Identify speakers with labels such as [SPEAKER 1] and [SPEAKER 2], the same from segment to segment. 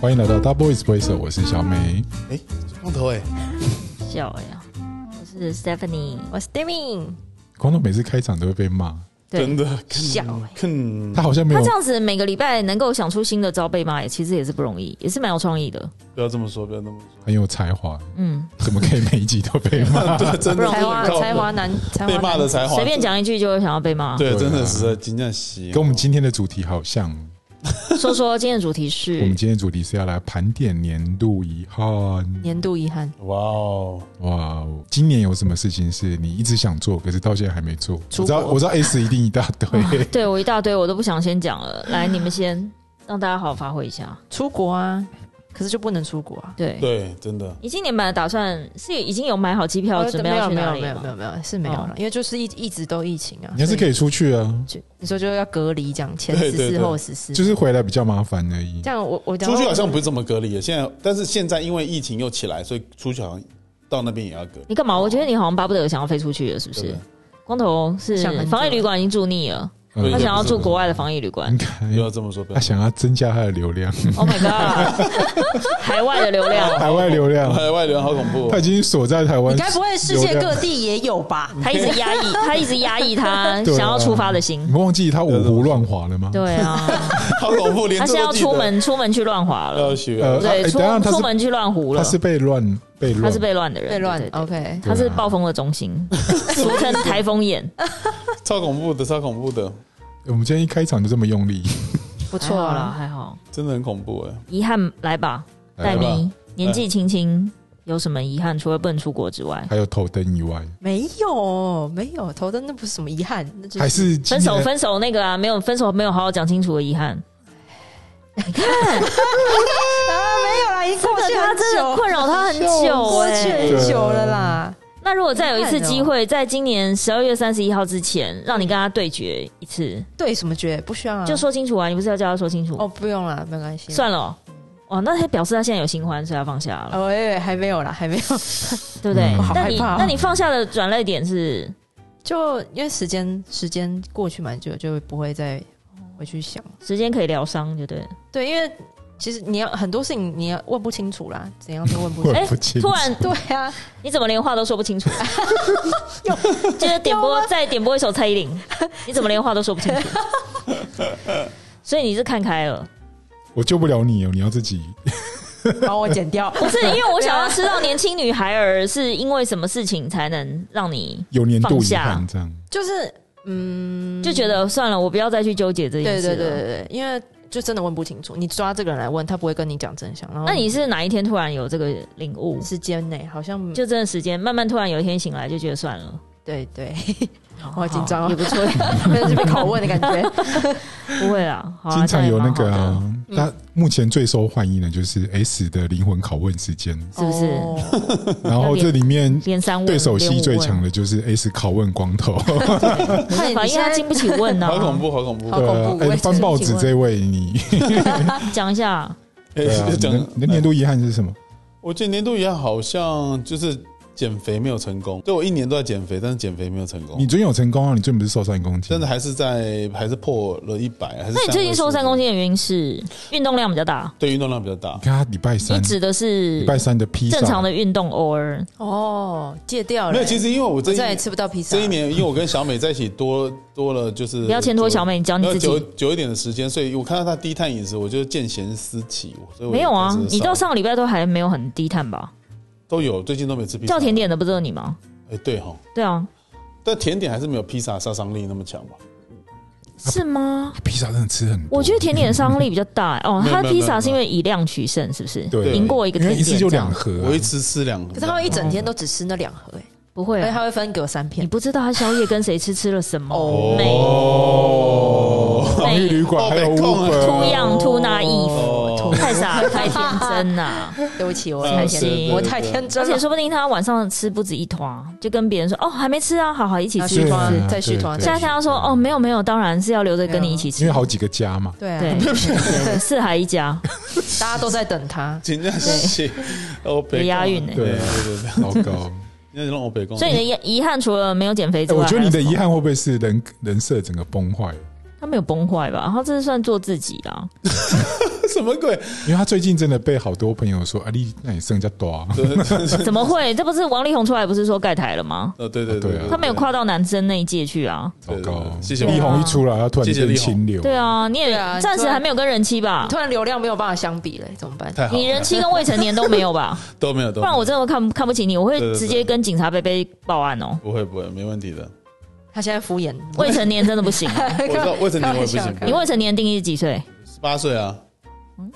[SPEAKER 1] 欢迎来到 Double Espresso，我是小美。
[SPEAKER 2] 哎，光头哎，
[SPEAKER 3] 笑呀！我是 Stephanie，我是 d e m i
[SPEAKER 1] 光头每次开场都会被骂，
[SPEAKER 2] 真的
[SPEAKER 3] 笑哎、
[SPEAKER 2] 看
[SPEAKER 1] 他好像没
[SPEAKER 3] 他
[SPEAKER 1] 有
[SPEAKER 3] 这样子每个礼拜能够想出新的招被骂，也其实也是不容易，也是蛮有创意的。
[SPEAKER 2] 不要这么说，不要这 么说，
[SPEAKER 1] 很有才华，
[SPEAKER 3] 嗯，
[SPEAKER 1] 怎么可以每一集都被 骂？
[SPEAKER 2] 对，真
[SPEAKER 3] 不
[SPEAKER 2] 的
[SPEAKER 3] 容易啊，
[SPEAKER 2] 真的
[SPEAKER 3] 才华男，才华
[SPEAKER 2] 被骂的
[SPEAKER 3] 男，
[SPEAKER 2] 才华，
[SPEAKER 3] 随便，讲一句就会想要被骂。
[SPEAKER 2] 对，
[SPEAKER 1] 对啊
[SPEAKER 2] 真的是在金匠喜，
[SPEAKER 1] 跟我们今天的主题好像，
[SPEAKER 3] 说说今天的主题
[SPEAKER 1] 我们
[SPEAKER 3] 是
[SPEAKER 1] 今天的主题是要来盘点年度遗憾。
[SPEAKER 3] 年度遗憾，
[SPEAKER 2] 哇哦，
[SPEAKER 1] 哇哦，今年有什么事情是你一直想做，可是到现在还没做？我
[SPEAKER 3] 出
[SPEAKER 1] 知道，
[SPEAKER 3] 国
[SPEAKER 1] 我知道 S 一定一大堆。
[SPEAKER 3] 对我一大堆，我都不想先讲了。来，你们先 让大家好好发挥一下。
[SPEAKER 4] 出国啊，可是就不能出国啊。
[SPEAKER 3] 对，
[SPEAKER 2] 对，真的，
[SPEAKER 3] 你今年本来打算是已经有买好机票，准备
[SPEAKER 4] 没有
[SPEAKER 3] 要去
[SPEAKER 4] 哦没
[SPEAKER 3] 哪
[SPEAKER 4] 有
[SPEAKER 3] 里哦
[SPEAKER 4] 没有没
[SPEAKER 3] 吗？
[SPEAKER 4] 有没有是没有了，因为就是一一直都疫情啊。
[SPEAKER 1] 你还是可
[SPEAKER 4] 以
[SPEAKER 1] 以出去啊，
[SPEAKER 4] 就你说就要隔离这样，前
[SPEAKER 2] 对
[SPEAKER 4] 十
[SPEAKER 2] 对
[SPEAKER 4] 四
[SPEAKER 2] 对
[SPEAKER 4] 后十四，
[SPEAKER 1] 就是回来比较麻烦而已
[SPEAKER 4] 这。样我。我讲
[SPEAKER 2] 出去好像不是这么隔离，现在，但是现在因为疫情又起来，所以出去好像到那边也要隔离，
[SPEAKER 3] 你干嘛？我觉得你好像巴不得想要飞出去了，是不
[SPEAKER 2] 对
[SPEAKER 3] 是
[SPEAKER 2] 不？
[SPEAKER 3] 光头是
[SPEAKER 4] 想很久
[SPEAKER 3] 防疫旅馆已经住腻了，
[SPEAKER 1] 嗯
[SPEAKER 2] 对
[SPEAKER 3] 他想要
[SPEAKER 2] 不是
[SPEAKER 3] 住国外的防疫旅馆
[SPEAKER 1] 应。
[SPEAKER 2] 对？不要
[SPEAKER 1] 该
[SPEAKER 2] 这么说，不要
[SPEAKER 1] 他想要增加他的流量，
[SPEAKER 3] Oh my god！海外的 流量，
[SPEAKER 1] 海外流 量，
[SPEAKER 2] 海外流好恐怖
[SPEAKER 1] 他
[SPEAKER 2] 哦
[SPEAKER 1] 已，经锁在台湾。
[SPEAKER 4] 你该不会世界各地也有吧？
[SPEAKER 3] 他一直压抑，他一直压抑 他
[SPEAKER 1] 对啊
[SPEAKER 3] 想要出发的
[SPEAKER 1] 你
[SPEAKER 3] 心。
[SPEAKER 1] 们忘记他五胡乱华了吗？
[SPEAKER 3] 对啊，
[SPEAKER 2] 好恐怖，连
[SPEAKER 3] 他
[SPEAKER 2] 这
[SPEAKER 3] 现在
[SPEAKER 2] 都
[SPEAKER 3] 要
[SPEAKER 2] 记
[SPEAKER 3] 出
[SPEAKER 2] 得
[SPEAKER 3] 门，出门去乱滑
[SPEAKER 2] 要
[SPEAKER 3] 了。
[SPEAKER 2] 学啊
[SPEAKER 1] 呃哎
[SPEAKER 3] 对，出
[SPEAKER 1] 等一下他是
[SPEAKER 3] 出门去乱胡了
[SPEAKER 1] 他。是被乱被乱，
[SPEAKER 3] 他是被乱的人，
[SPEAKER 4] 被乱
[SPEAKER 3] 对
[SPEAKER 4] 哦
[SPEAKER 3] 对对
[SPEAKER 4] OK，
[SPEAKER 3] 他是暴风的中心，
[SPEAKER 1] 啊
[SPEAKER 3] 俗称台风眼。
[SPEAKER 2] 超恐怖的，超恐怖的，
[SPEAKER 1] 我们今天一开场就这么用 力，
[SPEAKER 4] 不
[SPEAKER 3] 不
[SPEAKER 4] 错
[SPEAKER 3] 啦，
[SPEAKER 4] 啊。
[SPEAKER 3] 还好。
[SPEAKER 2] 真的很恐怖哎，
[SPEAKER 3] 遗憾来吧，
[SPEAKER 1] 来
[SPEAKER 3] 戴
[SPEAKER 1] 吧哎
[SPEAKER 3] 咪，年纪轻轻有什么遗憾？除了不能出国之外，
[SPEAKER 1] 还有头灯以外，
[SPEAKER 4] 没有没有，头灯那不是什么遗憾，那就
[SPEAKER 1] 还
[SPEAKER 4] 是
[SPEAKER 1] 是今
[SPEAKER 3] 分
[SPEAKER 1] 年
[SPEAKER 3] 手分手那个啊，没有分手没有好好讲清楚的遗憾。
[SPEAKER 4] 啊没有啦，已经过去
[SPEAKER 3] 他
[SPEAKER 4] 很
[SPEAKER 3] 真的
[SPEAKER 4] 久，
[SPEAKER 3] 困扰他很久
[SPEAKER 4] 过去
[SPEAKER 3] 哎、
[SPEAKER 4] 很久了啦。
[SPEAKER 3] 那如果再有一次机
[SPEAKER 4] 哦
[SPEAKER 3] 会，在今年十二月三十一号之前，让你跟他对决一次，
[SPEAKER 4] 对什么绝不需要啊？
[SPEAKER 3] 就说清楚啊！你不是要叫他说清楚？
[SPEAKER 4] 哦，不用啦，没关系。
[SPEAKER 3] 算了哦、哇，那他表示他现在有新欢，所以他放下了，
[SPEAKER 4] 哦，哎，还没有啦，还没有。
[SPEAKER 3] 对不对？
[SPEAKER 1] 嗯我好
[SPEAKER 3] 那
[SPEAKER 4] 害
[SPEAKER 3] 你
[SPEAKER 4] 怕哦
[SPEAKER 3] 那你放下的转泪点是
[SPEAKER 4] 就因为时间时间过去蛮久，就不会再回去想。
[SPEAKER 3] 时间可以疗伤，就对了。
[SPEAKER 4] 对，因为其实你要很多事情你要问不清楚啦，怎样都问不清
[SPEAKER 1] 问
[SPEAKER 4] 楚。哎
[SPEAKER 1] 不清，
[SPEAKER 3] 突然
[SPEAKER 4] 对啊，
[SPEAKER 3] 你怎么连话都说不 清楚？就是点播再点播一首蔡依林，你怎么连话都说不清楚？
[SPEAKER 4] 啊
[SPEAKER 3] 所以你是看开了。
[SPEAKER 1] 我救不了你哦，你要自己
[SPEAKER 4] 帮我剪 掉。
[SPEAKER 3] 不是，因为我想要知道年轻女孩儿是因为什么事情才能让你
[SPEAKER 1] 有年度
[SPEAKER 3] 放
[SPEAKER 1] 遗
[SPEAKER 3] 下
[SPEAKER 1] 憾这样。
[SPEAKER 4] 就是嗯，
[SPEAKER 3] 就觉得算了，我不要再去纠结这件
[SPEAKER 4] 对
[SPEAKER 3] 事了。
[SPEAKER 4] 对对对对，因为就真的问不清楚。你抓这个人来问，他不会跟你讲真相。然后
[SPEAKER 3] 那你是哪一天突然有这个领悟？
[SPEAKER 4] 时间内好像就
[SPEAKER 3] 就真的时间慢慢突然有一天醒来就觉得算了，
[SPEAKER 4] 对对，好紧张
[SPEAKER 3] 好也
[SPEAKER 4] 哦，
[SPEAKER 3] 不 错，
[SPEAKER 4] 就是被拷问的感觉。
[SPEAKER 3] 不会啦。好啊
[SPEAKER 1] 经常有那个，
[SPEAKER 3] 这样也蛮好的
[SPEAKER 1] 啊，他目前最受欢迎的就是 S 的灵魂拷问时 间，
[SPEAKER 3] 是不是
[SPEAKER 4] 哦
[SPEAKER 1] 然后这里面
[SPEAKER 3] 连三问
[SPEAKER 1] 对手戏最强，
[SPEAKER 3] 的，
[SPEAKER 1] 的就是 S 拷问光 头，
[SPEAKER 3] 反正他经不起问 啊呐、
[SPEAKER 2] 好恐怖，好恐怖
[SPEAKER 4] 好，
[SPEAKER 1] 对啊
[SPEAKER 4] 恐，怖
[SPEAKER 1] 哎
[SPEAKER 4] 我也
[SPEAKER 1] 翻报纸这位你，
[SPEAKER 3] 讲一下，
[SPEAKER 2] 哎
[SPEAKER 1] 对啊，你
[SPEAKER 2] 讲
[SPEAKER 1] 的你的年度遗憾是什么？
[SPEAKER 2] 我今年度也好像就是减肥没有成功，对我一年都在减肥，但是减肥没有成
[SPEAKER 1] 你
[SPEAKER 2] 功，
[SPEAKER 1] 最近有成功啊，你最近不是瘦三公斤
[SPEAKER 2] 但？是还是在还是破了一百，还是
[SPEAKER 3] 那你最近瘦三公
[SPEAKER 2] 斤？
[SPEAKER 3] 斤的原因是运动量比较大？
[SPEAKER 2] 对，运动量比较大
[SPEAKER 1] 你，看他礼拜
[SPEAKER 3] 你
[SPEAKER 1] 三，
[SPEAKER 3] 指的是
[SPEAKER 1] 礼拜三的披萨
[SPEAKER 3] 正常的运动，or
[SPEAKER 4] 哦，戒掉了。
[SPEAKER 2] 没有，其实因为我这
[SPEAKER 4] 我
[SPEAKER 2] 一
[SPEAKER 4] 再也吃不到披萨
[SPEAKER 2] 这。一年，因为我跟小美在一起多多了，就是
[SPEAKER 3] 啊不要牵拖小美，你教你
[SPEAKER 2] 久，
[SPEAKER 3] 自己
[SPEAKER 2] 久。久一点的时间，所以我看到她低碳饮食，我就见贤思齐，所以我
[SPEAKER 3] 没有啊
[SPEAKER 2] 就开，始
[SPEAKER 3] 你到
[SPEAKER 2] 少
[SPEAKER 3] 上个礼拜都还没有很低碳吧？
[SPEAKER 2] 都有，最近都没吃披萨
[SPEAKER 3] 叫甜，点的不就是你吗？
[SPEAKER 2] 哎，对哈，
[SPEAKER 3] 对啊，
[SPEAKER 2] 但甜点还是没有披萨杀伤力那么强吧？
[SPEAKER 3] 是吗？
[SPEAKER 1] 披萨真的吃很多，
[SPEAKER 3] 我觉得甜点的杀伤力比较大、哦。
[SPEAKER 2] 没有
[SPEAKER 3] 它
[SPEAKER 2] 没
[SPEAKER 3] 的
[SPEAKER 2] 有
[SPEAKER 3] 披
[SPEAKER 2] 没有
[SPEAKER 3] 萨是因为以量取胜，是不是？
[SPEAKER 1] 对
[SPEAKER 3] 赢过一个
[SPEAKER 1] 因
[SPEAKER 3] 甜
[SPEAKER 1] 为
[SPEAKER 3] 点，
[SPEAKER 1] 一次就
[SPEAKER 3] 这样
[SPEAKER 1] 两盒、啊，
[SPEAKER 2] 我一吃吃两个，
[SPEAKER 4] 可是他会一整天都只吃那两盒，哎，
[SPEAKER 3] 不会
[SPEAKER 4] 而且
[SPEAKER 3] 啊、
[SPEAKER 4] 他会分给我三片
[SPEAKER 3] 你。不知道他宵夜跟谁吃，吃了什么？
[SPEAKER 4] 哦
[SPEAKER 3] 每
[SPEAKER 1] 哦，防疫旅馆还有
[SPEAKER 2] 哦
[SPEAKER 1] u
[SPEAKER 2] 北控啊
[SPEAKER 1] b
[SPEAKER 3] 突样突那衣
[SPEAKER 2] 哦
[SPEAKER 3] 服，太傻太天真啦、
[SPEAKER 4] 对不起，我
[SPEAKER 2] 呃。
[SPEAKER 4] 太
[SPEAKER 3] 啊是
[SPEAKER 4] 天，我太天真
[SPEAKER 3] 而
[SPEAKER 4] 了
[SPEAKER 3] 且。说不定他晚上吃不止一坨，就跟别人说哦还没吃啊，好好一起
[SPEAKER 4] 啊
[SPEAKER 3] 吃
[SPEAKER 4] 续。团
[SPEAKER 1] 对啊
[SPEAKER 4] 再续团
[SPEAKER 1] 对对
[SPEAKER 3] 下次他说哦没有没有，当然是要留着跟你一起
[SPEAKER 1] 因
[SPEAKER 3] 吃
[SPEAKER 1] 为。好几个家嘛，
[SPEAKER 4] 对啊，
[SPEAKER 3] 对，对四海一家
[SPEAKER 4] 大家都在等他
[SPEAKER 2] 真的是，哦，北
[SPEAKER 3] 有押
[SPEAKER 2] 贡
[SPEAKER 3] 韵欸
[SPEAKER 2] 对对对对，
[SPEAKER 1] 糟糕。
[SPEAKER 2] 那就让我北贡。
[SPEAKER 3] 所以你的遗遗憾除了没有减肥
[SPEAKER 1] 哎
[SPEAKER 3] 之外，
[SPEAKER 1] 我觉得你的
[SPEAKER 3] 还有什么
[SPEAKER 1] 遗憾会不会是人人设整个崩坏？
[SPEAKER 3] 他没有崩坏吧？他这是算做自己啊啦。
[SPEAKER 2] 什 么鬼？
[SPEAKER 1] 因为他最近真的被好多朋友说啊，你那你剩下多啊，
[SPEAKER 2] 对对对
[SPEAKER 3] 怎么会？这不是王力宏出来不是说盖台了吗？
[SPEAKER 2] 呃，对对
[SPEAKER 1] 对啊
[SPEAKER 3] 他没有跨到男生那一界去啊。
[SPEAKER 1] 糟
[SPEAKER 2] 对对
[SPEAKER 1] 糕！
[SPEAKER 2] 谢谢
[SPEAKER 1] 力
[SPEAKER 3] 我
[SPEAKER 1] 宏一出来，他突然
[SPEAKER 2] 谢谢
[SPEAKER 1] 变
[SPEAKER 2] 力宏
[SPEAKER 1] 清流，
[SPEAKER 3] 对，啊，你也
[SPEAKER 4] 对啊
[SPEAKER 3] 暂时
[SPEAKER 4] 突然啊
[SPEAKER 3] 还没有跟人妻吧？
[SPEAKER 4] 突然流量没有办法相比了，怎么办？
[SPEAKER 2] 太好了，
[SPEAKER 3] 你人妻跟未成年都没有吧？
[SPEAKER 2] 都没有，都
[SPEAKER 3] 不
[SPEAKER 2] 没有
[SPEAKER 3] 然我真的看看不起你，我会
[SPEAKER 2] 对对对
[SPEAKER 3] 直接跟警察贝贝报案哦。
[SPEAKER 2] 不会不会，没问题的。
[SPEAKER 4] 他现在敷衍，
[SPEAKER 3] 未成年真的不行 啊、
[SPEAKER 4] 我
[SPEAKER 2] 知道未成年我也不行
[SPEAKER 3] 你未成年定义是几岁？
[SPEAKER 2] 十八岁啊，嗯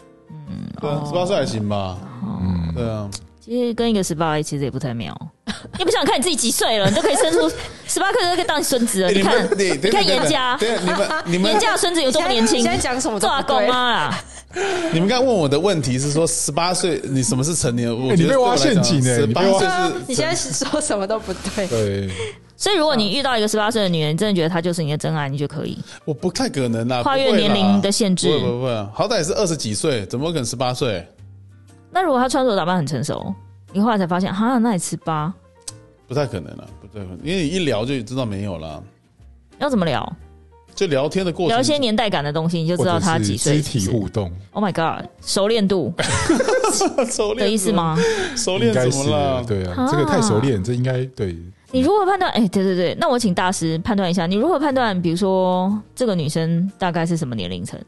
[SPEAKER 2] 嗯，十八岁还行吧？
[SPEAKER 3] 哦
[SPEAKER 1] 嗯，
[SPEAKER 2] 对啊，
[SPEAKER 3] 其实跟一个十八其实也不太妙。你不想看你自己几岁了，你都可以生出十八岁都可以当你孙子了。
[SPEAKER 2] 哎
[SPEAKER 3] 你看，
[SPEAKER 2] 你
[SPEAKER 3] 你看严家，
[SPEAKER 2] 对，你们你们
[SPEAKER 3] 严家的孙子有多么年轻
[SPEAKER 4] 你现在？讲什么
[SPEAKER 3] 做
[SPEAKER 4] 都不
[SPEAKER 3] 阿
[SPEAKER 4] 对
[SPEAKER 3] 公妈 啦，
[SPEAKER 2] 你们刚刚问我的问题是说十八岁你什么是成年？我
[SPEAKER 1] 哎你被挖陷阱哎
[SPEAKER 2] 十
[SPEAKER 1] 你
[SPEAKER 2] 八
[SPEAKER 1] 被挖
[SPEAKER 2] 岁
[SPEAKER 4] 对啊
[SPEAKER 2] 是，
[SPEAKER 4] 你现在是说什么都不对。
[SPEAKER 1] 对，
[SPEAKER 3] 所以如果你遇到一个十八岁的女人，你真的觉得她就是你的真爱，你就可以。
[SPEAKER 2] 我不太可能啦，
[SPEAKER 3] 跨越
[SPEAKER 2] 不会啦
[SPEAKER 3] 年龄的限制
[SPEAKER 2] 不会不会，不会好歹也是二十几岁，怎么可能十八岁？
[SPEAKER 3] 那如果她穿着打扮很成熟，你后来才发现，哈，那也十八，
[SPEAKER 2] 不太可能了，不太可能，因为你一聊就知道没有了，
[SPEAKER 3] 要怎么聊？
[SPEAKER 2] 就聊天的过程，
[SPEAKER 3] 聊一些年代感的东西，你就知道她
[SPEAKER 1] 或者
[SPEAKER 3] 几
[SPEAKER 1] 是
[SPEAKER 3] 岁。
[SPEAKER 1] 肢体
[SPEAKER 3] 是不是
[SPEAKER 1] 互动，
[SPEAKER 3] Oh my god，熟练度
[SPEAKER 2] 熟练
[SPEAKER 3] 的意思？吗？
[SPEAKER 2] 熟
[SPEAKER 1] 应
[SPEAKER 2] 练
[SPEAKER 1] 该
[SPEAKER 2] 怎
[SPEAKER 1] 是
[SPEAKER 2] 么了？
[SPEAKER 1] 对啊
[SPEAKER 3] 啊，
[SPEAKER 1] 这个太熟练，这应该对
[SPEAKER 3] 你如何判断？哎、对对对，那我请大师判断一下，你如何判断？比如说这个女生大概是什么年龄层？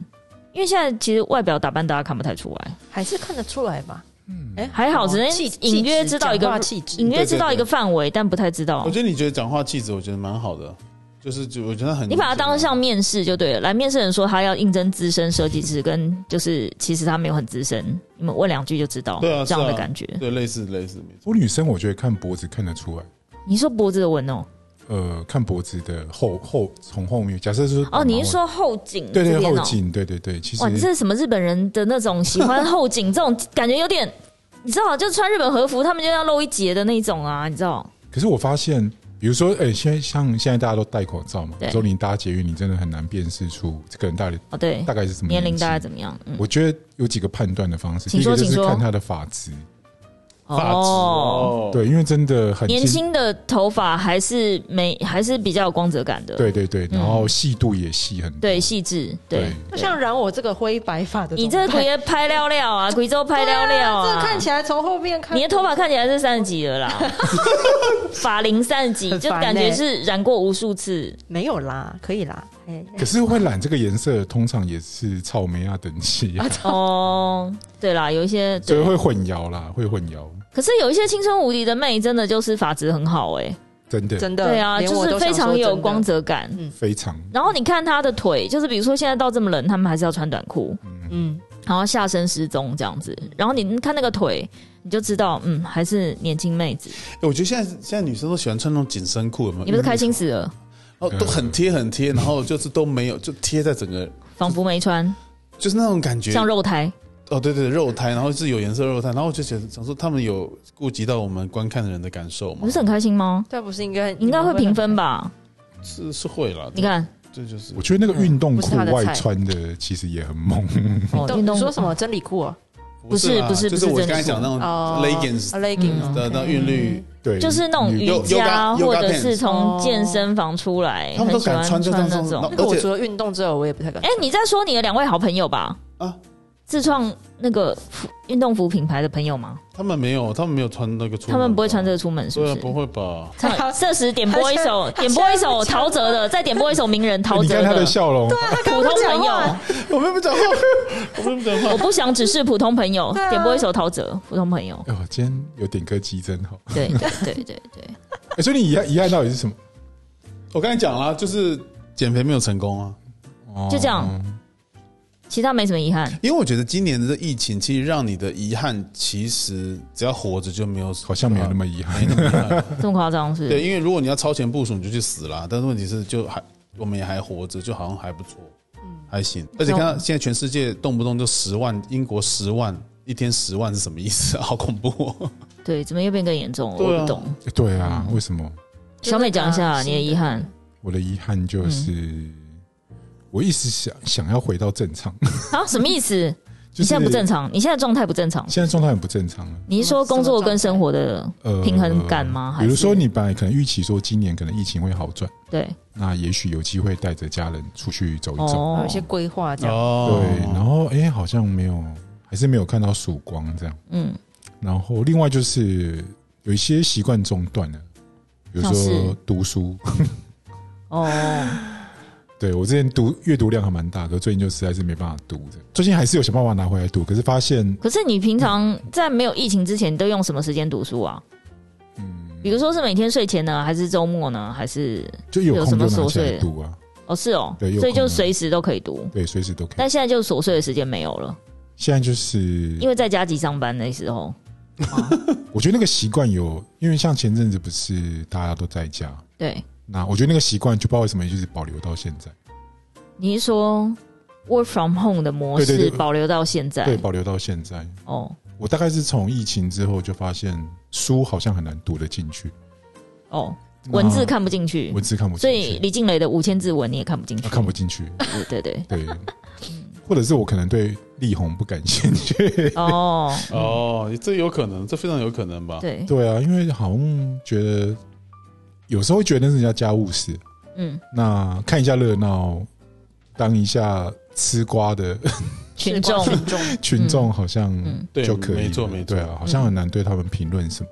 [SPEAKER 3] 因为现在其实外表打扮大家看不太出来，
[SPEAKER 4] 还是看得出来吧？嗯，哎，
[SPEAKER 3] 还好只能
[SPEAKER 4] 气
[SPEAKER 3] 隐约
[SPEAKER 4] 气质
[SPEAKER 3] 知道一个嗯
[SPEAKER 4] 讲话气质
[SPEAKER 3] 隐。约
[SPEAKER 2] 对
[SPEAKER 3] 知道
[SPEAKER 2] 对
[SPEAKER 3] 一个范围，但不太知道
[SPEAKER 2] 我。觉得你觉得讲话气质，我觉得蛮好的，就是就我觉得很，
[SPEAKER 3] 你把它当像面试就对了，来面试人说他要应征资深设计师，跟就是其实他没有很资深，你们问两句就知道，
[SPEAKER 2] 对啊
[SPEAKER 3] 这样的
[SPEAKER 2] 是啊
[SPEAKER 3] 感觉。
[SPEAKER 2] 对类似类似没错。
[SPEAKER 1] 我女生，我觉得看脖子看得出来，
[SPEAKER 3] 你说脖子的纹哦，
[SPEAKER 1] 呃，看脖子的后后从后面，假设是
[SPEAKER 3] 哦，你是说后颈
[SPEAKER 1] 对
[SPEAKER 3] 这
[SPEAKER 1] 对
[SPEAKER 3] 边
[SPEAKER 1] 后
[SPEAKER 3] 哦？
[SPEAKER 1] 颈，对对对，其实
[SPEAKER 3] 哇，你这是什么日本人的那种喜欢后颈这种感觉，有点你知道，就穿日本和服，他们就要露一截的那种啊，你知道？
[SPEAKER 1] 可是我发现，比如说，哎、现在像现在大家都戴口罩嘛，
[SPEAKER 3] 对
[SPEAKER 1] 有时候你搭捷运，你真的很难辨识出这个人到底
[SPEAKER 3] 哦，对
[SPEAKER 1] 大，概是什么
[SPEAKER 3] 年龄大概
[SPEAKER 1] 纪
[SPEAKER 3] 怎么样？嗯，
[SPEAKER 1] 我觉得有几个判断的方式，第
[SPEAKER 3] 请
[SPEAKER 1] 一
[SPEAKER 3] 说
[SPEAKER 1] 个就是
[SPEAKER 3] 请说
[SPEAKER 1] 看他的发质，
[SPEAKER 2] 发质，哦，，
[SPEAKER 1] 对，因为真的很
[SPEAKER 3] 年
[SPEAKER 1] 近，
[SPEAKER 3] 轻的头发还是没，还是比较有光泽感的，
[SPEAKER 1] 对对对，
[SPEAKER 3] 嗯
[SPEAKER 1] 然后细度也细很多，
[SPEAKER 3] 对，细致，对。
[SPEAKER 4] 那像染我这个灰白发的，
[SPEAKER 3] 你这鬼也拍料料啊，鬼州拍料料
[SPEAKER 4] 这
[SPEAKER 3] 啊，
[SPEAKER 4] 看起来从后面看，
[SPEAKER 3] 你的头发看起来是三十 几了啦，发龄三十几，
[SPEAKER 4] 很
[SPEAKER 3] 就
[SPEAKER 4] 烦
[SPEAKER 3] 感觉
[SPEAKER 4] 欸
[SPEAKER 3] 是染过无数次。
[SPEAKER 4] 没有啦，可以啦，哎，
[SPEAKER 1] 可是会染这个颜色，通常也是草莓啊等级、啊，
[SPEAKER 3] 哦，对啦，有一些
[SPEAKER 1] 所以
[SPEAKER 3] 对，
[SPEAKER 1] 会混淆啦，会混淆，
[SPEAKER 3] 可是有一些青春无敌的妹，真的就是发质很好哎、
[SPEAKER 1] 真的
[SPEAKER 4] 真的，
[SPEAKER 3] 对啊，
[SPEAKER 4] 连
[SPEAKER 3] 就
[SPEAKER 4] 我
[SPEAKER 3] 是
[SPEAKER 4] 都
[SPEAKER 3] 非
[SPEAKER 4] 想
[SPEAKER 3] 常
[SPEAKER 4] 说
[SPEAKER 3] 有
[SPEAKER 4] 真的嗯
[SPEAKER 3] 光。泽感。
[SPEAKER 1] 非常
[SPEAKER 3] 然后你看她的腿，就是比如说现在到这么冷，他们还是要穿短裤，
[SPEAKER 4] 嗯，
[SPEAKER 3] 然后下身失踪这样子。然后你看那个腿，你就知道，嗯，还是年轻妹子。
[SPEAKER 2] 哎我觉得现在现在女生都喜欢穿那种紧身裤，有没有？
[SPEAKER 3] 你不是开心死了，
[SPEAKER 2] 哦，都很贴很贴，然后就是都没有，就贴在整个，
[SPEAKER 3] 仿佛没穿，
[SPEAKER 2] 就是那种感觉。
[SPEAKER 3] 像肉胎。
[SPEAKER 2] 哦，对对，肉胎，然后是有颜色的肉胎，然后我就觉得想说他们有顾及到我们观看的人的感受
[SPEAKER 3] 你
[SPEAKER 2] 吗
[SPEAKER 3] 不？是很开心吗？
[SPEAKER 4] 这不是应该
[SPEAKER 3] 你应该会评分？
[SPEAKER 2] 嗯
[SPEAKER 3] 吧？
[SPEAKER 2] 是是会啦，
[SPEAKER 3] 你看，
[SPEAKER 2] 这就是
[SPEAKER 1] 我觉得那个运动
[SPEAKER 4] 不是
[SPEAKER 1] 裤
[SPEAKER 4] 他的
[SPEAKER 1] 外
[SPEAKER 4] 菜
[SPEAKER 1] 穿的其实也很猛，
[SPEAKER 3] 哦
[SPEAKER 4] 你，
[SPEAKER 3] 运
[SPEAKER 4] 们会
[SPEAKER 3] 动
[SPEAKER 4] 你说什么真理裤啊？
[SPEAKER 2] 啦
[SPEAKER 3] 不是不是
[SPEAKER 2] 就是
[SPEAKER 3] 不
[SPEAKER 2] 我
[SPEAKER 3] 是
[SPEAKER 2] 刚才讲那种
[SPEAKER 4] 哦
[SPEAKER 2] leggings
[SPEAKER 4] 啊 leggings
[SPEAKER 3] 嗯
[SPEAKER 2] 的那韵律，
[SPEAKER 1] 对，
[SPEAKER 3] 就是那种
[SPEAKER 1] 女
[SPEAKER 3] 瑜伽，
[SPEAKER 2] Yoga- Yoga
[SPEAKER 3] 或者是从
[SPEAKER 4] 哦
[SPEAKER 3] 健身房出来，
[SPEAKER 2] 他们
[SPEAKER 3] 嗯很
[SPEAKER 2] 都
[SPEAKER 3] 喜
[SPEAKER 2] 敢
[SPEAKER 3] 欢
[SPEAKER 2] 穿这
[SPEAKER 3] 穿
[SPEAKER 2] 种
[SPEAKER 3] 那种
[SPEAKER 2] 那。
[SPEAKER 4] 那个我
[SPEAKER 2] 而且
[SPEAKER 4] 除了运动之外，我也不太敢
[SPEAKER 3] 哎。，你在说你的两位好朋友吧？
[SPEAKER 2] 啊，
[SPEAKER 3] 自创那个服运动服品牌的朋友吗？
[SPEAKER 2] 他们没有，他们没有穿那个出门吧，
[SPEAKER 3] 他们不会穿这个出门，是不
[SPEAKER 2] 对啊，
[SPEAKER 3] 是？
[SPEAKER 2] 不会 吧？
[SPEAKER 3] 唱这时点播一首，
[SPEAKER 4] 他
[SPEAKER 3] 点
[SPEAKER 4] 现在
[SPEAKER 3] 播一首陶喆的，再点播一首名人陶
[SPEAKER 1] 哎你
[SPEAKER 2] 哎
[SPEAKER 3] 喆
[SPEAKER 1] 看他的笑容，
[SPEAKER 3] 普通朋友，
[SPEAKER 2] 我们不讲话， 我们不讲话
[SPEAKER 3] 我。不想只是普通朋友
[SPEAKER 4] 对，啊
[SPEAKER 3] 点播一首陶喆，普通朋友，
[SPEAKER 1] 哎呦，今天有点歌姬真好。
[SPEAKER 3] 对对对对对，
[SPEAKER 1] 哎所以你遗憾遗憾到底是什么？
[SPEAKER 2] 我刚才讲了，啊就是减肥没有成功啊，
[SPEAKER 1] 哦
[SPEAKER 3] 就这样其他没什么遗憾。
[SPEAKER 2] 因为我觉得今年的疫情其实让你的遗憾，其实只要活着就没有，
[SPEAKER 1] 好像没有那么遗憾
[SPEAKER 2] 没。那么遗憾。
[SPEAKER 3] 这么夸张是？
[SPEAKER 2] 对，因为如果你要超前部署，你就去死啦。但是问题是，就还我们也还活着，就好像还不错，还行。而且看到现在全世界动不动就十万，英国十万。一天十万是什么意思？ 好恐怖、哦！
[SPEAKER 3] 对，怎么又变更严重了？
[SPEAKER 2] 对啊
[SPEAKER 3] 我不懂。
[SPEAKER 1] 哎对啊，
[SPEAKER 3] 嗯
[SPEAKER 1] 为什么？
[SPEAKER 3] 小美讲一下
[SPEAKER 4] 就是那个
[SPEAKER 3] 你的遗憾，
[SPEAKER 1] 我的遗憾
[SPEAKER 3] 嗯
[SPEAKER 1] 就是，我一直想想要回到正常，
[SPEAKER 3] 啊，什么意思？
[SPEAKER 1] 就是
[SPEAKER 3] 你现在不正常，你现在状态不正常。
[SPEAKER 1] 现在状态很不正常了。
[SPEAKER 3] 你是说工作跟嗯生活的
[SPEAKER 1] 呃，
[SPEAKER 3] 平衡感吗？还
[SPEAKER 1] 比
[SPEAKER 3] 是
[SPEAKER 1] 如说，你本来可能预期说今年可能疫情会好转，
[SPEAKER 3] 对
[SPEAKER 1] 那也许有机会带着家人出去走一走。
[SPEAKER 3] 哦
[SPEAKER 4] 有一，些规划这样。
[SPEAKER 2] 哦
[SPEAKER 1] 对，然后哎、诶好像没有，还是没有看到曙光这样。
[SPEAKER 3] 嗯，
[SPEAKER 1] 然后另外就是有一些习惯中断了，比如
[SPEAKER 3] 像是
[SPEAKER 1] 说读书。
[SPEAKER 3] 哦，
[SPEAKER 1] 对我之前读阅读量还蛮大，可最近就实在是没办法读这样最近还是有想办法拿回来读，可是发现
[SPEAKER 3] 可是你 平常在没有疫情之前，都用什么时间读书啊？
[SPEAKER 1] 嗯，
[SPEAKER 3] 比如说是每天睡前呢，还是周末呢，还是
[SPEAKER 1] 就有
[SPEAKER 3] 有什
[SPEAKER 1] 空就拿
[SPEAKER 3] 么琐
[SPEAKER 1] 起
[SPEAKER 3] 碎
[SPEAKER 1] 来
[SPEAKER 3] 的
[SPEAKER 1] 读啊，
[SPEAKER 3] 哦是哦
[SPEAKER 1] 对，有
[SPEAKER 3] 所以就
[SPEAKER 1] 空啊
[SPEAKER 3] 随时都可以读。
[SPEAKER 1] 对，随时都可以
[SPEAKER 3] 但。现在就琐碎的时间没有了，
[SPEAKER 1] 现在就是
[SPEAKER 3] 因为在家级上班那时候，
[SPEAKER 1] 我觉得那个习惯有，因为像前阵子不是大家都在家，
[SPEAKER 3] 对，
[SPEAKER 1] 那我觉得那个习惯就不知道为什么一直保留到现在，
[SPEAKER 3] 你是说 work from home 的模
[SPEAKER 1] 对对
[SPEAKER 3] 式
[SPEAKER 1] 对
[SPEAKER 3] 保留到现在？
[SPEAKER 1] 对，保留到现在。
[SPEAKER 3] 哦
[SPEAKER 1] 我大概是从疫情之后就发现书好像很难读得进去，
[SPEAKER 3] 哦，
[SPEAKER 1] 那
[SPEAKER 3] 文字看不进去，
[SPEAKER 1] 文字看不
[SPEAKER 3] 嗯所
[SPEAKER 1] 进
[SPEAKER 3] 以
[SPEAKER 1] 去，
[SPEAKER 3] 李静蕾的五千字文你也看不进去，
[SPEAKER 1] 啊看不进 去，
[SPEAKER 3] 对对对，
[SPEAKER 1] 对，或者是我可能对力宏不感兴趣，
[SPEAKER 3] 哦，
[SPEAKER 2] 哦，这有可能，这非常有可能吧？
[SPEAKER 3] 对，
[SPEAKER 1] 对啊，因为好像觉得有时候会觉得那是人家家务事，
[SPEAKER 3] 嗯，
[SPEAKER 1] 那看一下热闹，当一下吃瓜的
[SPEAKER 3] 群 众
[SPEAKER 4] 哦群众，
[SPEAKER 1] 群众好像
[SPEAKER 3] 嗯
[SPEAKER 2] 对
[SPEAKER 1] 就可以了，
[SPEAKER 2] 没错没错
[SPEAKER 1] 对啊，好像很难对他们评论什么。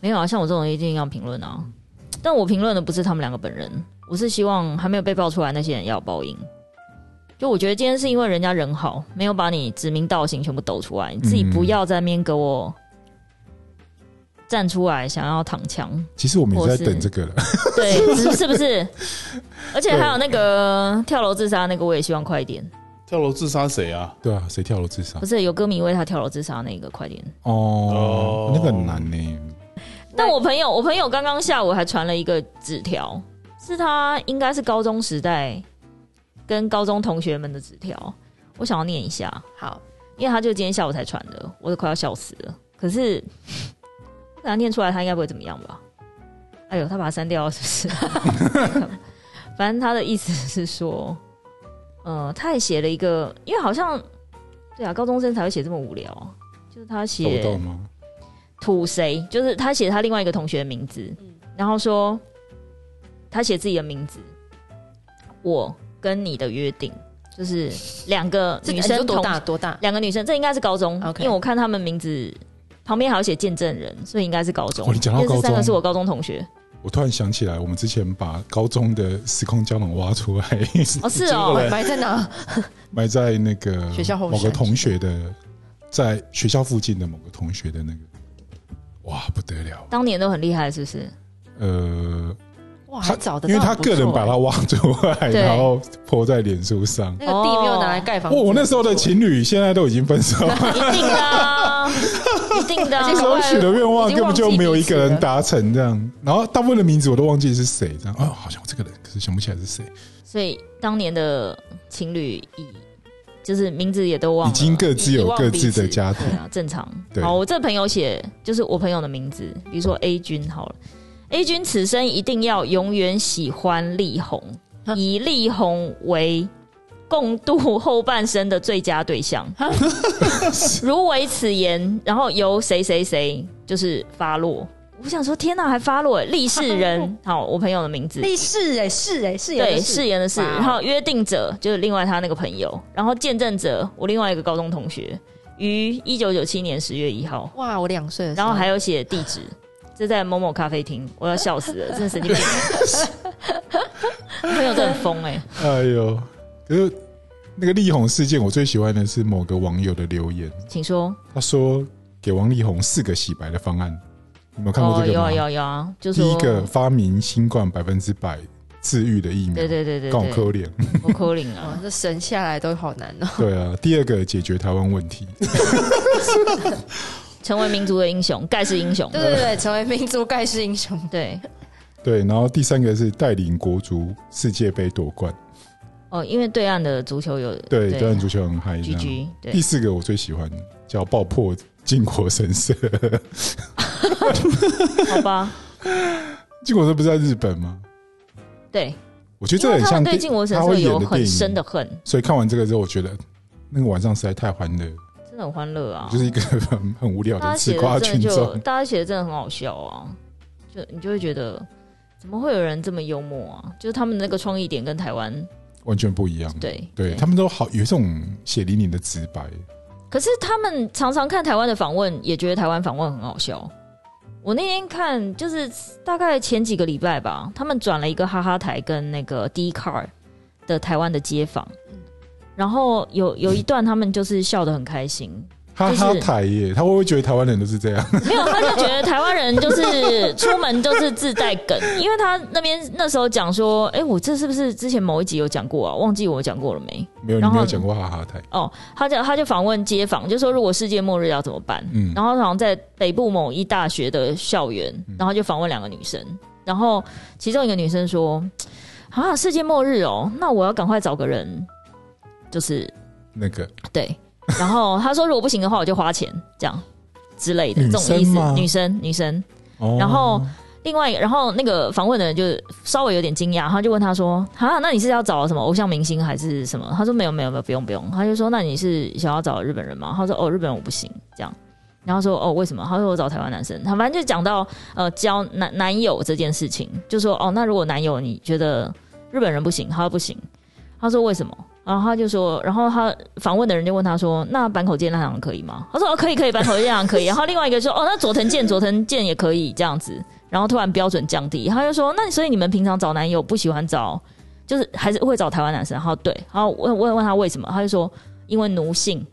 [SPEAKER 3] 没有啊，像我这种一定要评论啊，但我评论的不是他们两个本人，我是希望还没有被爆出来那些人要有报应。就我觉得今天是因为人家人好，没有把你指名道姓全部抖出来，你自己不要在那边给我站出来想要躺枪，
[SPEAKER 1] 其实我们也
[SPEAKER 3] 或
[SPEAKER 1] 在
[SPEAKER 3] 是
[SPEAKER 1] 等这个了，
[SPEAKER 3] 对，是是不是？而且还有那个跳楼自杀那个，我也希望快一点。
[SPEAKER 2] 跳楼自杀谁啊？
[SPEAKER 1] 对啊，谁跳楼自杀
[SPEAKER 3] 不？是有歌迷为他跳楼自杀那个，快点！
[SPEAKER 1] 哦
[SPEAKER 2] 哦，
[SPEAKER 1] 那个很难
[SPEAKER 3] 嗯
[SPEAKER 1] 呢。
[SPEAKER 3] 但我朋友，我朋友刚刚下午还传了一个纸条，是他应该是高中时代跟高中同学们的纸条，我想要念一下，
[SPEAKER 4] 好，
[SPEAKER 3] 因为他就今天下午才传的，我都快要笑死了。可是 我给他念出来，他应该不会怎么样吧？哎呦，他把它删掉了是不是？ 反正他的意思是说，呃，他也写了一个，因为好像对啊，高中生才会写这么无聊啊，就是他写
[SPEAKER 1] 抖到吗？
[SPEAKER 3] 吐谁，就是他写他另外一个同学的名字，
[SPEAKER 4] 嗯
[SPEAKER 3] 然后说他写自己的名字，我跟你的约定，就是两个
[SPEAKER 4] 这
[SPEAKER 3] 女
[SPEAKER 4] 你说
[SPEAKER 3] 生
[SPEAKER 4] 多
[SPEAKER 3] 同
[SPEAKER 4] 大多大？
[SPEAKER 3] 两个女生，这应该是高中
[SPEAKER 4] OK
[SPEAKER 3] 因为我看他们名字旁边还有写见证人，所以应该是高中。
[SPEAKER 1] 哦你讲到
[SPEAKER 3] 因为这
[SPEAKER 1] 高
[SPEAKER 3] 三个
[SPEAKER 1] 中
[SPEAKER 3] 是我高中同学，
[SPEAKER 1] 我突然想起来，我们之前把高中的时空胶囊挖出来，
[SPEAKER 3] 哦是
[SPEAKER 2] 结果
[SPEAKER 3] 哦
[SPEAKER 2] 嘞，
[SPEAKER 4] 埋在哪？
[SPEAKER 1] 埋在那个
[SPEAKER 4] 学校后山
[SPEAKER 1] 某个同学的，在学校附近的某个同学的那个，哇，不得了！
[SPEAKER 3] 当年都很厉害，是 不是？
[SPEAKER 1] 呃，
[SPEAKER 4] 哇，
[SPEAKER 1] 他
[SPEAKER 4] 还找得
[SPEAKER 1] 因
[SPEAKER 4] 到，
[SPEAKER 1] 为他个人把
[SPEAKER 4] 哦不错欸
[SPEAKER 1] 它挖出来，
[SPEAKER 3] 对
[SPEAKER 1] 然后泼在脸书上
[SPEAKER 4] 哎。那个地没有拿来盖房子。
[SPEAKER 1] 哦我我那时候的情侣现在都已经分手，
[SPEAKER 3] 一定的啊，一定的啊
[SPEAKER 1] 那
[SPEAKER 4] 而且
[SPEAKER 1] 时候许的愿望
[SPEAKER 4] 已
[SPEAKER 1] 根
[SPEAKER 4] 经忘
[SPEAKER 1] 本
[SPEAKER 4] 记
[SPEAKER 1] 就没有一个
[SPEAKER 4] 彼此
[SPEAKER 1] 人
[SPEAKER 4] 了
[SPEAKER 1] 达成这样，然后大部分的名字我都忘记是谁这样啊，好像我这个人，可是想不起来是谁，
[SPEAKER 3] 所以当年的情侣以就是名字也都忘
[SPEAKER 1] 已
[SPEAKER 3] 了，
[SPEAKER 1] 经各自有
[SPEAKER 3] 遗忘
[SPEAKER 1] 各
[SPEAKER 3] 彼
[SPEAKER 1] 自的
[SPEAKER 3] 此
[SPEAKER 1] 家庭
[SPEAKER 3] 对。
[SPEAKER 4] 嗯
[SPEAKER 3] 啊，正常。
[SPEAKER 1] 对
[SPEAKER 3] 好，我这朋友写就是我朋友的名字，比如说 A 君好了，A 君此生一定要永远喜欢力宏，
[SPEAKER 4] 啊
[SPEAKER 3] 以力宏为共度后半生的最佳对象。 如为此言，然后由谁谁谁就是发落。我想说，天哪，还发落立誓人，好，我朋友的名字
[SPEAKER 4] 立誓哎，誓哎，誓言
[SPEAKER 3] 对，
[SPEAKER 4] 的
[SPEAKER 3] 誓言的誓，
[SPEAKER 4] 哇哦
[SPEAKER 3] 然后约定者就是另外他那个朋友，然后见证者我另外一个高中同学，于一九九七年十月一号，
[SPEAKER 4] 哇，我两岁的时
[SPEAKER 3] 然
[SPEAKER 4] 候，
[SPEAKER 3] 后还有写地 址，这在某某咖啡厅，我要笑死了，真的神经 病，朋友真的很疯哎、
[SPEAKER 1] 哎呦，可是那个力宏事件，我最喜欢的是某个网友的留言，
[SPEAKER 3] 请说，
[SPEAKER 1] 他说给王力宏四个洗白的方案，你们有看过这个
[SPEAKER 3] 有
[SPEAKER 1] 吗？
[SPEAKER 3] 啊有啊有啊，就说
[SPEAKER 1] 第一个发明新冠百分之百治愈的疫苗，
[SPEAKER 3] 对对对对
[SPEAKER 1] 告
[SPEAKER 3] 对，
[SPEAKER 1] 科 脸，
[SPEAKER 3] 我扣零
[SPEAKER 4] 哇
[SPEAKER 3] 啊，，
[SPEAKER 4] 这神下来都好难哦。
[SPEAKER 1] 对啊。第二个解决台湾问题，
[SPEAKER 3] 成为民族的英雄，盖世英雄，
[SPEAKER 4] 对对对，成为民族盖世英雄。
[SPEAKER 3] 对
[SPEAKER 1] 对，然后第三个是带领国足世界杯夺冠，
[SPEAKER 3] 哦，因为对岸的足球有
[SPEAKER 1] 对，台湾足球很嗨这
[SPEAKER 3] G
[SPEAKER 1] 样。
[SPEAKER 3] G 对
[SPEAKER 1] 第，四个我最喜欢的叫爆破靖国神社，
[SPEAKER 3] 好吧，
[SPEAKER 1] 靖国神社不是在日本吗？
[SPEAKER 3] 对，
[SPEAKER 1] 我觉得
[SPEAKER 3] 因
[SPEAKER 1] 这
[SPEAKER 3] 为
[SPEAKER 1] 很
[SPEAKER 3] 他
[SPEAKER 1] 像
[SPEAKER 3] 们对
[SPEAKER 1] 电
[SPEAKER 3] 靖国神
[SPEAKER 1] 他
[SPEAKER 3] 社
[SPEAKER 1] 会演
[SPEAKER 3] 有
[SPEAKER 1] 的电
[SPEAKER 3] 很
[SPEAKER 1] 影
[SPEAKER 3] 深的恨。
[SPEAKER 1] 所以看完这个之后，我觉得那个晚上实在太欢乐了，
[SPEAKER 3] 真的很欢乐啊
[SPEAKER 1] 就！是一个 很很无聊
[SPEAKER 3] 大
[SPEAKER 1] 的
[SPEAKER 3] 家写
[SPEAKER 1] 吃瓜
[SPEAKER 3] 的真
[SPEAKER 1] 群
[SPEAKER 3] 的就
[SPEAKER 1] 众。
[SPEAKER 3] 大家写的真的很好笑啊，就你就会觉得怎么会有人这么幽默啊？就是他们那个创意点跟台湾
[SPEAKER 1] 完全不一样。
[SPEAKER 3] 对
[SPEAKER 1] 对他们都好有一种血淋淋的直白，
[SPEAKER 3] 可是他们常常看台湾的访问，也觉得台湾访问很好笑。我那天看，就是大概前几个礼拜吧，他们转了一个哈哈台跟那个 D Car 的台湾的街访，
[SPEAKER 1] 嗯
[SPEAKER 3] 然后有有一段他们就是笑得很开心，
[SPEAKER 1] 哈
[SPEAKER 3] 就是
[SPEAKER 1] 哈台耶！他会不会觉得台湾人都是这样？
[SPEAKER 3] 没有他就觉得台湾人就是出门就是自带梗，因为他那边那时候讲说，哎、我这是不是之前某一集有讲过啊？忘记我讲过了没？
[SPEAKER 1] 没有，你
[SPEAKER 3] 然
[SPEAKER 1] 没
[SPEAKER 3] 后
[SPEAKER 1] 有讲过哈哈台。
[SPEAKER 3] 哦，他就他就访问街访，就说如果世界末日要怎么办？
[SPEAKER 1] 嗯
[SPEAKER 3] 然后好像在北部某一大学的校园，
[SPEAKER 1] 嗯
[SPEAKER 3] 然后就访问两个女生，然后其中一个女生说：“啊，世界末日哦，那我要赶快找个人，就是
[SPEAKER 1] 那个
[SPEAKER 3] 对。” 然后她说：“如果不行的话，我就花钱这样之类的，
[SPEAKER 1] 女
[SPEAKER 3] 这
[SPEAKER 1] 生
[SPEAKER 3] 种意思
[SPEAKER 1] 吗。”
[SPEAKER 3] 女生，女生。
[SPEAKER 1] 哦，
[SPEAKER 3] 然后另外一个，然后那个访问的人就稍微有点惊讶，然后就问他说：“啊，那你是要找什么偶像明星还是什么？”他说：“没有，没有，没有，不用，不用。”他就说：“那你是想要找日本人吗？”他说：“哦，日本人我不行。”这样，然后说：“哦，为什么？”他说：“我找台湾男生。”他反正就讲到呃交男男友这件事情，就说：“哦，那如果男友你觉得日本人不行，他说不行。”他说：“为什么？”然后他就说，然后他访问的人就问他说：“那坂口健太郎可以吗？”他说：“哦，可以，可以，坂口健太郎可以。”然后另外一个说：“哦，那佐藤健，佐藤健也可以这样子。”然后突然标准降低，他就说：“那所以你们平常找男友不喜欢找，就是还是会找台湾男生？”然后对，然后问问问他为什么，他就说：“因为奴性，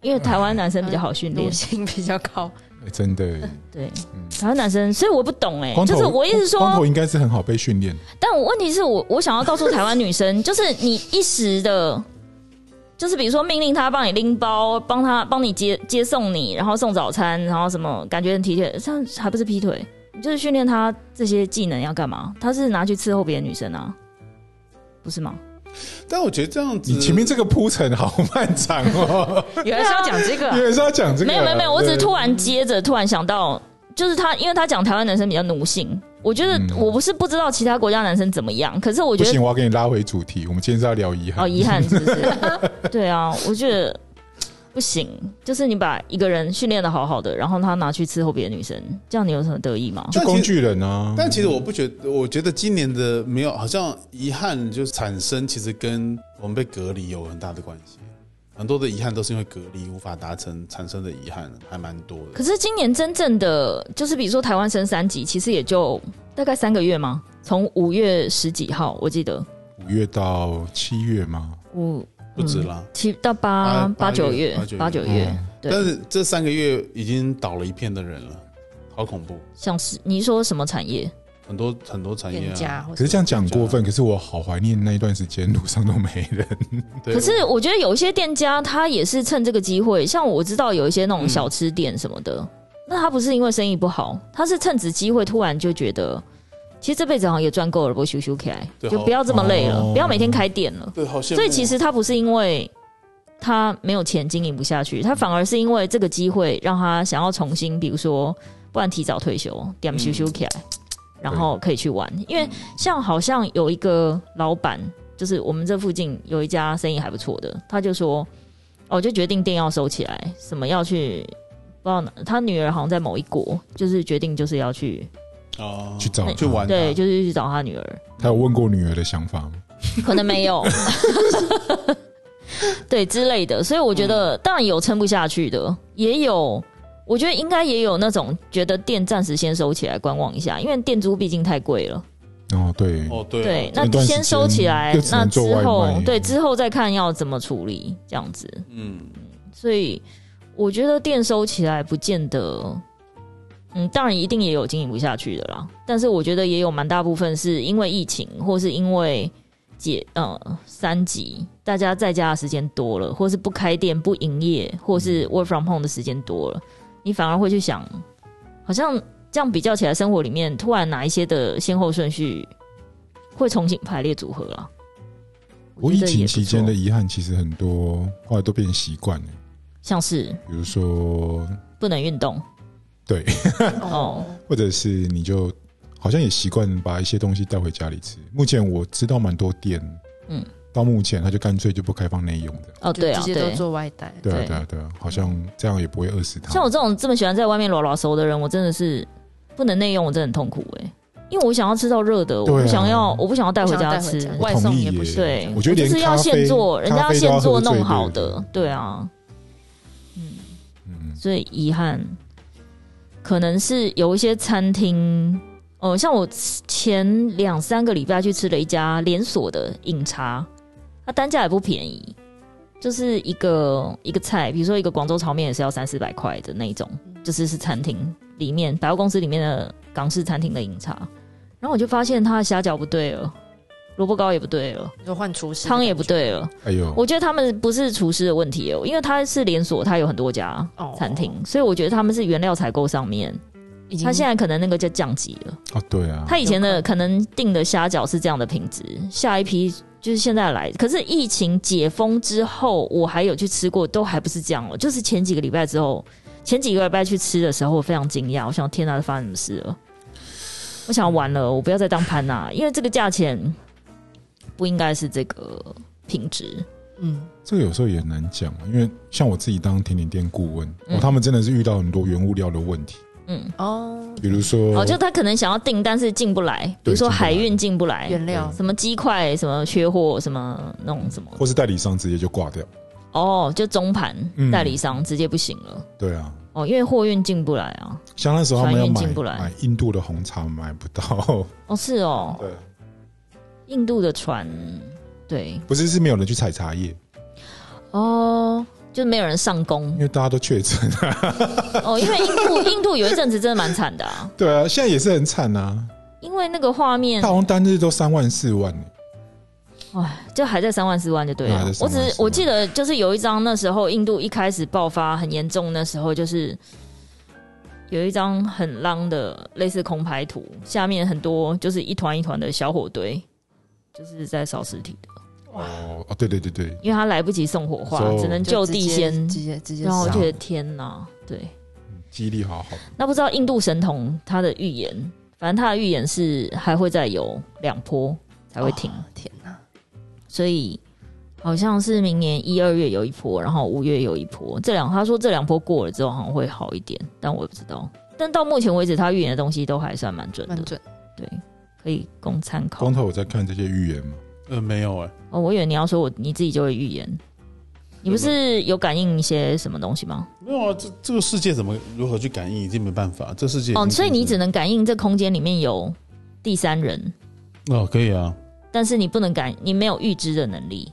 [SPEAKER 3] 因为台湾男生比较好 训练
[SPEAKER 4] 奴。性比较 高，
[SPEAKER 1] 哎真的耶，
[SPEAKER 3] 对，
[SPEAKER 1] 嗯
[SPEAKER 3] 台湾男生，所以我不懂 哎、
[SPEAKER 1] 光头
[SPEAKER 3] 就是我意思
[SPEAKER 1] 光头
[SPEAKER 3] 说，
[SPEAKER 1] 应该是很好被训练。
[SPEAKER 3] 但我问题是我我想要告诉台湾女生，就是你一时的。就是比如说命令他帮你拎包，帮他帮你接接送你，然后送早餐，然后什么感觉很体贴，这样还不是劈腿？你就是训练他这些技能要干嘛？他是拿去伺候别的女生啊，不是吗？
[SPEAKER 2] 但我觉得这样子，
[SPEAKER 1] 你前面这个铺陈好漫长 哦，
[SPEAKER 4] 原来是要讲这个啊、
[SPEAKER 1] 原来是要讲这个。
[SPEAKER 3] 没有没有没有，我只是
[SPEAKER 1] 对
[SPEAKER 3] 突然接着突然想到，就是他，因为他讲台湾男生比较奴性，我觉得
[SPEAKER 1] 嗯
[SPEAKER 3] 我不是不知道其他国家男生怎么样，可是我
[SPEAKER 1] 不
[SPEAKER 3] 觉得
[SPEAKER 1] 行，我要给你拉回主题。我们今天是要聊遗 憾。
[SPEAKER 3] 哦，遗憾是不是？ 对啊，我觉得不行，就是你把一个人训练的好好的，然后他拿去伺候别的女生，这样你有什么得意吗？
[SPEAKER 1] 就工具人
[SPEAKER 3] 嗯
[SPEAKER 1] 啊。
[SPEAKER 2] 但其实我不觉得，我觉得今年的没有，好像遗憾就是产生，其实跟我们被隔离有很大的关系。很多的遗憾都是因为隔离无法达成产生的遗憾，还蛮多的。
[SPEAKER 3] 可是今年真正的就是，比如说台湾升三级，其实也就大概三个月嘛，从五月十几号我记得
[SPEAKER 1] 五月到七月嘛，
[SPEAKER 3] 五
[SPEAKER 2] 不止啦。
[SPEAKER 3] 七到八
[SPEAKER 2] 八
[SPEAKER 3] 八
[SPEAKER 2] 八
[SPEAKER 3] 九
[SPEAKER 2] 月
[SPEAKER 3] 月
[SPEAKER 2] 八九月哦
[SPEAKER 3] 八九月
[SPEAKER 1] 嗯，
[SPEAKER 3] 对
[SPEAKER 2] 但是这三个月已经倒了一片的人了，好恐怖！
[SPEAKER 3] 像是你说什么产业？
[SPEAKER 2] 很多很多产业
[SPEAKER 4] 店
[SPEAKER 2] 啊，
[SPEAKER 4] 家或
[SPEAKER 1] 可
[SPEAKER 4] 者
[SPEAKER 1] 是这样讲过分。可是我好怀念那一段时间，路上都没人。
[SPEAKER 2] 对
[SPEAKER 3] 可是我觉得有一些店家他也是趁这个机会，像我知道有一些那种
[SPEAKER 2] 嗯
[SPEAKER 3] 小吃店什么的，那他不是因为生意不好，他是趁此机会突然就觉得，其实这辈子好像也赚够了，不修修开，
[SPEAKER 2] 对
[SPEAKER 3] 就
[SPEAKER 2] 好
[SPEAKER 3] 不要这么累了，
[SPEAKER 1] 哦
[SPEAKER 3] 不要每天开店了。
[SPEAKER 2] 对，好羡慕哦。
[SPEAKER 3] 所以其实他不是因为他没有钱经营不下去，
[SPEAKER 2] 嗯
[SPEAKER 3] 他反而是因为这个机会让他想要重新，比如说，不然提早退休，点修修起来，
[SPEAKER 2] 嗯
[SPEAKER 3] 然后可以去玩。因为像好像有一个老板，就是我们这附近有一家生意还不错的，他就说，哦，就决定店要收起来，什么要去。不知道哪他女儿好像在某一国，就是决定就是要去，
[SPEAKER 2] 哦
[SPEAKER 1] 去找
[SPEAKER 2] 去玩啊，
[SPEAKER 3] 对，就是去找他女儿。
[SPEAKER 1] 他有问过女儿的想法吗？
[SPEAKER 3] 可能没有， 对之类的。所以我觉
[SPEAKER 1] 嗯
[SPEAKER 3] 得，当然有撑不下去的，也有，我觉得应该也有那种觉得店暂时先收起来观望一下，因为店租毕竟太贵了。
[SPEAKER 1] 哦，对，
[SPEAKER 2] 哦对啊
[SPEAKER 3] 对，
[SPEAKER 1] 这
[SPEAKER 3] 那
[SPEAKER 1] 段时间
[SPEAKER 3] 先收起来
[SPEAKER 1] 又只，
[SPEAKER 3] 那
[SPEAKER 1] 能
[SPEAKER 3] 之
[SPEAKER 1] 做外
[SPEAKER 3] 后
[SPEAKER 1] 卖
[SPEAKER 3] 对之后再看要怎么处理这样子。
[SPEAKER 2] 嗯，
[SPEAKER 3] 所以我觉得店收起来不见得，嗯，当然一定也有经营不下去的啦。但是我觉得也有蛮大部分是因为疫情，或是因为解呃三级，大家在家的时间多了，或是不开店、不营业，或
[SPEAKER 1] 嗯
[SPEAKER 3] 是 work from home 的时间多了，你反而会去想，好像这样比较起来，生活里面突然哪一些的先后顺序会重新排列组合啦。
[SPEAKER 1] 我
[SPEAKER 3] 觉
[SPEAKER 1] 疫
[SPEAKER 3] 得也
[SPEAKER 1] 情
[SPEAKER 3] 不
[SPEAKER 1] 期间
[SPEAKER 3] 错
[SPEAKER 1] 的遗憾，其实很多后来都变习惯了。
[SPEAKER 3] 像是
[SPEAKER 1] 比如说，
[SPEAKER 3] 不能运动，
[SPEAKER 1] 对，
[SPEAKER 3] 哦，
[SPEAKER 1] 或者是你就好像也习惯把一些东西带回家里吃。目前我知道蛮多店，
[SPEAKER 3] 嗯，
[SPEAKER 1] 到目前他就干脆就不开放内用的。
[SPEAKER 3] 哦，
[SPEAKER 4] 就
[SPEAKER 3] 对啊，
[SPEAKER 4] 直接都
[SPEAKER 3] 对。
[SPEAKER 4] 做外带。
[SPEAKER 1] 对啊
[SPEAKER 3] 对，
[SPEAKER 1] 对啊，对啊，好像这样也不会饿死他。
[SPEAKER 3] 像我这种这么喜欢在外面拉拉熟的人，我真的是不能内用，我真的很痛苦哎、因为我想要吃到热的，我
[SPEAKER 1] 对
[SPEAKER 3] 不
[SPEAKER 1] 啊
[SPEAKER 3] 想要，我不想要带回家
[SPEAKER 4] 不想
[SPEAKER 3] 吃
[SPEAKER 4] 带回。
[SPEAKER 1] 我
[SPEAKER 4] 外
[SPEAKER 1] 同
[SPEAKER 4] 送
[SPEAKER 1] 意
[SPEAKER 4] 也不
[SPEAKER 1] 耶
[SPEAKER 4] 行
[SPEAKER 3] 对，
[SPEAKER 1] 我觉得连
[SPEAKER 3] 就是要
[SPEAKER 1] 咖啡
[SPEAKER 3] 现做，人家
[SPEAKER 1] 咖
[SPEAKER 3] 要
[SPEAKER 1] 啡都要
[SPEAKER 3] 现做
[SPEAKER 1] 喝醉
[SPEAKER 3] 弄好
[SPEAKER 1] 对
[SPEAKER 3] 的，对啊，
[SPEAKER 1] 嗯，
[SPEAKER 3] 所以遗憾可能是有一些餐厅，哦，像我前两三个礼拜去吃了一家连锁的饮茶，它单价也不便宜，就是一个一个菜，比如说一个广州炒面也是要三四百块的那一种，
[SPEAKER 4] 嗯
[SPEAKER 3] 就是是餐厅里面百货公司里面的港式餐厅的饮茶，然后我就发现它的虾饺不对了，萝卜糕也不对了，
[SPEAKER 4] 就换厨师的
[SPEAKER 3] 汤也
[SPEAKER 4] 感
[SPEAKER 3] 不
[SPEAKER 4] 觉
[SPEAKER 3] 对了。
[SPEAKER 1] 哎呦，
[SPEAKER 3] 我觉得他们不是厨师的问题哦，因为它是连锁，它有很多家
[SPEAKER 4] 哦
[SPEAKER 3] 餐厅，所以我觉得他们是原料采购上面，
[SPEAKER 4] 已经哦
[SPEAKER 3] 他现在可能那个叫降级了。
[SPEAKER 1] 啊，对啊，
[SPEAKER 3] 他以前
[SPEAKER 4] 有
[SPEAKER 3] 的
[SPEAKER 4] 可
[SPEAKER 3] 可能定的虾饺是这样的品质，下一批就是现在来。可是疫情解封之后，我还有去吃过，都还不是这样哦。就是前几个礼拜之后，前几个礼拜去吃的时候，我非常惊讶，我想天哪，发生什么事了？我想完了，我不要再当潘娜，因为这个价钱不应该是这个品质。
[SPEAKER 4] 嗯，
[SPEAKER 1] 这个有时候也很难讲，因为像我自己当甜点店顾问，
[SPEAKER 3] 嗯
[SPEAKER 1] 哦，他们真的是遇到很多原物料的问题，
[SPEAKER 3] 嗯，
[SPEAKER 4] 哦，
[SPEAKER 1] 比如说，
[SPEAKER 3] 哦，就他可能想要订，但是进不来，比
[SPEAKER 1] 对
[SPEAKER 3] 如
[SPEAKER 1] 进
[SPEAKER 3] 说
[SPEAKER 1] 不来
[SPEAKER 3] 海运进不来，
[SPEAKER 4] 原料
[SPEAKER 3] 什么鸡块什么缺货，什么那种什么，
[SPEAKER 1] 或是代理商直接就挂掉。
[SPEAKER 3] 哦，就中盘
[SPEAKER 1] 嗯
[SPEAKER 3] 代理商直接不行了，
[SPEAKER 1] 对啊，
[SPEAKER 3] 哦，因为货运进不来啊，
[SPEAKER 1] 像那时候他们要
[SPEAKER 3] 船运
[SPEAKER 1] 买
[SPEAKER 3] 进不来
[SPEAKER 1] 买印度的红茶买不到，
[SPEAKER 3] 哦是哦，
[SPEAKER 1] 对，
[SPEAKER 3] 印度的船，对，
[SPEAKER 1] 不是是没有人去采茶叶，
[SPEAKER 3] 哦。就没有人上工
[SPEAKER 1] 因为大家都确诊。啊
[SPEAKER 3] 哦，因为印度 印度有一阵子真的蛮惨的啊，
[SPEAKER 1] 对啊，现在也是很惨啊，
[SPEAKER 3] 因为那个画面
[SPEAKER 1] 大，红单日都三万四万呢，
[SPEAKER 3] 哎，就还在三万四万就对
[SPEAKER 1] 还在。
[SPEAKER 3] 了
[SPEAKER 1] 3
[SPEAKER 3] 我
[SPEAKER 1] 万
[SPEAKER 3] 只是
[SPEAKER 1] 4万
[SPEAKER 3] 我记得就是有一张那时候印度一开始爆发很严重，那时候就是有一张很浪的类似空拍图，下面很多就是一团一团的小火堆，就是在烧尸体的，
[SPEAKER 1] 哦哦，对对对对，
[SPEAKER 3] 因为他来不及送火化
[SPEAKER 1] So-
[SPEAKER 3] 只能
[SPEAKER 4] 就
[SPEAKER 3] 就
[SPEAKER 4] 直
[SPEAKER 3] 地
[SPEAKER 4] 接
[SPEAKER 3] 先。
[SPEAKER 4] 直接直接
[SPEAKER 3] 然后我
[SPEAKER 4] 杀
[SPEAKER 3] 觉得天哪，对，
[SPEAKER 1] 记忆力好好，
[SPEAKER 3] 那不知道印度神童他的预言，反正他的预言是还会再有两波才会停。
[SPEAKER 4] 哦天哪，
[SPEAKER 3] 所以好像是明年一二月有一波，然后五月有一波，这两他说这两波过了之后好像会好一点，但我也不知道。但到目前为止，他预言的东西都还算蛮准的
[SPEAKER 4] 蛮，准。
[SPEAKER 3] 对，可以供参考
[SPEAKER 1] 光。头有在看这些预言吗？
[SPEAKER 2] 呃，没有哎、
[SPEAKER 3] 哦，我以为你要说我你自己就会预言，你不是有感应一些什么东西吗？
[SPEAKER 2] 没有啊，这这个世界怎么如何去感应已经没办法，这世界已经
[SPEAKER 3] 哦，所以你
[SPEAKER 2] 就是
[SPEAKER 3] 只能感应这空间里面有第三人，
[SPEAKER 2] 哦可以啊，
[SPEAKER 3] 但是你不能感，你没有预知的能力。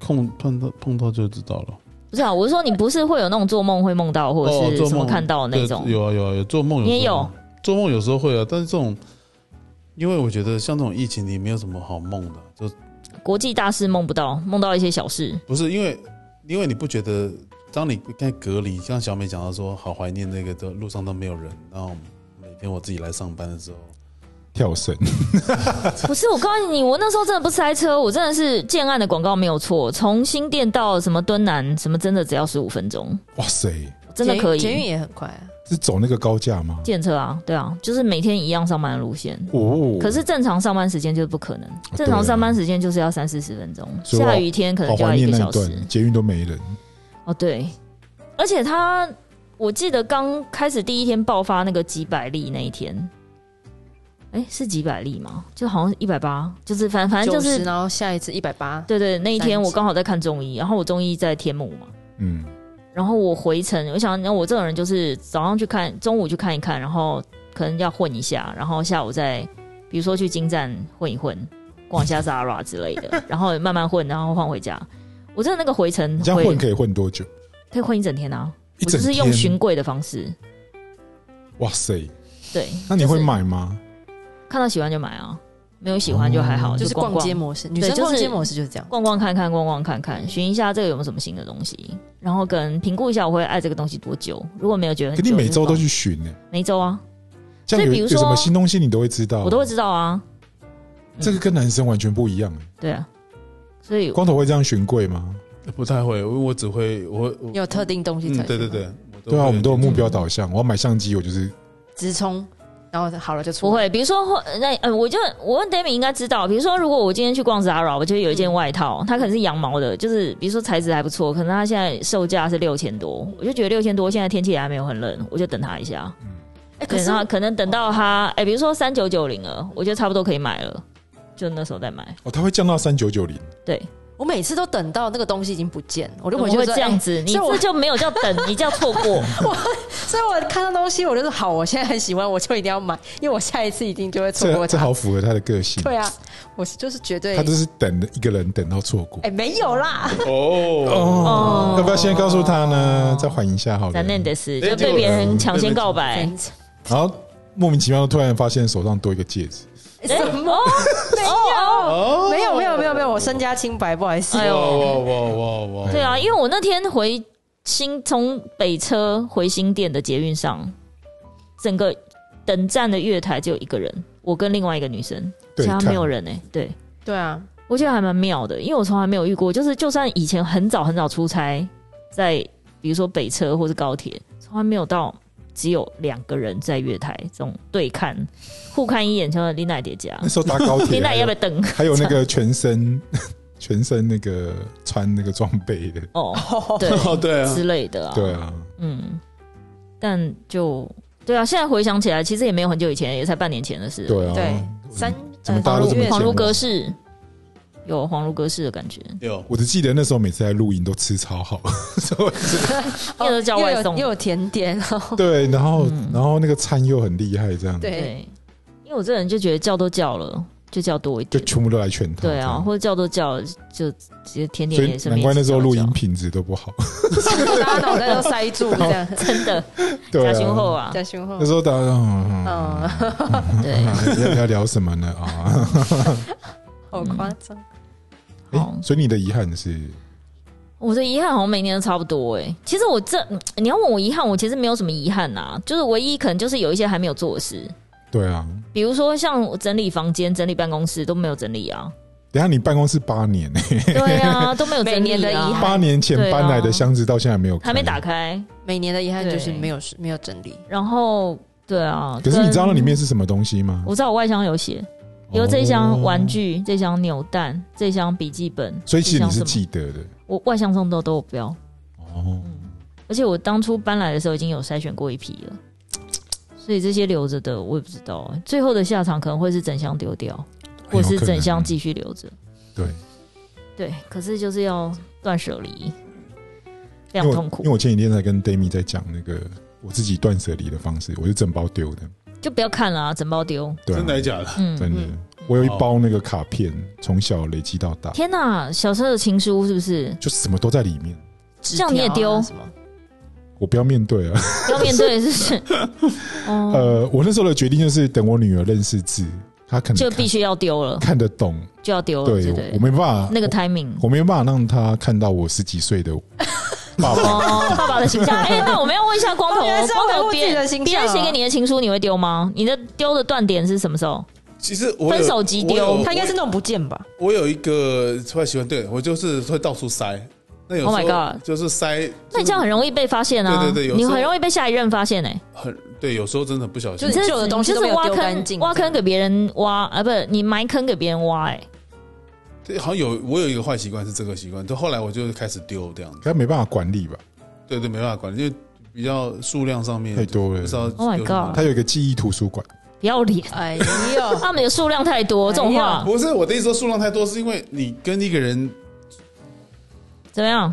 [SPEAKER 2] 碰碰到碰到就知道了。
[SPEAKER 3] 不是啊，我是说你不是会有那种做梦会梦到，或
[SPEAKER 2] 哦
[SPEAKER 3] 者是
[SPEAKER 2] 做
[SPEAKER 3] 什么
[SPEAKER 2] 梦
[SPEAKER 3] 看到的那
[SPEAKER 2] 对
[SPEAKER 3] 种？
[SPEAKER 2] 有啊有啊有做梦有
[SPEAKER 3] 你也
[SPEAKER 2] 时候
[SPEAKER 3] 有
[SPEAKER 2] 做梦有时候会啊，但是这种因为我觉得像这种疫情你没有什么好梦的，就
[SPEAKER 3] 国际大事梦不到，梦到一些小事。
[SPEAKER 2] 不是因为，因为你不觉得，当你在隔离，像小美讲到说，好怀念那个的路上都没有人，然后每天我自己来上班的时候，
[SPEAKER 1] 跳绳，
[SPEAKER 3] 不是，我告诉你，我那时候真的不塞车，我真的是建案的广告没有错，从新店到什么敦南，什么真的只要十五分钟，
[SPEAKER 1] 哇塞，
[SPEAKER 3] 真的
[SPEAKER 4] 捷运
[SPEAKER 3] 可以。
[SPEAKER 4] 捷运也很快啊，
[SPEAKER 1] 是走那个高架吗？
[SPEAKER 3] 建车啊，对啊，就是每天一样上班的路线。
[SPEAKER 1] 哦，
[SPEAKER 3] 可是正常上班时间就是不可能，正常上班时间就是要三四十分钟，
[SPEAKER 1] 啊所以我
[SPEAKER 3] 下雨天可能
[SPEAKER 1] 好
[SPEAKER 3] 就要
[SPEAKER 1] 怀
[SPEAKER 3] 一
[SPEAKER 1] 念
[SPEAKER 3] 个
[SPEAKER 1] 那一
[SPEAKER 3] 小时。
[SPEAKER 1] 段，捷运都没人，
[SPEAKER 3] 哦，对，而且他，我记得刚开始第一天爆发那个几百例那一天，哎、是几百例吗？就好像一百八，就是反反正就
[SPEAKER 4] 90
[SPEAKER 3] 是
[SPEAKER 4] 然后下一次一百八，
[SPEAKER 3] 对对，那一天
[SPEAKER 4] 三级
[SPEAKER 3] 我刚好在看中医，然后我中医在天母嘛，
[SPEAKER 1] 嗯，
[SPEAKER 3] 然后我回程，我想，那我这种人就是早上去看，中午去看一看，然后可能要混一下，然后下午再比如说去金站混一混，逛一下 Zara 之类的，然后慢慢混，然后换回家。我真的那个回程
[SPEAKER 1] 你这样
[SPEAKER 3] 回
[SPEAKER 1] 混可以混多久？
[SPEAKER 3] 可以混一整天啊，
[SPEAKER 1] 一
[SPEAKER 3] 我就
[SPEAKER 1] 整
[SPEAKER 3] 是用
[SPEAKER 1] 天，
[SPEAKER 3] 巡柜的方式，
[SPEAKER 1] 哇塞，
[SPEAKER 3] 对。
[SPEAKER 1] 那你会
[SPEAKER 3] 就是
[SPEAKER 1] 买吗？
[SPEAKER 3] 看到喜欢就买啊，没有喜欢就还
[SPEAKER 1] 哦
[SPEAKER 3] 好，
[SPEAKER 4] 就是
[SPEAKER 3] 逛
[SPEAKER 4] 逛街
[SPEAKER 3] 逛
[SPEAKER 4] 模式，女生
[SPEAKER 3] 就是
[SPEAKER 4] 逛街模式就是这样。
[SPEAKER 3] 逛逛看看，逛逛看看，寻一下这个有没有什么新的东西，然后跟评估一下我会爱这个东西多久。如果没有觉得很
[SPEAKER 1] 可
[SPEAKER 3] 久，
[SPEAKER 1] 你每周都
[SPEAKER 3] 就
[SPEAKER 1] 去巡呢、
[SPEAKER 3] 放每周啊，
[SPEAKER 1] 这样
[SPEAKER 3] 所以
[SPEAKER 1] 有
[SPEAKER 3] 比如
[SPEAKER 1] 有
[SPEAKER 3] 说
[SPEAKER 1] 什么新东西你都会知道，
[SPEAKER 3] 我都会知道啊。嗯
[SPEAKER 1] 这个跟男生完全不一样、欸
[SPEAKER 3] 对啊，所以
[SPEAKER 1] 光头会这样巡柜吗？
[SPEAKER 2] 不太会，我只会我会我
[SPEAKER 4] 你有特定东西
[SPEAKER 2] 嗯
[SPEAKER 4] 才去
[SPEAKER 2] 对对
[SPEAKER 4] 吗，
[SPEAKER 2] 对，
[SPEAKER 1] 啊对啊，我们都有目
[SPEAKER 2] 目
[SPEAKER 1] 标导向。我要买相机，我就是
[SPEAKER 4] 直冲然后好了就出
[SPEAKER 3] 不会，比如说，或那嗯，我就我问 d a m i 应该知道，比如说，如果我今天去逛 Zara，我就有一件外套，它可能是羊毛的，就是比如说材质还不错，可能它现在售价是六千多，我就觉得六千多，现在天气也还没有很冷，我就等它一下。
[SPEAKER 4] 哎，可
[SPEAKER 3] 对，
[SPEAKER 4] 是
[SPEAKER 3] 然后可能等到它，哎、比如说三九九零了，我觉得差不多可以买了，就那时候再买。
[SPEAKER 1] 哦，它会降到三九九零，
[SPEAKER 3] 对，
[SPEAKER 4] 我每次都等到那个东西已经不见，我就
[SPEAKER 3] 怎么
[SPEAKER 4] 回去
[SPEAKER 3] 会
[SPEAKER 4] 说
[SPEAKER 3] 这样
[SPEAKER 4] 哎
[SPEAKER 3] 子？你
[SPEAKER 4] 所以我
[SPEAKER 3] 这就没有叫 等，你叫错过。
[SPEAKER 4] 哎所以我看到东西，我就说好，我现在很喜欢，我就一定要买，因为我下一次一定就会错
[SPEAKER 1] 这
[SPEAKER 4] 过
[SPEAKER 1] 这
[SPEAKER 4] 它。
[SPEAKER 1] 好符合他的个性。
[SPEAKER 4] 对啊，我是就是绝对
[SPEAKER 1] 他就是等一个人等到错过
[SPEAKER 4] 哎、。没有啦，
[SPEAKER 2] 哦，
[SPEAKER 1] 哦，要不要先告诉他呢？再缓一下好了。
[SPEAKER 3] 咱那的是
[SPEAKER 2] 哎
[SPEAKER 3] 就被别人抢先告白，
[SPEAKER 4] 真是
[SPEAKER 1] 然后莫名其妙突然发现手上多一个戒指，
[SPEAKER 4] 什 么？
[SPEAKER 2] 哦
[SPEAKER 4] 没有没有没有没有，我身家清白，不好意思。
[SPEAKER 3] 哎呦
[SPEAKER 2] 哇哇哇
[SPEAKER 1] 哎
[SPEAKER 2] 哇哇！
[SPEAKER 3] 对啊，因为我那天回新从北车回新店的捷运上，整个等站的月台只有一个人，我跟另外一个女生，
[SPEAKER 1] 对
[SPEAKER 3] 其他
[SPEAKER 1] 看
[SPEAKER 3] 没有人哎、对。
[SPEAKER 4] 对啊，
[SPEAKER 3] 我觉得还蛮妙的，因为我从来没有遇过，就是就算以前很早很早出差，在比如说北车或是高铁，从来没有到只有两个人在月台这种对看、互看一眼，就林奈叠加
[SPEAKER 1] 那，时候搭 高铁
[SPEAKER 3] 林奈
[SPEAKER 1] 还
[SPEAKER 3] 要
[SPEAKER 1] 有
[SPEAKER 3] 不要等？
[SPEAKER 1] 还有那个全身 全身那个穿那个装备的，
[SPEAKER 3] 哦， 对
[SPEAKER 2] 哦 对啊，
[SPEAKER 3] 之类的啊，
[SPEAKER 1] 对啊，
[SPEAKER 3] 嗯，但就对啊，现在回想起来，其实也没有很久以前，也才半年前的事。
[SPEAKER 1] 对啊，
[SPEAKER 4] 对，三
[SPEAKER 1] 怎么
[SPEAKER 4] 呃
[SPEAKER 1] 大家都这么
[SPEAKER 4] 月
[SPEAKER 1] 讲
[SPEAKER 3] 恍
[SPEAKER 1] 啊
[SPEAKER 3] 如隔世，有恍如隔世的感觉。
[SPEAKER 2] 有
[SPEAKER 1] 我只记得那时候每次在录影都吃超 好，所以
[SPEAKER 3] 又有叫
[SPEAKER 4] 又
[SPEAKER 3] 外
[SPEAKER 4] 有
[SPEAKER 3] 送
[SPEAKER 4] 又有甜点，然后
[SPEAKER 1] 对，然后
[SPEAKER 3] 嗯
[SPEAKER 1] 然后那个餐又很厉害，这样
[SPEAKER 4] 对，
[SPEAKER 3] 对，因为我这人就觉得叫都叫了，就叫多一
[SPEAKER 1] 就
[SPEAKER 3] 点。
[SPEAKER 1] 全部都来全套，
[SPEAKER 3] 对
[SPEAKER 1] 这
[SPEAKER 3] 啊，
[SPEAKER 1] 样
[SPEAKER 3] 或者叫都叫，就直接甜
[SPEAKER 1] 所
[SPEAKER 3] 点也
[SPEAKER 1] 以
[SPEAKER 3] 是。
[SPEAKER 1] 难怪那时候录音
[SPEAKER 3] 叫
[SPEAKER 1] 品质都不好，
[SPEAKER 4] 大家脑袋都塞住这样，
[SPEAKER 3] 真的
[SPEAKER 1] 对
[SPEAKER 3] 假胸后
[SPEAKER 1] 啊，
[SPEAKER 3] 啊，
[SPEAKER 4] 在胸后
[SPEAKER 1] 那。时候大家嗯
[SPEAKER 4] 嗯，
[SPEAKER 3] 对，
[SPEAKER 1] 要要聊什么呢 啊？
[SPEAKER 4] 好夸张！
[SPEAKER 1] 哎
[SPEAKER 3] 好，
[SPEAKER 1] 所以你的遗憾是
[SPEAKER 3] 我的遗憾好像每年都差不多哎、其实我这嗯你要问我遗憾，我其实没有什么遗憾呐、就是唯一可能就是有一些还没有做的事，
[SPEAKER 1] 对啊，
[SPEAKER 3] 比如说像我整理房间、整理办公室都没有整理啊，
[SPEAKER 1] 等一下你办公室八年呢，
[SPEAKER 3] 对啊，都没有整理、啊、
[SPEAKER 4] 每年的遗 憾
[SPEAKER 1] 八年前
[SPEAKER 3] 对啊
[SPEAKER 1] 搬来的箱子到现在没有
[SPEAKER 3] 还没打。开，
[SPEAKER 4] 每年的遗憾就是
[SPEAKER 3] 对
[SPEAKER 4] 没有没有整理，
[SPEAKER 3] 然后对啊，
[SPEAKER 1] 可是你知道那
[SPEAKER 3] 跟
[SPEAKER 1] 里面是什么东西吗？
[SPEAKER 3] 我知道我外箱有写，比如这一箱玩
[SPEAKER 1] 哦，
[SPEAKER 3] 具、这箱扭蛋、这箱笔记本，
[SPEAKER 1] 所以其实你
[SPEAKER 3] 这
[SPEAKER 1] 是
[SPEAKER 3] 箱什么
[SPEAKER 1] 记得的
[SPEAKER 3] 我外箱中都都有标。
[SPEAKER 1] 哦。
[SPEAKER 3] 嗯而且我当初搬来的时候已经有筛选过一批了，所以这些留着的我也不知道，最后的下场可能会是整箱丢掉，
[SPEAKER 1] 哎
[SPEAKER 3] 或是整箱继续留着。
[SPEAKER 1] 对，
[SPEAKER 3] 对，可是就是要断舍离，
[SPEAKER 1] 因
[SPEAKER 3] 非常
[SPEAKER 1] 为我
[SPEAKER 3] 痛苦
[SPEAKER 1] 因为，我前几天才跟 Demi 在讲那个我自己断舍离的方式，我是整包丢的，
[SPEAKER 3] 就不要看了、啊，整包丢。
[SPEAKER 1] 对啊，
[SPEAKER 2] 真的假的？
[SPEAKER 3] 嗯，哦
[SPEAKER 1] 真的
[SPEAKER 4] 嗯
[SPEAKER 1] 我有一包那个卡片，从小累积到大，
[SPEAKER 3] 天哪，小时候的情书是不是？
[SPEAKER 1] 就什么都在里面，
[SPEAKER 3] 这样你也丢
[SPEAKER 4] 纸条啊
[SPEAKER 1] 我不要面对啊。
[SPEAKER 3] 要面对是不是？ 哦，
[SPEAKER 1] 呃，我那时候的决定就是等我女儿认识字，她可能
[SPEAKER 3] 就
[SPEAKER 1] 看
[SPEAKER 3] 必须要丢了，
[SPEAKER 1] 看得懂，
[SPEAKER 3] 就要丢了，
[SPEAKER 1] 对
[SPEAKER 3] 对不
[SPEAKER 1] 我
[SPEAKER 3] 对？
[SPEAKER 1] 没办法
[SPEAKER 3] 那个 timing。
[SPEAKER 1] 我没有办法让他看到我十几岁的爸爸。
[SPEAKER 3] 哦，爸爸的 形象。哎、那我们要问一下光头，
[SPEAKER 4] 哦原来是要
[SPEAKER 3] 光
[SPEAKER 4] 维
[SPEAKER 3] 头
[SPEAKER 4] 护自己
[SPEAKER 3] 别
[SPEAKER 4] 的形
[SPEAKER 3] 别人
[SPEAKER 4] 象
[SPEAKER 3] 写
[SPEAKER 4] 啊
[SPEAKER 3] 给你的情书，你会丢吗？你的丢的断点是什么时候？
[SPEAKER 2] 其实我有
[SPEAKER 3] 分手即丢
[SPEAKER 2] 我
[SPEAKER 4] 什么
[SPEAKER 2] 有
[SPEAKER 4] 他应该是那种不见吧？
[SPEAKER 2] 我有一个突然喜欢，对我就是会到处塞。那有时
[SPEAKER 3] Oh my
[SPEAKER 2] 候
[SPEAKER 3] God
[SPEAKER 2] 就是塞，
[SPEAKER 3] 那你这样很容易被发现啊！
[SPEAKER 2] 对对对有时
[SPEAKER 3] 你
[SPEAKER 2] 候
[SPEAKER 3] 很容易被下一任发现哎、
[SPEAKER 2] 很对，有时候真的不小心
[SPEAKER 4] 就。是旧的东西
[SPEAKER 3] 你
[SPEAKER 4] 都
[SPEAKER 3] 就
[SPEAKER 4] 没
[SPEAKER 3] 是
[SPEAKER 4] 有
[SPEAKER 3] 挖
[SPEAKER 4] 丢干
[SPEAKER 3] 坑
[SPEAKER 4] 净
[SPEAKER 3] 挖坑给别人挖啊，不是你埋坑给别人挖哎、
[SPEAKER 2] 对，好像有我有一个坏习惯是这个习惯，就后来我就开始丢这样子。
[SPEAKER 1] 他没办法管理吧？
[SPEAKER 2] 对对，没办法管，因为比较数量上面
[SPEAKER 1] 太多了
[SPEAKER 2] 不知道
[SPEAKER 3] Oh my
[SPEAKER 2] 有什么
[SPEAKER 3] God
[SPEAKER 1] 他有一个记忆图书馆，
[SPEAKER 3] 不要脸！
[SPEAKER 4] 哎呦，
[SPEAKER 3] 他们的数量太多，这种
[SPEAKER 4] 哎
[SPEAKER 3] 话、
[SPEAKER 2] 不是我的意思，说数量太多是因为你跟一个人
[SPEAKER 3] 怎么样？啊，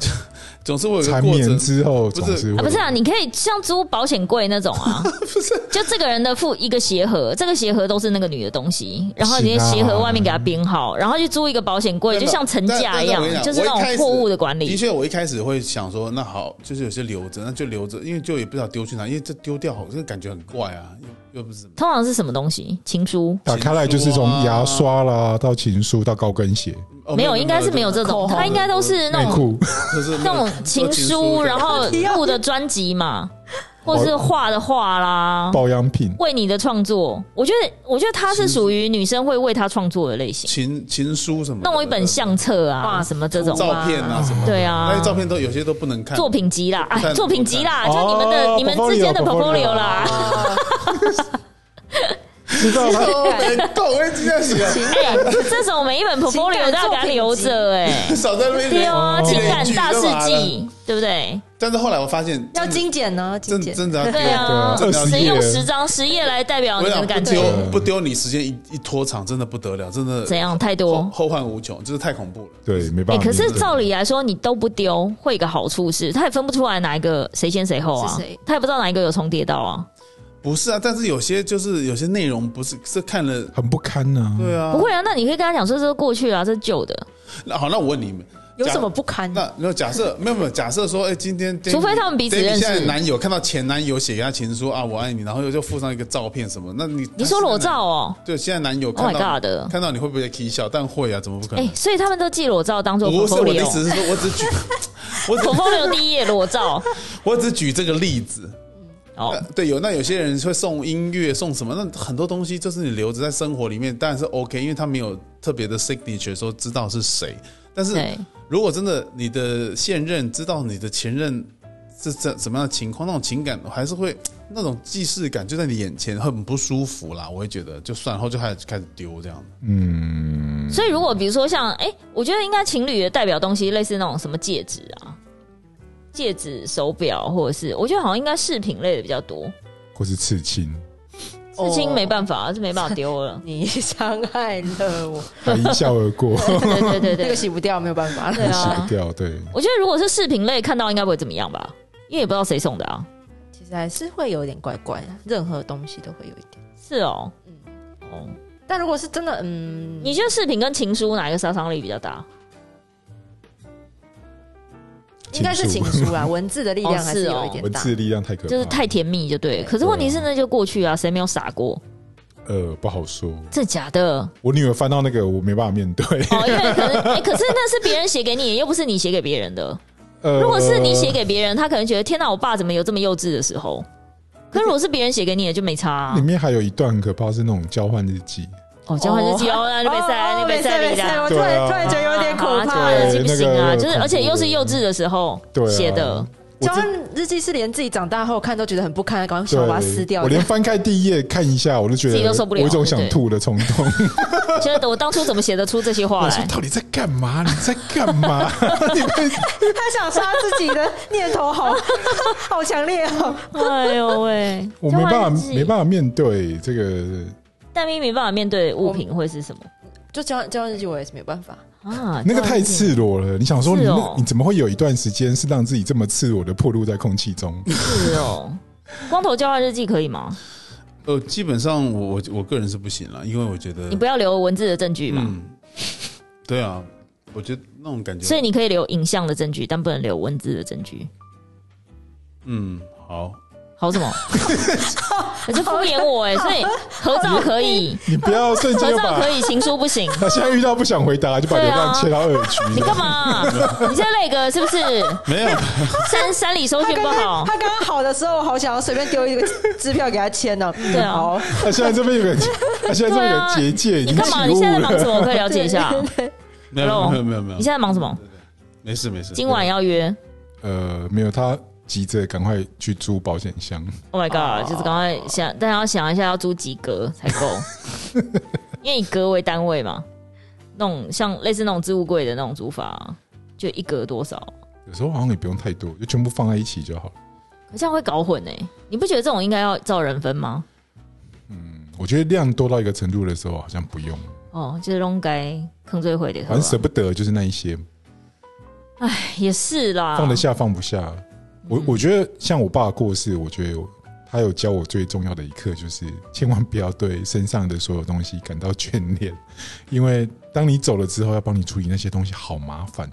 [SPEAKER 2] 总是会有一个
[SPEAKER 1] 缠
[SPEAKER 2] 过程
[SPEAKER 1] 绵，之后总
[SPEAKER 2] 不是
[SPEAKER 1] 是会
[SPEAKER 3] 不是啊，你可以像租保险柜那种啊，不是？就这个人的付一个鞋盒，这个鞋盒都是那个女的东西，然后你
[SPEAKER 1] 行
[SPEAKER 3] 的
[SPEAKER 1] 啊
[SPEAKER 3] 鞋盒外面给她编号，然后去租一个保险柜，就像成架一
[SPEAKER 2] 但但但我
[SPEAKER 3] 样
[SPEAKER 2] 跟你，讲
[SPEAKER 3] 就是那
[SPEAKER 2] 我一开
[SPEAKER 3] 种
[SPEAKER 2] 始
[SPEAKER 3] 货物的管
[SPEAKER 2] 的
[SPEAKER 3] 理。
[SPEAKER 2] 确，我一开始会想说，那好，就是有些留着，那就留着，因为就也不知道丢去哪，因为这丢掉好像感觉很怪啊，又又不是怎么
[SPEAKER 3] 通常是什么东西？情书？
[SPEAKER 1] 打开来就是从
[SPEAKER 3] 啊
[SPEAKER 1] 牙刷啦到情书到高跟鞋、
[SPEAKER 2] 哦
[SPEAKER 3] 没有，应该是没有这种，
[SPEAKER 4] 口红
[SPEAKER 3] 他应该都是那啊
[SPEAKER 1] 内
[SPEAKER 3] 种
[SPEAKER 1] 裤，
[SPEAKER 2] 就是
[SPEAKER 3] 那种情书，然后录的专辑嘛，或是画的画啦，
[SPEAKER 1] 保养品。
[SPEAKER 3] 为你的创作。我觉得，我觉得他是属于女生会为他创作的类型，
[SPEAKER 2] 情情书什么的，
[SPEAKER 3] 弄一本相册啊，
[SPEAKER 4] 哇
[SPEAKER 3] 什么这种
[SPEAKER 2] 照片啊什么的，
[SPEAKER 3] 对啊
[SPEAKER 2] 那些照片都有些都不能看，
[SPEAKER 3] 作品集 啦，哎，
[SPEAKER 2] 看
[SPEAKER 3] 作品集啦，就
[SPEAKER 1] 看
[SPEAKER 3] 是你们的、
[SPEAKER 1] 哦
[SPEAKER 3] 你们之间的
[SPEAKER 1] portfolio，
[SPEAKER 3] portfolio 啦，
[SPEAKER 1] 知道他
[SPEAKER 2] 哎够会这样写，
[SPEAKER 3] 哎、这是我们一本 portfolio 都要给他留着哎、
[SPEAKER 2] 少在那边
[SPEAKER 3] 对啊，
[SPEAKER 1] 哦
[SPEAKER 3] 情感大事
[SPEAKER 2] 一人举就
[SPEAKER 3] 记，对不对？
[SPEAKER 2] 但是后来我发现，
[SPEAKER 4] 要精简呢，精
[SPEAKER 2] 真
[SPEAKER 4] 简。
[SPEAKER 2] 真的要
[SPEAKER 3] 对
[SPEAKER 2] 丢，
[SPEAKER 3] 啊，
[SPEAKER 1] 对啊
[SPEAKER 3] 只能用
[SPEAKER 1] 20页
[SPEAKER 3] 十张十页来代表
[SPEAKER 2] 我
[SPEAKER 3] 你
[SPEAKER 2] 想
[SPEAKER 3] 的
[SPEAKER 2] 不
[SPEAKER 3] 感觉，
[SPEAKER 2] 丢不丢你时间一一拖长，真的不得了，真的
[SPEAKER 3] 怎样太多
[SPEAKER 2] 后？后患无穷，就是太恐怖了。
[SPEAKER 1] 对没
[SPEAKER 3] 哎、
[SPEAKER 1] 办法
[SPEAKER 3] 可
[SPEAKER 1] 面对。
[SPEAKER 3] 是照理来说，你都不丢，会有一个好处是，他也分不出来哪一个谁先谁后
[SPEAKER 4] 是
[SPEAKER 3] 啊
[SPEAKER 4] 谁，
[SPEAKER 3] 他也不知道哪一个有重叠到啊。
[SPEAKER 2] 不是啊，但是有些就是有些内容不是是看了，
[SPEAKER 1] 很不堪呢、
[SPEAKER 2] 对啊
[SPEAKER 3] 不，会啊，那你可以跟他讲说这是过去啊，这是旧的，
[SPEAKER 2] 那好，那我问你们，
[SPEAKER 4] 有
[SPEAKER 2] 假
[SPEAKER 4] 什么不堪？
[SPEAKER 2] 那那假设没有没有，假设说，哎、今天 Danny-
[SPEAKER 3] 除非他们彼此
[SPEAKER 2] Danny
[SPEAKER 3] 认识
[SPEAKER 2] 现在的男友看到前男友写给他情书啊，我爱你，然后又就附上一个照片什么，那你
[SPEAKER 3] 你说裸照？哦、
[SPEAKER 2] 对，现在男友
[SPEAKER 3] o h
[SPEAKER 2] 看到
[SPEAKER 3] my god！
[SPEAKER 2] 看到你会不会起笑？但会啊，怎么不可
[SPEAKER 3] 哎、
[SPEAKER 2] 能？
[SPEAKER 3] 所以他们都寄裸照当做
[SPEAKER 2] 不是我的意
[SPEAKER 3] portfolio。
[SPEAKER 2] 思是说，我只 举我只
[SPEAKER 3] portfolio 第一页裸照
[SPEAKER 2] 我只举这个例子。
[SPEAKER 3] 哦
[SPEAKER 2] 那，对，有那有些人会送音乐，送什么？那很多东西就是你留着在生活里面，当然是 OK，因为他没有特别的 signature 说知道是谁。但是
[SPEAKER 3] 对，
[SPEAKER 2] 如果真的你的现任知道你的前任是怎怎么样的情况，那种情感还是会那种既视感就在你眼前，很不舒服啦。我会觉得就算，然后就开始开始丢这样。
[SPEAKER 1] 嗯，
[SPEAKER 3] 所以如果比如说像哎、我觉得应该情侣的代表东西类似那种什么戒指啊、戒指、手表，或者是我觉得好像应该饰品类的比较多。
[SPEAKER 1] 或是刺青，
[SPEAKER 4] 哦。
[SPEAKER 3] 事情没办法，是没办法丢了
[SPEAKER 4] 你伤害了我，
[SPEAKER 1] 还一笑而过，
[SPEAKER 3] 对对对
[SPEAKER 4] 这
[SPEAKER 3] 对
[SPEAKER 4] 个，洗不掉，没有办法。
[SPEAKER 3] 对
[SPEAKER 1] 洗
[SPEAKER 3] 啊
[SPEAKER 1] 不。掉。对，
[SPEAKER 3] 我觉得如果是饰品类，看到应该不会怎么样吧，因为也不知道谁送的啊。
[SPEAKER 4] 其实还是会有点怪怪的，任何东西都会有一点。
[SPEAKER 3] 是哦，
[SPEAKER 4] 嗯
[SPEAKER 3] 哦，
[SPEAKER 4] 但如果是真的，嗯，
[SPEAKER 3] 你觉得饰品跟情书哪一个杀伤力比较大？
[SPEAKER 4] 应该是情
[SPEAKER 1] 情书
[SPEAKER 4] 书啦，文字的力量哦还是有一点
[SPEAKER 1] 文
[SPEAKER 4] 大。
[SPEAKER 1] 字的力量太可怕，
[SPEAKER 3] 就是太甜蜜就对了。可是问题是，那就过去啊，谁没有傻过？
[SPEAKER 1] 呃不好说。
[SPEAKER 3] 这假的
[SPEAKER 1] 我女儿翻到那个，我没办法面对。
[SPEAKER 3] 哦，因为可能、诶可是那是别人写给你，又不是你写给别人的。
[SPEAKER 1] 呃，
[SPEAKER 3] 如果是你写，给别人，他可能觉得天哪，我爸怎么有这么幼稚的时候？可是如果是别人写给你的，就没差、啊
[SPEAKER 1] 里。面还有一段很可怕，是那种交换日记。
[SPEAKER 3] 哦，交换日记哦，那就没塞，那就没塞
[SPEAKER 4] 没
[SPEAKER 3] 你
[SPEAKER 4] 塞，
[SPEAKER 3] 啦
[SPEAKER 4] 我
[SPEAKER 1] 突
[SPEAKER 4] 突
[SPEAKER 1] 然对啊
[SPEAKER 4] 然
[SPEAKER 1] 突
[SPEAKER 4] 突
[SPEAKER 1] 然
[SPEAKER 4] 然
[SPEAKER 1] 觉
[SPEAKER 4] 觉得有点可怕。
[SPEAKER 3] 啊
[SPEAKER 1] 对
[SPEAKER 3] 这不行啊，
[SPEAKER 1] 那个
[SPEAKER 3] 就是而且又是
[SPEAKER 1] 恐怖
[SPEAKER 3] 幼稚的时候
[SPEAKER 1] 对、啊，
[SPEAKER 3] 写的。
[SPEAKER 1] 我
[SPEAKER 4] 交
[SPEAKER 1] 这
[SPEAKER 4] 换日记是连自己长大后看都觉得很不堪，赶快想把它撕掉
[SPEAKER 1] 我。 连翻开第一页看一下，我都觉得
[SPEAKER 3] 自己都受不了
[SPEAKER 1] 我有一种想吐的冲动。
[SPEAKER 3] 觉得我当初怎么写得出这些话
[SPEAKER 1] 我说
[SPEAKER 3] 来？
[SPEAKER 1] 到底在干嘛？你在干嘛？ 你们
[SPEAKER 4] 他想杀自己的念头好 好强烈哦。
[SPEAKER 3] 哎呦喂，
[SPEAKER 1] 我没办法，没
[SPEAKER 3] 法，
[SPEAKER 1] 办法面对这个。
[SPEAKER 3] 但咪没办法面对物品会是什么
[SPEAKER 4] 就交交换日记，我也是没有办法。
[SPEAKER 3] 啊？
[SPEAKER 1] 那个太
[SPEAKER 3] 刺，
[SPEAKER 1] 赤裸了，你想说你
[SPEAKER 3] 是
[SPEAKER 1] 那、
[SPEAKER 3] 哦
[SPEAKER 1] 你怎么会有一段时间是让自己这么赤裸的暴露在空气 中？
[SPEAKER 3] 是哦。光头交换日记可以吗？
[SPEAKER 2] 呃，基本上我我我个人是不行了，因为我觉得
[SPEAKER 3] 你不要留文字的证据嘛，
[SPEAKER 2] 嗯，对啊，我觉得那种感觉，
[SPEAKER 3] 所以你可以留影像的证据，但不能留文字的证据。
[SPEAKER 2] 嗯，好，
[SPEAKER 3] 好 什么？你是敷衍我哎、所以合照 可以，
[SPEAKER 1] 你不要瞬间
[SPEAKER 3] 合
[SPEAKER 1] 就
[SPEAKER 3] 照
[SPEAKER 1] 把
[SPEAKER 3] 可以，情书不行。
[SPEAKER 1] 他现在遇到不想回答，就把
[SPEAKER 3] 对
[SPEAKER 1] 流
[SPEAKER 3] 啊
[SPEAKER 1] 量切到二区。
[SPEAKER 3] 你干嘛、 你现在那个是不是
[SPEAKER 2] 没有，
[SPEAKER 3] 山山里搜
[SPEAKER 4] 他
[SPEAKER 3] 寻不
[SPEAKER 4] 刚
[SPEAKER 3] 好
[SPEAKER 4] 刚？他刚刚好的时候，我好想要随便丢一个支票给他签哦。 对
[SPEAKER 3] 啊
[SPEAKER 4] 好
[SPEAKER 1] 他现在这边有 个，他现在这边有个结界，已
[SPEAKER 3] 你
[SPEAKER 1] 经
[SPEAKER 3] 干
[SPEAKER 1] 起
[SPEAKER 3] 嘛？你
[SPEAKER 1] 雾
[SPEAKER 3] 现在在忙什
[SPEAKER 1] 了。
[SPEAKER 3] 么？我可以了解 一 下。
[SPEAKER 2] 没有，没有，没有，没有
[SPEAKER 3] 你，现在忙什么？
[SPEAKER 2] 没事，没事。
[SPEAKER 3] 今晚要约。
[SPEAKER 1] 呃，没有，他急着赶快去租保险箱。
[SPEAKER 3] Oh my
[SPEAKER 1] 啊
[SPEAKER 3] god！、就是赶快想，但要想一下要租几格才够， 因为以格为单位嘛。那种像类似那种置物柜的那种租法、就一格多少？
[SPEAKER 1] 有时候好像也不用太多，就全部放在一起就好了。
[SPEAKER 3] 可这样会搞混哎、你不觉得这种应该要照人分吗？
[SPEAKER 1] 我觉得量多到一个程度的时候，好像不用，
[SPEAKER 3] 哦，就是弄该坑最会的，
[SPEAKER 1] 反正舍不得就是那一些，
[SPEAKER 3] 也是啦。
[SPEAKER 1] 放得下放不下。我我觉得像我爸过世，我觉得他有教我最重要的一课，就是千万不要对身上的所有东西感到眷恋，因为当你走了之后，要帮你处理那些东西好麻烦。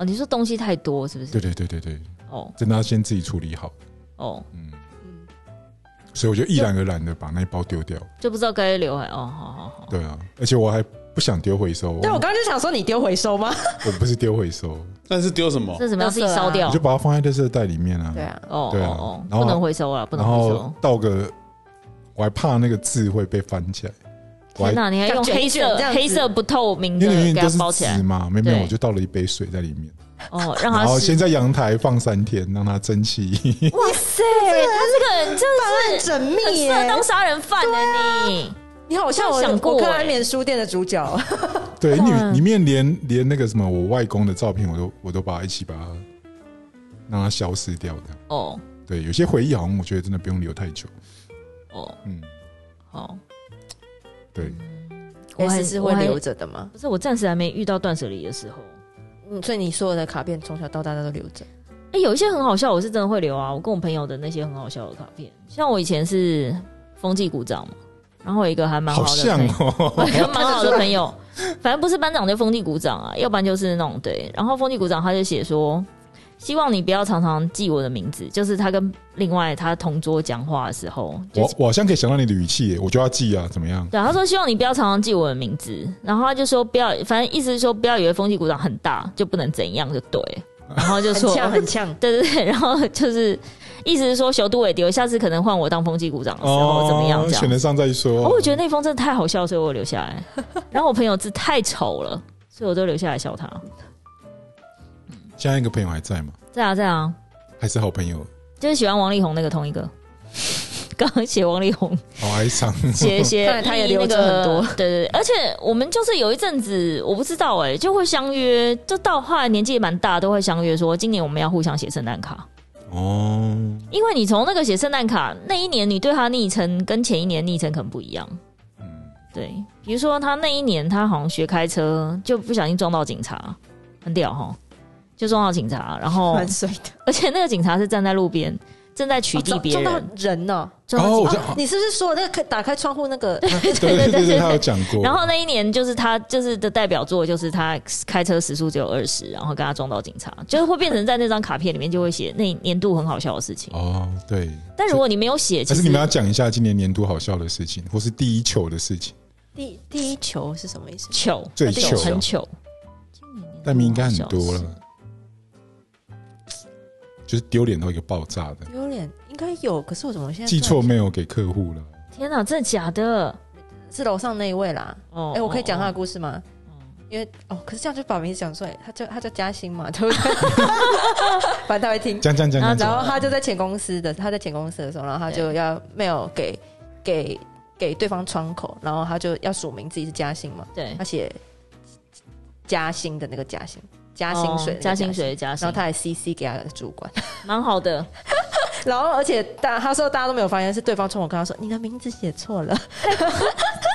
[SPEAKER 3] 哦，你说东西太多是不是？
[SPEAKER 1] 对对对对对，
[SPEAKER 3] 哦
[SPEAKER 1] 真的要先自己处理好。
[SPEAKER 3] 哦，
[SPEAKER 1] 嗯，所以我就毅然而然的把那一包丢掉。
[SPEAKER 3] 就不知道该留还哦，好好好。
[SPEAKER 1] 对啊，而且我还不想丢回收，
[SPEAKER 4] 对，我刚刚就想说，你丢回收吗？
[SPEAKER 1] 我不是丢回收，
[SPEAKER 2] 但是丢什么？
[SPEAKER 3] 这怎么样自己烧掉
[SPEAKER 1] 我就？把它放在垃圾袋里面啊。
[SPEAKER 4] 对啊，
[SPEAKER 3] 哦
[SPEAKER 1] 对啊
[SPEAKER 3] 哦
[SPEAKER 1] 然
[SPEAKER 3] 哦，
[SPEAKER 1] 后
[SPEAKER 3] 不能回收了，不能
[SPEAKER 1] 然
[SPEAKER 3] 回
[SPEAKER 1] 后
[SPEAKER 3] 收。
[SPEAKER 1] 倒个，我还怕那个字会被翻起来，我还
[SPEAKER 3] 天哪，你还用
[SPEAKER 4] 像
[SPEAKER 3] 黑
[SPEAKER 4] 卷
[SPEAKER 3] 色
[SPEAKER 4] 这样子
[SPEAKER 3] 黑色不透明的
[SPEAKER 1] 因为里
[SPEAKER 3] 给
[SPEAKER 1] 面都
[SPEAKER 3] 它
[SPEAKER 1] 是
[SPEAKER 3] 包起来
[SPEAKER 1] 纸嘛，没有没有，
[SPEAKER 3] 对
[SPEAKER 1] 我就倒了一杯水在里面，
[SPEAKER 3] 哦，让它
[SPEAKER 1] 然后
[SPEAKER 3] 湿
[SPEAKER 1] 先在阳台放三天，让它蒸汽。
[SPEAKER 3] 哇塞，他这个人真的
[SPEAKER 4] 缜
[SPEAKER 3] 是很
[SPEAKER 4] 密
[SPEAKER 3] 欸
[SPEAKER 4] 啊
[SPEAKER 3] 适合当杀人犯的你。
[SPEAKER 4] 你好像我
[SPEAKER 3] 我想过
[SPEAKER 4] 我看
[SPEAKER 3] 欸
[SPEAKER 4] 安眠书店的主角，
[SPEAKER 1] 对，里
[SPEAKER 3] 哇
[SPEAKER 1] 里面连连那个什么我外公的照片，我都我都把它一起把它让它消失掉的。
[SPEAKER 3] 哦
[SPEAKER 1] 对，有些回忆好像我觉得真的不用留太久。
[SPEAKER 3] 哦，
[SPEAKER 1] 嗯，
[SPEAKER 3] 好，
[SPEAKER 1] 对，
[SPEAKER 3] 我还
[SPEAKER 4] 是是
[SPEAKER 3] 我
[SPEAKER 4] 会
[SPEAKER 3] 还
[SPEAKER 4] 留着的吗？
[SPEAKER 3] 不是我暂时还没遇到断舍离的时候。
[SPEAKER 4] 嗯，所以你所有的卡片从小到大都留着。
[SPEAKER 3] 哎、有一些很好笑，我是真的会留啊。我跟我朋友的那些很好笑的卡片，像我以前是风纪股长嘛，然后有一个还蛮好
[SPEAKER 1] 好
[SPEAKER 3] 的朋友，
[SPEAKER 1] 像哦，
[SPEAKER 3] 我有蛮好的朋友，反正不是班长就风纪股长啊，要不然就是那种对。然后风纪股长他就写说，希望你不要常常记我的名字，就是他跟另外他同桌讲话的时候，就
[SPEAKER 1] 我我好像可以想到你的语气耶，我就要记啊，怎么样？
[SPEAKER 3] 对，他说希望你不要常常记我的名字，然后他就说不要，反正意思是说不要以为风纪股长很大就不能怎样就对，然后就说哦
[SPEAKER 4] 很呛很呛，
[SPEAKER 3] 对对对，然后就是意思是说小杜伟丢，下次可能换我当风纪股长的时候、怎么样这样
[SPEAKER 1] 哦选。得上再说。
[SPEAKER 3] 哦，我觉得那封真的太好笑，所以我留下 来。然后我朋友字太丑了，所以我都留下来笑他。
[SPEAKER 1] 现在一个朋友还在吗？
[SPEAKER 3] 在啊在啊，
[SPEAKER 1] 还是好朋友？
[SPEAKER 3] 就是喜欢王力宏那个同一个。 刚刚写王力宏，
[SPEAKER 1] 好哀 伤。
[SPEAKER 3] 写 写
[SPEAKER 4] 看来他也
[SPEAKER 3] 一那
[SPEAKER 4] 留着
[SPEAKER 3] 个
[SPEAKER 4] 很多
[SPEAKER 3] 对对对，而且我们就是有一阵子，我不知道哎、就会相约，就到后来年纪也蛮大，都会相约说今年我们要互相写圣诞卡。
[SPEAKER 1] 哦，
[SPEAKER 3] 因为你从那个写圣诞卡那一年，你对他昵称跟前一年昵称可能不一样。
[SPEAKER 1] 嗯，
[SPEAKER 3] 对，比如说他那一年他好像学开车，就不小心撞到警察，很屌哈，就撞到警察，然后
[SPEAKER 4] 蛮水的。
[SPEAKER 3] 而且那个警察是站在路边正在 取
[SPEAKER 4] 哦
[SPEAKER 3] 缔
[SPEAKER 4] 撞
[SPEAKER 3] 别人，
[SPEAKER 4] 撞到人呢？
[SPEAKER 3] 撞到
[SPEAKER 1] 哦
[SPEAKER 3] 警
[SPEAKER 1] 我
[SPEAKER 3] 察
[SPEAKER 1] 知道
[SPEAKER 4] 啊你是不是说那个打开窗户那个？
[SPEAKER 1] 对对对对，他有讲过。
[SPEAKER 3] 然后那一年就是他就是的代表作就是他开车时速只有二十，然后跟他撞到警察，就是会变成在那张卡片里面就会写那年度很好笑的事情。
[SPEAKER 1] 哦，对，
[SPEAKER 3] 但如果你没有写，其
[SPEAKER 1] 还是
[SPEAKER 3] 实
[SPEAKER 1] 你们要讲一下今年年度好笑的事情，或是第一球的事情，
[SPEAKER 4] 第第一球是什么意思？
[SPEAKER 3] 糗，
[SPEAKER 1] 最
[SPEAKER 3] 很
[SPEAKER 1] 糗
[SPEAKER 3] 很糗。今年
[SPEAKER 1] 但应该很
[SPEAKER 3] 年度
[SPEAKER 1] 多
[SPEAKER 3] 好笑的事
[SPEAKER 1] 了，就是丢脸到一个爆炸的，
[SPEAKER 4] 有点应该有，可是我怎么现在
[SPEAKER 1] 寄错
[SPEAKER 4] 突然
[SPEAKER 1] 没有给客户了。
[SPEAKER 3] 天哪，真的假的？
[SPEAKER 4] 是楼上那一位啦。
[SPEAKER 3] 哦
[SPEAKER 4] 哎、我可以讲他的
[SPEAKER 3] 哦
[SPEAKER 4] 故事吗？
[SPEAKER 3] 哦
[SPEAKER 4] 因为哦，可是这样就把名字讲出来，他就他就加薪嘛， 对不 对？反正他会听。
[SPEAKER 1] 讲讲讲讲
[SPEAKER 4] 啊然
[SPEAKER 1] 讲，
[SPEAKER 4] 后他就在前公司的，他在前公司的时候，然后他就要 mail 给给给对方窗口，然后他就要署名自己是嘉兴嘛，
[SPEAKER 3] 哦对
[SPEAKER 4] 他，写嘉兴的那个嘉兴，加薪水
[SPEAKER 3] 哦
[SPEAKER 4] 的那个
[SPEAKER 3] 加
[SPEAKER 4] 嘉
[SPEAKER 3] 薪，水的加薪，
[SPEAKER 4] 然后他还 CC 给他的主管，
[SPEAKER 3] 蛮好的，
[SPEAKER 4] 然后而且大他说大家都没有发现是对方窗口跟他说你的名字写错了，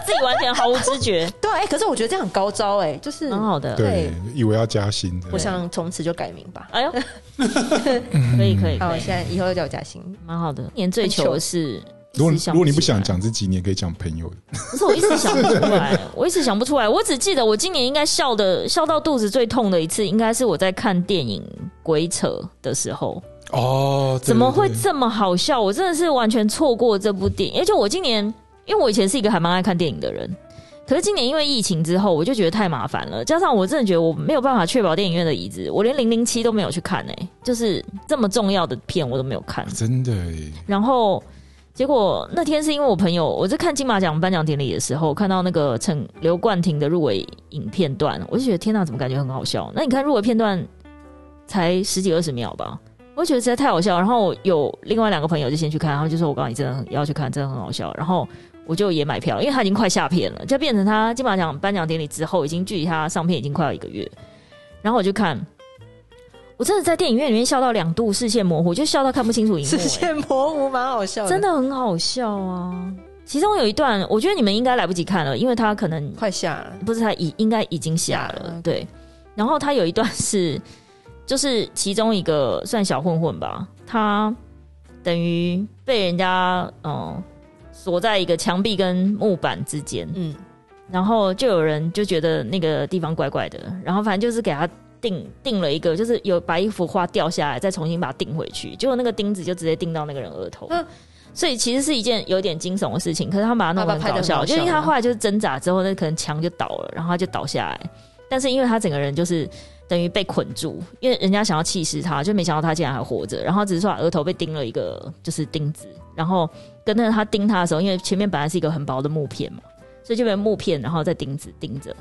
[SPEAKER 3] 自己完全毫无知觉，
[SPEAKER 4] 对，哎、可是我觉得这样很高招哎、就是
[SPEAKER 3] 蛮好的。
[SPEAKER 1] 对，以为要加薪的
[SPEAKER 4] 我，想从此就改名吧。
[SPEAKER 3] 哎呦，可以可以，
[SPEAKER 4] 好，
[SPEAKER 3] 可以
[SPEAKER 4] 现，在以后就叫我嘉兴。
[SPEAKER 3] 蛮好的。年最糗的是，
[SPEAKER 1] 如果
[SPEAKER 3] 一时
[SPEAKER 1] 如果你不
[SPEAKER 3] 起来
[SPEAKER 1] 想，讲自己，你也可以讲朋友的。
[SPEAKER 3] 可是我一直想不出 来，我一直想不出来。我只记得我今年应该笑的笑到肚子最痛的一次，应该是我在看电影《鬼扯》的时候。
[SPEAKER 1] 哦，对
[SPEAKER 3] 怎么会
[SPEAKER 1] 对对
[SPEAKER 3] 这么好笑？我真的是完全错过这部电影。而且我今年，因为我以前是一个还蛮爱看电影的人，可是今年因为疫情之后，我就觉得太麻烦了。加上我真的觉得我没有办法确保电影院的椅子，我连零零七都没有去看哎、就是这么重要的片我都没有看。
[SPEAKER 1] 真的耶？
[SPEAKER 3] 然后结果那天是因为我朋友，我在看金马奖颁奖典礼的时候，看到那个陈刘冠廷的入围影片段，我就觉得天哪，怎么感觉很好笑？那你看入围片段才十几二十秒吧，我就觉得实在太好笑。然后有另外两个朋友就先去看，他们就说：“我告诉你，真的很要去看，真的很好笑。”然后。我就也买票，因为他已经快下片了，就变成他金马奖颁奖典礼之后，已经距离他上片已经快要一个月。然后我就看，我真的在电影院里面笑到两度视线模糊，就笑到看不清 楚荧幕、
[SPEAKER 4] 视
[SPEAKER 3] 欸
[SPEAKER 4] 线模糊，蛮好笑的，
[SPEAKER 3] 真的很好笑啊！其中有一段，我觉得你们应该来不及看了，因为他可能
[SPEAKER 4] 快下了。
[SPEAKER 3] 不是他已应该已经下
[SPEAKER 4] 下
[SPEAKER 3] 了
[SPEAKER 4] 了，
[SPEAKER 3] 对。然后他有一段是，就是其中一个算小混混吧，他等于被人家嗯、呃锁在一个墙壁跟木板之间，
[SPEAKER 4] 嗯，
[SPEAKER 3] 然后就有人就觉得那个地方怪怪的，然后反正就是给他钉钉了一个，就是有把一幅画掉下来，再重新把它钉回去，结果那个钉子就直接钉到那个人额头。
[SPEAKER 4] 嗯
[SPEAKER 3] 所以其实是一件有点惊悚的事情，可是他把它弄得
[SPEAKER 4] 他把它拍
[SPEAKER 3] 很搞
[SPEAKER 4] 得很
[SPEAKER 3] 笑，
[SPEAKER 4] 搞
[SPEAKER 3] 就
[SPEAKER 4] 笑
[SPEAKER 3] 因为他后来就是挣扎之后，那可能墙就倒了，然后他就倒下来，但是因为他整个人就是等于被捆住，因为人家想要气死他，就没想到他竟然还活着，然后只是说他额头被钉了一个就是钉子，然后跟那个他钉他的时候，因为前面本来是一个很薄的木片嘛，所以就被木片然后再钉子钉着，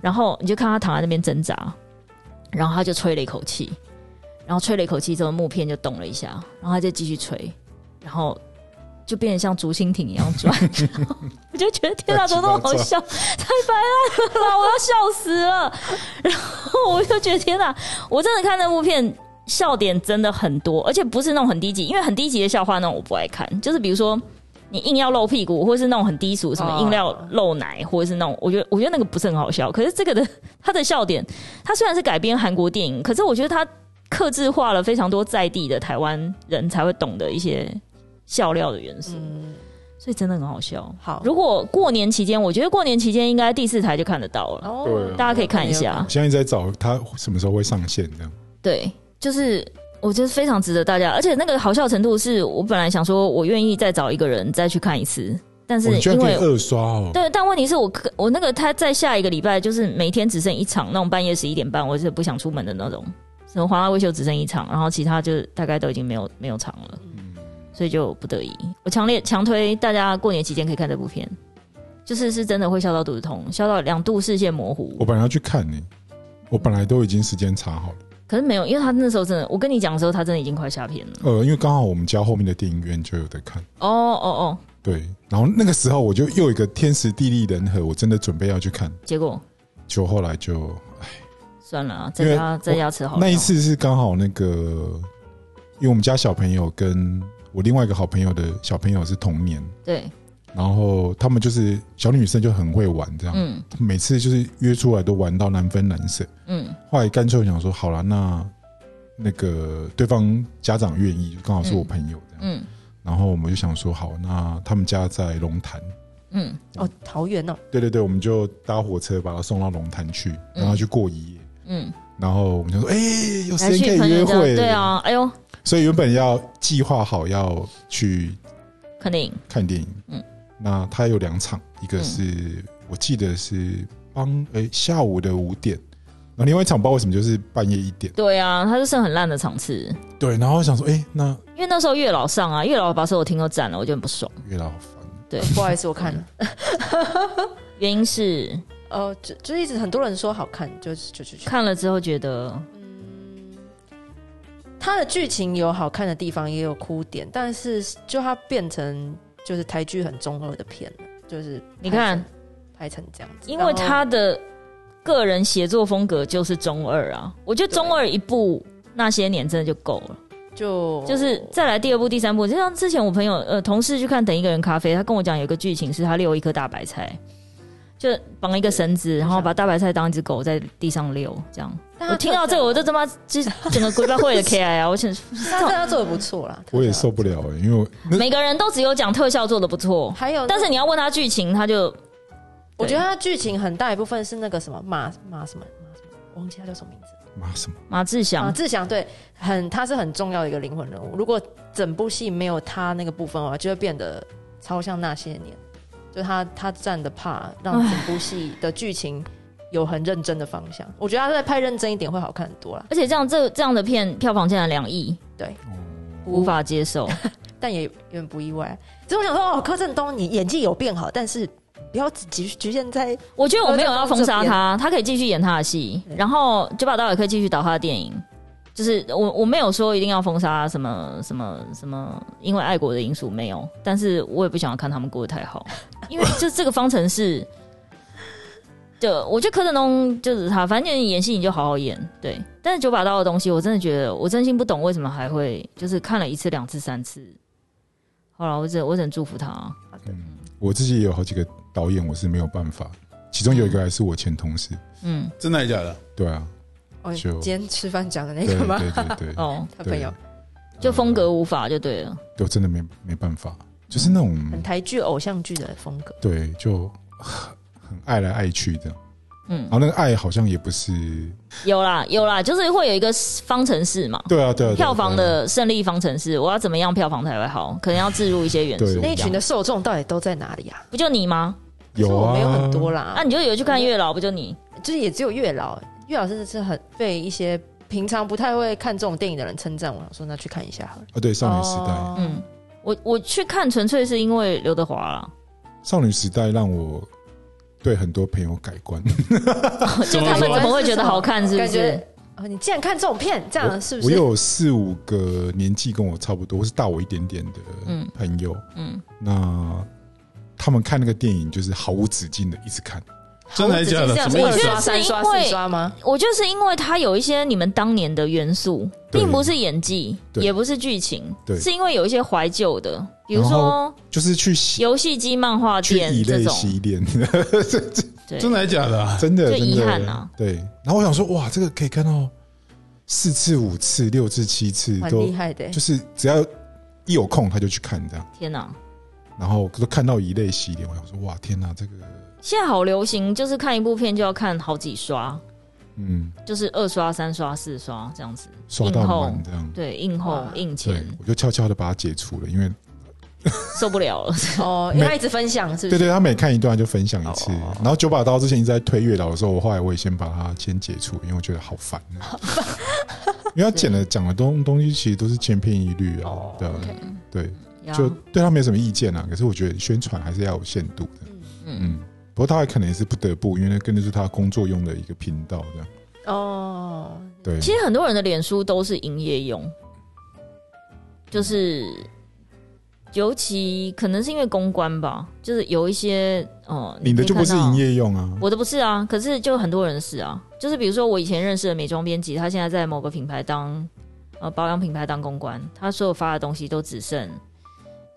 [SPEAKER 3] 然后你就看他躺在那边挣扎，然后他就吹了一口气，然后吹了一口气之后木片就动了一下，然后他就继续吹，然后就变得像竹蜻蜓一样转， 我就觉得天哪，怎么那么好笑，太白烂了啦，我要笑死了。 然后我就觉得天哪，我真的看那部片。笑点真的很多，而且不是那种很低级，因为很低级的笑话那种我不爱看。就是比如说你硬要露屁股，或是那种很低俗什么
[SPEAKER 4] 哦
[SPEAKER 3] 硬要露奶，或者是那种，我觉得我觉得那个不是很好笑。可是这个的它的笑点，它虽然是改编韩国电影，可是我觉得它克制化了非常多在地的台湾人才会懂的一些笑料的元素，
[SPEAKER 4] 嗯，
[SPEAKER 3] 所以真的很好笑。
[SPEAKER 4] 好，
[SPEAKER 3] 如果过年期间，我觉得过年期间应该第四台就看得到了，
[SPEAKER 4] 哦
[SPEAKER 1] 对啊
[SPEAKER 3] 大家可以看一下。
[SPEAKER 1] 我现在在找它什么时候会上线，这样
[SPEAKER 3] 对，就是我觉得非常值得大家，而且那个好笑程度是我本来想说我愿意再找一个人再去看一次，但
[SPEAKER 1] 我
[SPEAKER 3] 是
[SPEAKER 1] 们哦居然
[SPEAKER 3] 因
[SPEAKER 1] 可以
[SPEAKER 3] 为。
[SPEAKER 1] 二刷哦，
[SPEAKER 3] 对，但问题是我可我那个他在下一个礼拜就是每天只剩一场那种半夜十一点半，我是不想出门的那种。什么华纳微秀只剩一场，然后其他就是大概都已经没有没有场了，
[SPEAKER 1] 嗯
[SPEAKER 3] 所以就不得已。我强烈强推大家过年期间可以看这部片，就是是真的会笑到肚子痛，笑到两度视线模糊。
[SPEAKER 1] 我本来要去看呢、我本来都已经时间查好了，
[SPEAKER 3] 可是没有，因为他那时候真的，我跟你讲的时候，他真的已经快下片了。
[SPEAKER 1] 呃，因为刚好我们家后面的电影院就有在看，
[SPEAKER 3] 哦哦哦，
[SPEAKER 1] 对，然后那个时候我就又有一个天时地利人和，我真的准备要去看，
[SPEAKER 3] 结果
[SPEAKER 1] 就后来就
[SPEAKER 3] 算了啊，
[SPEAKER 1] 因
[SPEAKER 3] 在
[SPEAKER 1] 为
[SPEAKER 3] 家在家吃好料。
[SPEAKER 1] 那一次是刚好那个，因为我们家小朋友跟我另外一个好朋友的小朋友是同年，
[SPEAKER 3] 对，
[SPEAKER 1] 然后他们就是小女生就很会玩，这样、
[SPEAKER 3] 嗯
[SPEAKER 1] 每次就是约出来都玩到难分难舍。
[SPEAKER 3] 嗯
[SPEAKER 1] 后来干脆想说，好了，那那个对方家长愿意，就刚好是我朋友这样，
[SPEAKER 3] 嗯
[SPEAKER 1] 然后我们就想说，好，那他们家在龙潭，
[SPEAKER 3] 嗯
[SPEAKER 4] 哦，桃园哦，
[SPEAKER 1] 对对对，我们就搭火车把他送到龙潭去，让他去过一夜。
[SPEAKER 3] 嗯，
[SPEAKER 1] 然后我们就说，哎、有
[SPEAKER 3] 来
[SPEAKER 1] 时
[SPEAKER 3] 去
[SPEAKER 1] 间可
[SPEAKER 3] 朋
[SPEAKER 1] 以约
[SPEAKER 3] 友家，
[SPEAKER 1] 会，
[SPEAKER 3] 对啊，哎呦，
[SPEAKER 1] 所以原本要计划好要去
[SPEAKER 3] 肯定
[SPEAKER 1] 看电影，
[SPEAKER 3] 嗯
[SPEAKER 1] 嗯，那它有两场，一个是、我记得是帮诶、下午的五点，然后另外一场不知道为什么就是半夜一点，
[SPEAKER 3] 对啊，他就剩很烂的场次，
[SPEAKER 1] 对，然后我想说，诶，哎那
[SPEAKER 3] 因为那时候月老上啊，月老把所有厅都占了，我就很不爽。
[SPEAKER 1] 月老好烦，
[SPEAKER 4] 不好意思，我看了。
[SPEAKER 3] 嗯原因是
[SPEAKER 4] 哦，就就一直很多人说好看，就是就去看。
[SPEAKER 3] 看了之后觉得，
[SPEAKER 4] 它的剧情有好看的地方，也有哭点，但是就它变成就是台剧很中二的片了，就是
[SPEAKER 3] 你看，
[SPEAKER 4] 拍成这样子，
[SPEAKER 3] 因为
[SPEAKER 4] 然后
[SPEAKER 3] 他的个人写作风格就是中二啊，我觉得中二一部那些年真的就够了。
[SPEAKER 4] 就
[SPEAKER 3] 就是再来第二部、第三部，就像之前我朋友呃同事去看《等一个人咖啡》，他跟我讲有一个剧情是他遛一颗大白菜，就绑一个绳子，然后把大白菜当一只狗在地上遛，这样。
[SPEAKER 4] 但
[SPEAKER 3] 我
[SPEAKER 4] 他
[SPEAKER 3] 听到这个，我就他妈这整个鬼巴会的 K I 啊！我想
[SPEAKER 4] 但是他做的不错啦，
[SPEAKER 1] 我也受不了、诶，因为我那
[SPEAKER 3] 每个人都只有讲特效做的不错，
[SPEAKER 4] 还有那，
[SPEAKER 3] 但是你要问他剧情，他就
[SPEAKER 4] 我觉得它剧情很大一部分是那个什么马马什么马什么，我忘记他叫什么名字。
[SPEAKER 1] 妈什么
[SPEAKER 3] 马志
[SPEAKER 4] 马
[SPEAKER 3] 祥
[SPEAKER 4] 志祥对，很他是很重要的一个灵魂人物。如果整部戏没有他那个部分的话，就会变得超像那些年。就他他站的怕，让整部戏的剧情有很认真的方向。我觉得他再拍认真一点会好看很多啦，
[SPEAKER 3] 而且这样这这样的片票房竟然两亿，无
[SPEAKER 4] 无法，
[SPEAKER 3] 法接受。
[SPEAKER 4] 但也有点不意外。只是我想说，哦，柯震东你演技有变好，但是不要只局局限在
[SPEAKER 3] 我觉得我没有要封杀他，他可以继续演他的戏，然后九把刀也可以继续导他的电影。就是我我没有说一定要封杀什么什么什么，因为爱国的因素没有，但是我也不想要看他们过得太 好，因为就这个方程式，就我觉得柯震东就是他，反正你演戏你就好好演，对。但是九把刀的东西，我真的觉得我真心不懂为什么还会就是看了一次、两次、三次。好了，我只我只能祝福他、
[SPEAKER 1] 我自己也有好几个导演，我是没有办法，其中有一个还是我前同事，
[SPEAKER 3] 嗯，
[SPEAKER 2] 真的假的？
[SPEAKER 1] 对啊，
[SPEAKER 4] 哦，
[SPEAKER 1] 就
[SPEAKER 4] 今天吃饭讲的那
[SPEAKER 1] 对
[SPEAKER 4] 个
[SPEAKER 1] 对
[SPEAKER 4] 吗？
[SPEAKER 1] 对对，
[SPEAKER 3] 哦，
[SPEAKER 4] 他朋友
[SPEAKER 3] 就风格无法就对了。
[SPEAKER 1] 对我真的没没办法，就是那种
[SPEAKER 4] 很台剧偶像剧的风格，
[SPEAKER 1] 对就很很爱来爱去这样，
[SPEAKER 3] 嗯
[SPEAKER 1] 然，后那个爱好像也不是，
[SPEAKER 3] 有啦有啦，就是会有一个方程式嘛，
[SPEAKER 1] 对啊对啊，对啊
[SPEAKER 3] 票房
[SPEAKER 1] 对啊
[SPEAKER 3] 的胜利方程式，我要怎么样票房才会好？可能要置入一些元素
[SPEAKER 1] 对
[SPEAKER 3] 这样。
[SPEAKER 4] 那一群的受众到底都在哪里啊？
[SPEAKER 3] 不就你吗？
[SPEAKER 4] 可
[SPEAKER 1] 有
[SPEAKER 4] 是我
[SPEAKER 1] 啊，
[SPEAKER 4] 没有很多啦，
[SPEAKER 3] 啊，你就有去看月老，不就你？
[SPEAKER 4] 就是也只有月老，月老真的是很被一些平常不太会看这种电影的人称赞。我想说，那去看一下好了。
[SPEAKER 1] 啊，对，少女时代，
[SPEAKER 4] 哦
[SPEAKER 3] 嗯，我我去看纯粹是因为刘德华啦，
[SPEAKER 1] 少女时代让我对很多朋友改观，
[SPEAKER 3] 就他们怎么会觉得好看？是不
[SPEAKER 4] 感
[SPEAKER 3] 是
[SPEAKER 4] 觉？啊你竟然看这种片， 这样啊是不
[SPEAKER 1] 我
[SPEAKER 4] 是？
[SPEAKER 1] 有四五个年纪跟我差不多，或是大我一点点的
[SPEAKER 3] 嗯
[SPEAKER 1] 朋友，
[SPEAKER 3] 嗯，
[SPEAKER 1] 那他们看那个电影就是毫无止境的一直看，
[SPEAKER 2] 真的还是假的？
[SPEAKER 4] 这样
[SPEAKER 2] 什
[SPEAKER 4] 子
[SPEAKER 2] 么意
[SPEAKER 4] 二
[SPEAKER 2] 思
[SPEAKER 3] 觉
[SPEAKER 2] 啊
[SPEAKER 3] 得
[SPEAKER 4] 刷？
[SPEAKER 3] 是因为
[SPEAKER 4] 三刷四刷吗？
[SPEAKER 3] 我就是因为它有一些你们当年的元素，
[SPEAKER 1] 对
[SPEAKER 3] 并不是演技，
[SPEAKER 1] 对
[SPEAKER 3] 也不是剧情，
[SPEAKER 1] 对
[SPEAKER 3] 是因为有一些怀旧的，比如
[SPEAKER 1] 然
[SPEAKER 3] 说
[SPEAKER 1] 后就是去洗
[SPEAKER 3] 游戏机、漫画
[SPEAKER 1] 去
[SPEAKER 3] 店
[SPEAKER 1] 以
[SPEAKER 3] 这
[SPEAKER 1] 泪
[SPEAKER 3] 种，
[SPEAKER 1] 洗脸，
[SPEAKER 3] 对，
[SPEAKER 2] 真的还是假的啊？
[SPEAKER 1] 真的
[SPEAKER 3] 就
[SPEAKER 1] 真
[SPEAKER 3] 遗
[SPEAKER 1] 的
[SPEAKER 3] 憾啊
[SPEAKER 1] 对，然后我想说，哇，这个可以看到四次、五次、六次、七次
[SPEAKER 4] 蛮
[SPEAKER 1] 都
[SPEAKER 4] 厉，害的欸，
[SPEAKER 1] 就是只要一有空他就去看这样，
[SPEAKER 3] 天哪！
[SPEAKER 1] 然后都看到以泪洗脸，我想说，哇，天哪，这个，
[SPEAKER 3] 现在好流行，就是看一部片就要看好几刷，
[SPEAKER 1] 嗯，
[SPEAKER 3] 就是二刷、三刷、四刷这样子，
[SPEAKER 1] 刷
[SPEAKER 3] 映
[SPEAKER 1] 到
[SPEAKER 3] 后
[SPEAKER 1] 满这样。
[SPEAKER 3] 对，映后
[SPEAKER 4] 哇
[SPEAKER 3] 映
[SPEAKER 1] 对
[SPEAKER 3] 前，
[SPEAKER 1] 我就悄悄的把它解除了，因为
[SPEAKER 3] 受不了了。
[SPEAKER 4] 哦，因为他一直分享，是
[SPEAKER 1] 对
[SPEAKER 4] 不是？
[SPEAKER 1] 对，他每看一段就分享一次。
[SPEAKER 4] 哦
[SPEAKER 1] 然后九把刀之前一直在推月老的时候，我后来我也先把它先解除，因为我觉得好烦、啊。因为他剪了讲的东东西，其实都是千篇一律啊，
[SPEAKER 4] 哦
[SPEAKER 1] 对啊
[SPEAKER 4] OK
[SPEAKER 1] 对，
[SPEAKER 3] 呀
[SPEAKER 1] 就对他没什么意见啊。可是我觉得宣传还是要有限度的，
[SPEAKER 3] 嗯，
[SPEAKER 1] 嗯。不过他可能也是不得不，因为那跟的是他工作用的一个频道这样。
[SPEAKER 4] 哦，
[SPEAKER 1] 对，啊
[SPEAKER 3] 其实很多人的脸书都是营业用，就是尤其可能是因为公关吧，就是有一些哦、呃
[SPEAKER 1] 你的就不是营，
[SPEAKER 3] 可以看
[SPEAKER 1] 业用啊
[SPEAKER 3] 到，我的不是啊，可是就很多人是啊，就是比如说我以前认识的美妆编辑，他现在在某个品牌当呃保养品牌当公关，他所有发的东西都只剩。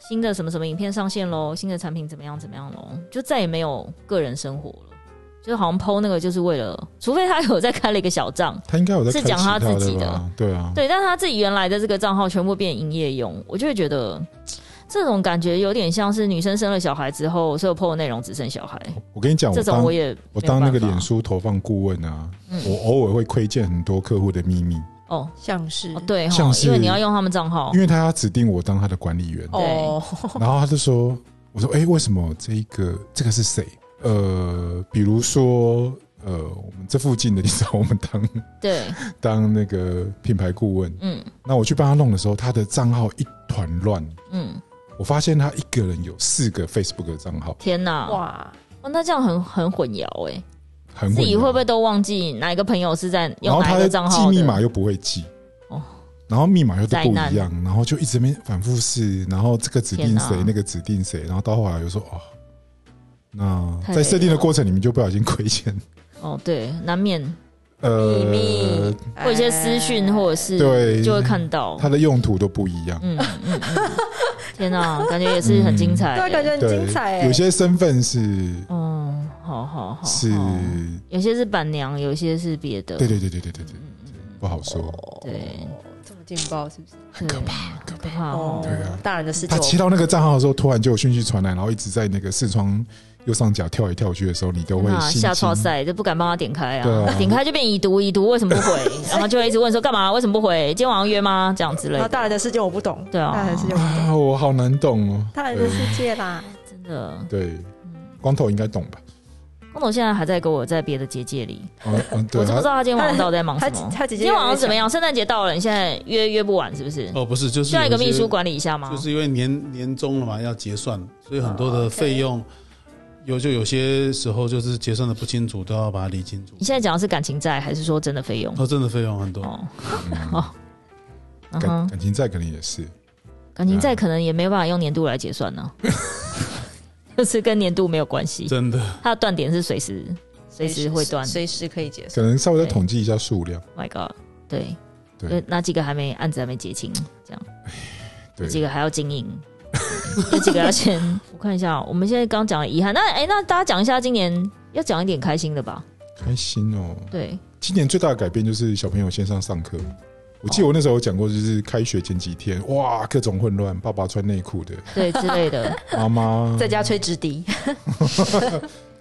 [SPEAKER 3] 新的什么什么影片上线喽，新的产品怎么样怎么样喽，就再也没有个人生活了，就好像 PO 那个就是为了，除非他有在开了一个小账，
[SPEAKER 1] 他应该有在
[SPEAKER 3] 是
[SPEAKER 1] 看
[SPEAKER 3] 讲
[SPEAKER 1] 其
[SPEAKER 3] 他自
[SPEAKER 1] 的
[SPEAKER 3] 己的
[SPEAKER 1] 吧？对啊，
[SPEAKER 3] 对，但是他自己原来的这个账号全部变营业用，我就会觉得嘖这种感觉有点像是女生生了小孩之后，所有 PO 的内容只剩小孩。
[SPEAKER 1] 我跟你讲，
[SPEAKER 3] 这
[SPEAKER 1] 我
[SPEAKER 3] 种
[SPEAKER 1] 当
[SPEAKER 3] 我也
[SPEAKER 1] 我当那个
[SPEAKER 3] 没有办法
[SPEAKER 1] 脸书投放顾问啊，
[SPEAKER 3] 嗯
[SPEAKER 1] 我偶尔会窥见很多客户的秘密，
[SPEAKER 3] 哦
[SPEAKER 4] 像是
[SPEAKER 3] 哦对哈
[SPEAKER 1] 像，是
[SPEAKER 3] 因为你要用他们账号
[SPEAKER 1] 因，为他要指定我当他的管理员，
[SPEAKER 4] 哦，
[SPEAKER 1] 然后他就说：“我说，哎、为什么这一个这个是谁？呃，比如说，呃，我们这附近的，你找我们当
[SPEAKER 3] 对，
[SPEAKER 1] 当那个品牌顾问，
[SPEAKER 3] 嗯
[SPEAKER 1] 那我去帮他弄的时候，他的账号一团乱，
[SPEAKER 3] 嗯，
[SPEAKER 1] 我发现他一个人有四个 Facebook 的账号，
[SPEAKER 3] 天哪，哇，
[SPEAKER 4] 哇，
[SPEAKER 3] 那这样很很混淆哎、
[SPEAKER 1] 很
[SPEAKER 3] 自己
[SPEAKER 1] 混
[SPEAKER 3] 会
[SPEAKER 1] 乱
[SPEAKER 3] 不会都忘记哪一个朋友是在
[SPEAKER 1] 然
[SPEAKER 3] 用
[SPEAKER 1] 后
[SPEAKER 3] 哪
[SPEAKER 1] 他
[SPEAKER 3] 一
[SPEAKER 1] 的
[SPEAKER 3] 个账
[SPEAKER 1] 记
[SPEAKER 3] 号
[SPEAKER 1] 密
[SPEAKER 3] 的？
[SPEAKER 1] 码又不会记，
[SPEAKER 3] 哦
[SPEAKER 1] 然后密码又都不
[SPEAKER 3] 灾
[SPEAKER 1] 一样，然后就一直面反复试，然后这个指定
[SPEAKER 3] 天
[SPEAKER 1] 谁
[SPEAKER 3] 哪，
[SPEAKER 1] 那个指定谁，然后到后来又说哦，那
[SPEAKER 3] 太累了
[SPEAKER 1] 在设定的过程里面就不小心亏 欠，
[SPEAKER 3] 哦，对，难免
[SPEAKER 4] 秘
[SPEAKER 1] 呃
[SPEAKER 4] 密，
[SPEAKER 3] 会有一些私讯或者
[SPEAKER 1] 对
[SPEAKER 3] 是就会看到，
[SPEAKER 1] 它的用途都不一样。
[SPEAKER 3] 嗯嗯嗯， 天哪，感觉也是很精彩、
[SPEAKER 4] 哎，对啊，
[SPEAKER 3] 欸，
[SPEAKER 4] 感觉很精彩
[SPEAKER 1] 对，
[SPEAKER 4] 哎
[SPEAKER 1] 有。些身份是
[SPEAKER 3] 嗯，好好好，
[SPEAKER 1] 是，
[SPEAKER 3] 好有些是板娘，有些是别的，
[SPEAKER 1] 对对对对对对对，不好说，
[SPEAKER 3] 对
[SPEAKER 4] 这么劲爆是不是？
[SPEAKER 1] 很可怕，很可怕。
[SPEAKER 3] 可怕哦。
[SPEAKER 1] 对啊
[SPEAKER 4] 大人的世界
[SPEAKER 1] 他，切到那个账号的时候，突然就有讯息传来，然后一直在那个视窗右上角跳来跳去的时候，你都会
[SPEAKER 3] 那
[SPEAKER 1] 心
[SPEAKER 3] 啊下超
[SPEAKER 1] 惊
[SPEAKER 3] 赛就不敢帮他点开
[SPEAKER 1] 对
[SPEAKER 3] 啊，
[SPEAKER 1] 啊
[SPEAKER 3] 点开就变已读，已读为什么不回？然后就会一直问说干嘛？为什么不回？今天晚上约吗？这样之类
[SPEAKER 4] 然后
[SPEAKER 3] 哦的，
[SPEAKER 4] 大人的世界我不懂，
[SPEAKER 3] 对啊
[SPEAKER 4] 大人的世界我不懂，
[SPEAKER 1] 啊，我好难懂哦。
[SPEAKER 4] 大人的世界啦，
[SPEAKER 3] 真的。
[SPEAKER 1] 对，对
[SPEAKER 3] 嗯
[SPEAKER 1] 光头应该懂吧？
[SPEAKER 3] 光头现在还在跟我在别的结界里，
[SPEAKER 1] 嗯嗯，对
[SPEAKER 3] 我是不知
[SPEAKER 1] 啊，
[SPEAKER 3] 道他今天晚上到底在忙
[SPEAKER 4] 他
[SPEAKER 3] 什
[SPEAKER 4] 他
[SPEAKER 3] 么。
[SPEAKER 4] 他姐姐
[SPEAKER 3] 今天晚上怎么样？圣诞节到了，你现在约约不完是不是？
[SPEAKER 2] 哦，不是，就是
[SPEAKER 3] 需要一个
[SPEAKER 2] 有
[SPEAKER 3] 秘
[SPEAKER 2] 些
[SPEAKER 3] 书管理一下吗
[SPEAKER 2] 就？是因为年年终了嘛，要结算，所以很多
[SPEAKER 3] 哦
[SPEAKER 2] 的费用有就有些时候就是结算的不清楚，都要把它理清楚
[SPEAKER 3] 你。现在讲的是感情债，还是说真的费用？
[SPEAKER 2] 哦，真的费用很多，
[SPEAKER 3] 哦，
[SPEAKER 1] 嗯
[SPEAKER 3] 好，嗯
[SPEAKER 1] 啊感
[SPEAKER 3] 哼，
[SPEAKER 1] 感情债可能也是，
[SPEAKER 3] 感情债可能也没办法用年度来结算呢、就是跟年度没有关系，
[SPEAKER 2] 真的
[SPEAKER 3] 它的断点是随时随时会断。Oh
[SPEAKER 4] 随时可以结束。
[SPEAKER 1] 可能稍微再统计一下数量。
[SPEAKER 3] My God，对，
[SPEAKER 1] 对
[SPEAKER 3] 有哪几个还没案子还没结清，这样有
[SPEAKER 1] 对，
[SPEAKER 3] 几个还要 经营，有几个要先我看一下哦，我们现在刚讲了遗憾，那哎、那大家讲一下今年要讲一点开心的吧？
[SPEAKER 1] 开心哦。
[SPEAKER 3] 对，
[SPEAKER 1] 今年最大的改变就是小朋友线上上课。我记得我那时候有讲过，就是开学前几天，哇，各种混乱，爸爸穿内裤的，
[SPEAKER 3] 对之类的，
[SPEAKER 1] 妈 妈
[SPEAKER 4] 在家吹直 笛，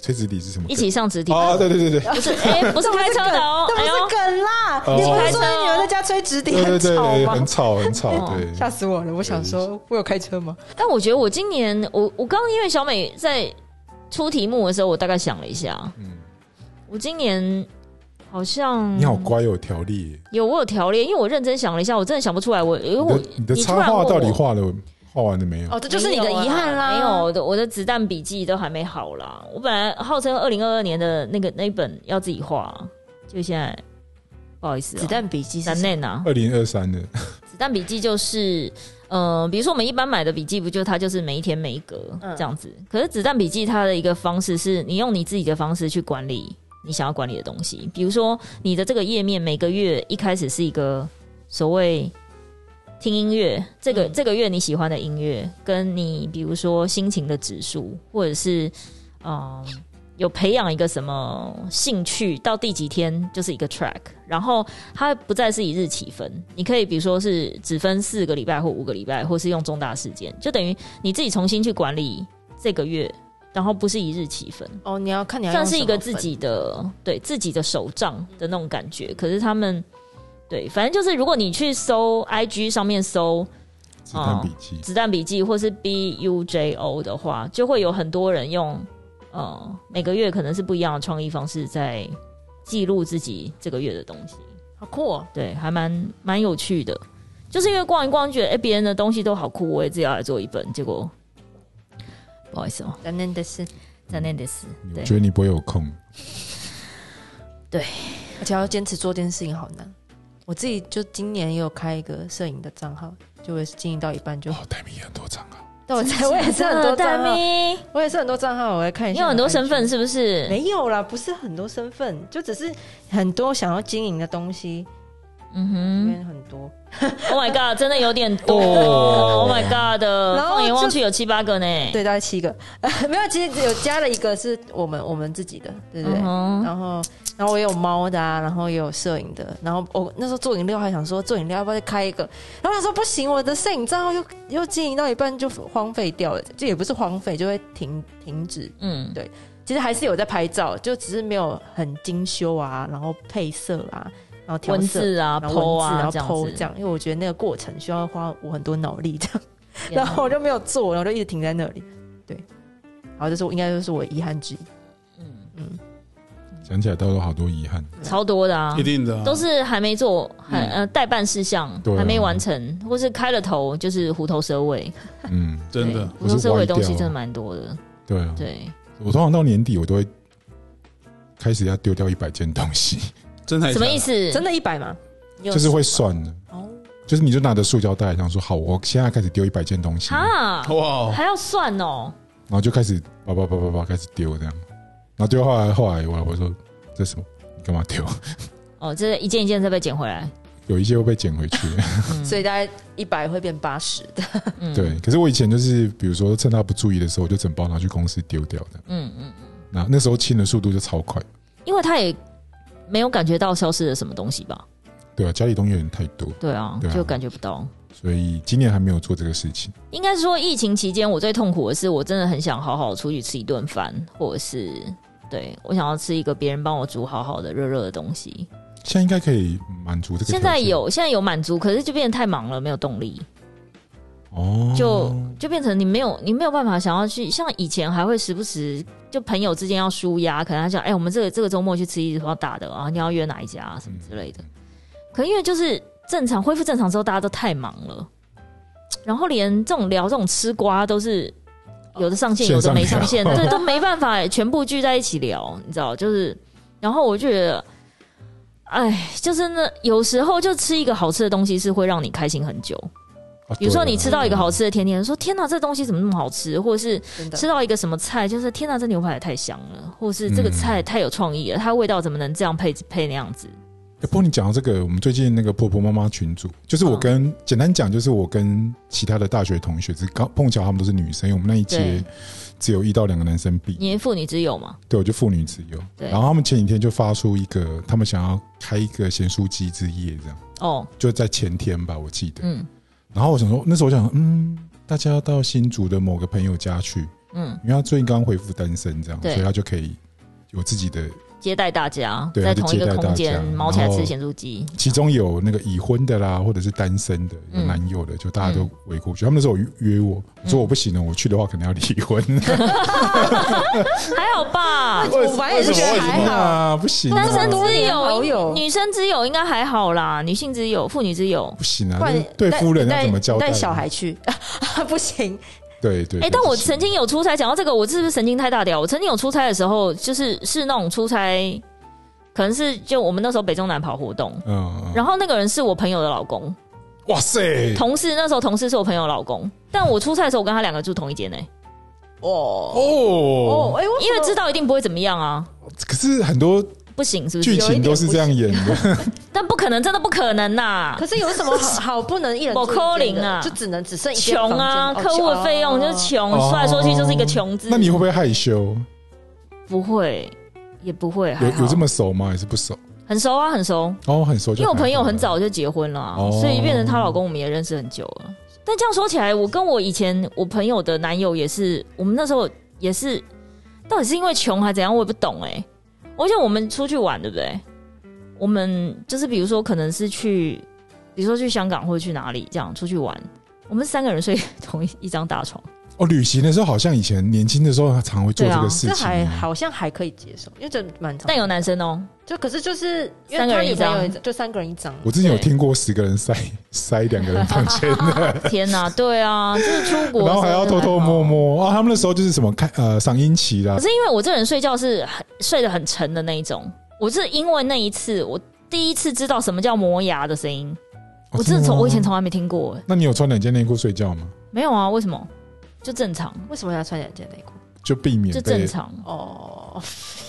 [SPEAKER 1] 吹纸笛是什么
[SPEAKER 3] 一
[SPEAKER 1] 梗？
[SPEAKER 3] 起上直笛，
[SPEAKER 1] 啊，对对对对
[SPEAKER 3] 不是哎、不是开车的哦，
[SPEAKER 4] 那不
[SPEAKER 3] 哎呦，
[SPEAKER 4] 是梗啦！
[SPEAKER 1] 哦
[SPEAKER 4] 你不是说你女儿在家吹直笛
[SPEAKER 1] 对对
[SPEAKER 4] 很吵
[SPEAKER 1] 对，很
[SPEAKER 4] 吗？
[SPEAKER 1] 吵很
[SPEAKER 3] 哦
[SPEAKER 1] 吵，对，
[SPEAKER 4] 吓死我了！我想说，我有开车吗？
[SPEAKER 3] 但我觉得我今年，我我刚刚因为小美在出题目的时候，我大概想了一下，
[SPEAKER 1] 嗯，
[SPEAKER 3] 我今年好像
[SPEAKER 1] 你好乖有条理耶，
[SPEAKER 3] 有我有条列，因为我认真想了一下，我真的想不出来，我因为
[SPEAKER 1] 你
[SPEAKER 3] 我
[SPEAKER 1] 的你的
[SPEAKER 3] 你突
[SPEAKER 1] 插
[SPEAKER 3] 然
[SPEAKER 1] 画
[SPEAKER 3] 问
[SPEAKER 1] 到底
[SPEAKER 3] 我
[SPEAKER 1] 画了画完了没有？
[SPEAKER 4] 哦，这就是你的遗憾啦。
[SPEAKER 3] 没有，我的我的子弹笔记都还没好啦。我本来号称二零二二年的那个那一本要自己画，就现在不好意思、
[SPEAKER 4] 子
[SPEAKER 3] 哦，
[SPEAKER 4] 弹笔记是
[SPEAKER 3] 难
[SPEAKER 4] 什么
[SPEAKER 3] 内呢？
[SPEAKER 1] 二零二三的，
[SPEAKER 3] 子弹笔记就是，嗯、比如说我们一般买的笔记，不就它就是每一天每一格
[SPEAKER 4] 嗯
[SPEAKER 3] 这样子？可是子弹笔记它的一个方式是，你用你自己的方式去管理你想要管理的东西。比如说你的这个页面，每个月一开始是一个所谓听音乐，这个、
[SPEAKER 4] 嗯
[SPEAKER 3] 这个月你喜欢的音乐，跟你比如说心情的指数，或者是嗯、有培养一个什么兴趣，到第几天就是一个 track，然后它不再是以日起分，你可以比如说是只分四个礼拜或五个礼拜，或是用重大事件，就等于你自己重新去管理这个月，然后不是以日起分，
[SPEAKER 4] 哦，你要看你要用
[SPEAKER 3] 算是一个
[SPEAKER 4] 什
[SPEAKER 3] 自
[SPEAKER 4] 么
[SPEAKER 3] 己的对自己的手账的那种感觉。可是他们对，反正就是如果你去搜 IG 上面搜
[SPEAKER 1] 子弹笔记，
[SPEAKER 3] 《子弹笔记》或是 B U J O 的话，就会有很多人用，呃，每个月可能是不一样的创意方式在记录自己这个月的东西。
[SPEAKER 4] 分，好酷哦！
[SPEAKER 3] 对，还蛮蛮有趣的。就是因为逛一逛，觉得哎，别、人的东西都好酷，我也自己要来做一本。结果不好意思哦、
[SPEAKER 4] 咱念的是，
[SPEAKER 3] 残念的是，
[SPEAKER 1] 我
[SPEAKER 3] 对
[SPEAKER 1] 觉得你不会有空。哦
[SPEAKER 4] 而且要坚持做这件事情好难。我自己就今年也有开一个摄影的账号，就我经营到一半就，
[SPEAKER 1] 哦，戴明也很多张啊，
[SPEAKER 4] 但我 才我也是很多哦账号，
[SPEAKER 3] 咪，
[SPEAKER 4] 我也是很多账号，我来看一
[SPEAKER 3] 你
[SPEAKER 4] 下。
[SPEAKER 3] 有很多身份是不
[SPEAKER 4] 我
[SPEAKER 3] 是？
[SPEAKER 4] 的 IG？没有啦，不是很多身份，就只是很多想要经营的东西，里
[SPEAKER 3] 嗯
[SPEAKER 4] 面很多。
[SPEAKER 3] 哼，Oh my god，真的有点多
[SPEAKER 1] 哦
[SPEAKER 3] ，Oh my god，
[SPEAKER 4] 然后
[SPEAKER 3] 放眼望
[SPEAKER 4] 就
[SPEAKER 3] 去有七八个呢。
[SPEAKER 4] 对，大概七个， 没有，其实有加了一个是我们我们自己的，对不对？
[SPEAKER 3] 嗯哼，
[SPEAKER 4] 然后，然后我也有猫的啊，然后也有摄影的，然后我那时候做饮料还想说做饮料要不要再开一个，然后他说不行，我的摄影账号又又经营到一半就荒废掉了，这也不是荒废，就会停停止。
[SPEAKER 3] 嗯，
[SPEAKER 4] 其实还是有在拍照，就只是没有很精修啊，然后配色啊，然后调
[SPEAKER 3] 文
[SPEAKER 4] 色。
[SPEAKER 3] 字啊
[SPEAKER 4] 然后
[SPEAKER 3] ，PO
[SPEAKER 4] 文字，
[SPEAKER 3] 啊，
[SPEAKER 4] 然
[SPEAKER 3] 这样
[SPEAKER 4] 后 PO 这
[SPEAKER 3] 子，
[SPEAKER 4] 样，因为我觉得那个过程需要花我很多脑力这样，
[SPEAKER 3] 天
[SPEAKER 4] 然
[SPEAKER 3] 哪
[SPEAKER 4] 后我就没有做，然后就一直停在那里。对，然后这是我应该就是我的遗憾之一。
[SPEAKER 3] 嗯
[SPEAKER 4] 嗯，
[SPEAKER 1] 想起来都有好多遗憾。
[SPEAKER 3] 超多的啊
[SPEAKER 2] 一，定的啊
[SPEAKER 3] 都是还没做，还呃代办事项
[SPEAKER 1] 嗯对啊
[SPEAKER 3] 还没完成，或是开了头就是虎头蛇尾，
[SPEAKER 1] 嗯，
[SPEAKER 2] 真的
[SPEAKER 3] 对。虎头蛇尾的东
[SPEAKER 1] 我是歪掉
[SPEAKER 3] 西
[SPEAKER 1] 了
[SPEAKER 3] 真的蛮多的，
[SPEAKER 1] 对啊，
[SPEAKER 3] 对，
[SPEAKER 1] 我通常到年底我都会开始要丢掉一百件东西，
[SPEAKER 2] 真的
[SPEAKER 3] 什么意？思？
[SPEAKER 4] 真的一百吗？你有
[SPEAKER 1] 就是会
[SPEAKER 4] 数吗
[SPEAKER 1] 算的，
[SPEAKER 4] 哦，
[SPEAKER 1] 就是你就拿着塑胶袋，想说好，我现在开始丢一百件东西，然
[SPEAKER 3] 哈，
[SPEAKER 2] 哇，
[SPEAKER 3] 还要算哦，
[SPEAKER 1] 后就开始叭叭叭叭叭开始丢这样，然后丢后来后来我老婆说这是什么？你干嘛丢？
[SPEAKER 3] 哦，这一件一件再被捡回来，
[SPEAKER 1] 有一些会被捡回去。
[SPEAKER 3] 嗯
[SPEAKER 4] 所以大概一百会变八十的。
[SPEAKER 3] 嗯
[SPEAKER 1] 对，可是我以前就是，比如说趁他不注意的时候，我就整包拿去公司丢掉的。
[SPEAKER 3] 嗯嗯，嗯
[SPEAKER 1] 那那时候清的速度就超快。
[SPEAKER 3] 因为他也没有感觉到消失了什么东西吧？
[SPEAKER 1] 对啊，家里东西有点太多，
[SPEAKER 3] 对啊
[SPEAKER 1] 对，啊
[SPEAKER 3] 就感觉不到。
[SPEAKER 1] 所以今年还没有做这个事情。
[SPEAKER 3] 应该说，疫情期间我最痛苦的是，我真的很想好好出去吃一顿饭，或者是对我想要吃一个别人帮我煮好好的热热的东西。
[SPEAKER 1] 现在应该可以满足这个条件。
[SPEAKER 3] 现在有，现在有满足，可是就变得太忙了，没有动力，
[SPEAKER 1] 哦，
[SPEAKER 3] 就就变成你没有你没有办法想要去，像以前还会时不时就朋友之间要舒压，可能他想，哎、我们这个这个周末去吃一桌大的啊，你要约哪一家、啊、什么之类的。
[SPEAKER 1] 嗯
[SPEAKER 3] 可因为就是正常恢复正常之后，大家都太忙了，然后连这种聊这种吃瓜都是有的上线，
[SPEAKER 1] 线
[SPEAKER 3] 有的没
[SPEAKER 1] 上
[SPEAKER 3] 上
[SPEAKER 1] 聊
[SPEAKER 3] 线，对， 都没办法全部聚在一起聊，你知道？就是，然后我就觉得，哎，就是那有时候就吃一个好吃的东西是会让你开心很久。
[SPEAKER 1] 啊
[SPEAKER 3] 比如说你吃到一个好
[SPEAKER 1] 对啊
[SPEAKER 3] 吃的甜点，说天哪，这东西怎么那么好吃？或者是
[SPEAKER 4] 真的
[SPEAKER 3] 吃到一个什么菜，就是天哪，这牛排也太香了，或是这个
[SPEAKER 1] 嗯
[SPEAKER 3] 菜太有创意了，它味道怎么能这样配配那样子？
[SPEAKER 1] 欸不过你讲到这个，我们最近那个婆婆妈妈群组，就是
[SPEAKER 3] 嗯
[SPEAKER 1] 我跟、简单讲，就是我跟其他的大学同学，只是刚碰巧他们都是女生，因为我们那一届
[SPEAKER 3] 对
[SPEAKER 1] 只有一到两个男生毕业，
[SPEAKER 3] 你是妇女之友嘛？
[SPEAKER 1] 对，我就妇女之友。
[SPEAKER 3] 对
[SPEAKER 1] 然后他们前几天就发出一个，他们想要开一个咸酥鸡之夜，这样
[SPEAKER 3] 哦，
[SPEAKER 1] 就在前天吧，我记得。
[SPEAKER 3] 嗯
[SPEAKER 1] 然后我想说，那时候我想，嗯，大家要到新竹的某个朋友家去，
[SPEAKER 3] 嗯，
[SPEAKER 1] 因为他最近刚恢复单身，这样，所
[SPEAKER 3] 对
[SPEAKER 1] 以他就可以有自己的。
[SPEAKER 3] 接待大家，
[SPEAKER 1] 对
[SPEAKER 3] 在
[SPEAKER 1] 就
[SPEAKER 3] 同一
[SPEAKER 1] 接
[SPEAKER 3] 个
[SPEAKER 1] 待大
[SPEAKER 3] 空间
[SPEAKER 1] 家
[SPEAKER 3] 毛起来
[SPEAKER 1] 然后
[SPEAKER 3] 吃咸猪鸡，
[SPEAKER 1] 其中有那个已婚的啦，或者是单身的，有
[SPEAKER 3] 嗯
[SPEAKER 1] 男友的，就大家都围过去。他们那时候有约我，我说我不行了，我去的话可能要离婚。 哦
[SPEAKER 3] 还好吧？
[SPEAKER 4] 我反正也是觉得还好，
[SPEAKER 1] 啊，不行啊，
[SPEAKER 3] 哦单身
[SPEAKER 4] 多
[SPEAKER 3] 之
[SPEAKER 4] 年好
[SPEAKER 3] 友、
[SPEAKER 4] 友
[SPEAKER 3] 女生之友应该还好啦，女性之友、妇女之友。
[SPEAKER 1] 不行
[SPEAKER 4] 不
[SPEAKER 1] 啊
[SPEAKER 4] 然，
[SPEAKER 1] 对
[SPEAKER 4] 带
[SPEAKER 1] 夫人要
[SPEAKER 4] 带
[SPEAKER 1] 怎么交代？啊
[SPEAKER 4] 带小，孩去 不行，
[SPEAKER 1] 对对。
[SPEAKER 3] 哎、
[SPEAKER 1] 对
[SPEAKER 3] 但我
[SPEAKER 1] 不行
[SPEAKER 3] 曾经有出差，讲到这个，我是不是神经太大条？我曾经有出差的时候，就是是那种出差，可能是就我们那时候北中南跑活动，
[SPEAKER 1] 嗯，
[SPEAKER 3] 然后那个人是我朋友的老公，
[SPEAKER 1] 哇塞，
[SPEAKER 3] 同事那时候同事是我朋友的老公，但我出差的时候我跟他两个住同一间呢、
[SPEAKER 4] 哦
[SPEAKER 1] 哦，
[SPEAKER 4] 哦，哎，
[SPEAKER 3] 因为知
[SPEAKER 4] 道
[SPEAKER 3] 道一定不会怎么样啊，
[SPEAKER 1] 可是很多
[SPEAKER 3] 不行是不
[SPEAKER 1] 剧
[SPEAKER 3] 是？
[SPEAKER 1] 情都是这样演的，
[SPEAKER 3] 但不可能，真的不可能啊呐、
[SPEAKER 4] 可是有什么好好不能一人
[SPEAKER 3] 不
[SPEAKER 4] 住一间
[SPEAKER 3] 可能
[SPEAKER 4] 的
[SPEAKER 3] 啊
[SPEAKER 4] 就只能只剩一间
[SPEAKER 3] 穷啊，
[SPEAKER 4] 房间哦
[SPEAKER 3] 客户的费用就是
[SPEAKER 4] 哦
[SPEAKER 3] 穷，说来说去就是一个穷字。
[SPEAKER 1] 那你会不会害羞？
[SPEAKER 3] 不会，也不会，
[SPEAKER 1] 有
[SPEAKER 3] 还好
[SPEAKER 1] 有这么熟吗？还是不熟？
[SPEAKER 3] 很熟啊，很熟。
[SPEAKER 1] 哦，很熟，就
[SPEAKER 3] 因为我
[SPEAKER 1] 还好
[SPEAKER 3] 朋友很早就结婚了啊、
[SPEAKER 1] 哦
[SPEAKER 3] 所以变成她老公我们也认识很久了。但这样说起来，我跟我以前我朋友的男友也是，我们那时候也是，到底是因为穷还怎样，我也不懂哎、而且我们出去玩，对不对？我们就是比如说，可能是去，比如说去香港或者去哪里这样出去玩，我们三个人睡同一一张大床，
[SPEAKER 1] 哦，旅行的时候好像以前年轻的时候常会做
[SPEAKER 3] 对啊
[SPEAKER 1] 这个事
[SPEAKER 4] 这
[SPEAKER 1] 情，
[SPEAKER 4] 还好像还可以接受，因为这蛮长。
[SPEAKER 3] 但有男生哦、
[SPEAKER 4] 就可是就是因为
[SPEAKER 3] 三个人一张
[SPEAKER 4] 他女朋友也就三个人一张。啊
[SPEAKER 1] 我之前有
[SPEAKER 3] 对
[SPEAKER 1] 听过十个人塞塞两个人 房间的，
[SPEAKER 3] 天哪，对啊，就是出国，
[SPEAKER 1] 然后还要偷偷
[SPEAKER 3] 哦
[SPEAKER 1] 摸。摸啊。他们那时候就是什么看呃赏樱期啦
[SPEAKER 3] 可，是因为我这个人睡觉是很睡得很沉的那一种，我是因为那一次，我第一次知道什么叫磨牙的声音，
[SPEAKER 1] 哦
[SPEAKER 3] 我真的从
[SPEAKER 1] 吗
[SPEAKER 3] 我以前从来没听过、欸，
[SPEAKER 1] 那你有穿两件内裤睡觉吗？
[SPEAKER 3] 没有啊，为什么？就正常，
[SPEAKER 4] 为什么要穿两件内裤？
[SPEAKER 1] 就避免
[SPEAKER 3] 就正
[SPEAKER 1] 被
[SPEAKER 3] 常，
[SPEAKER 4] 哦，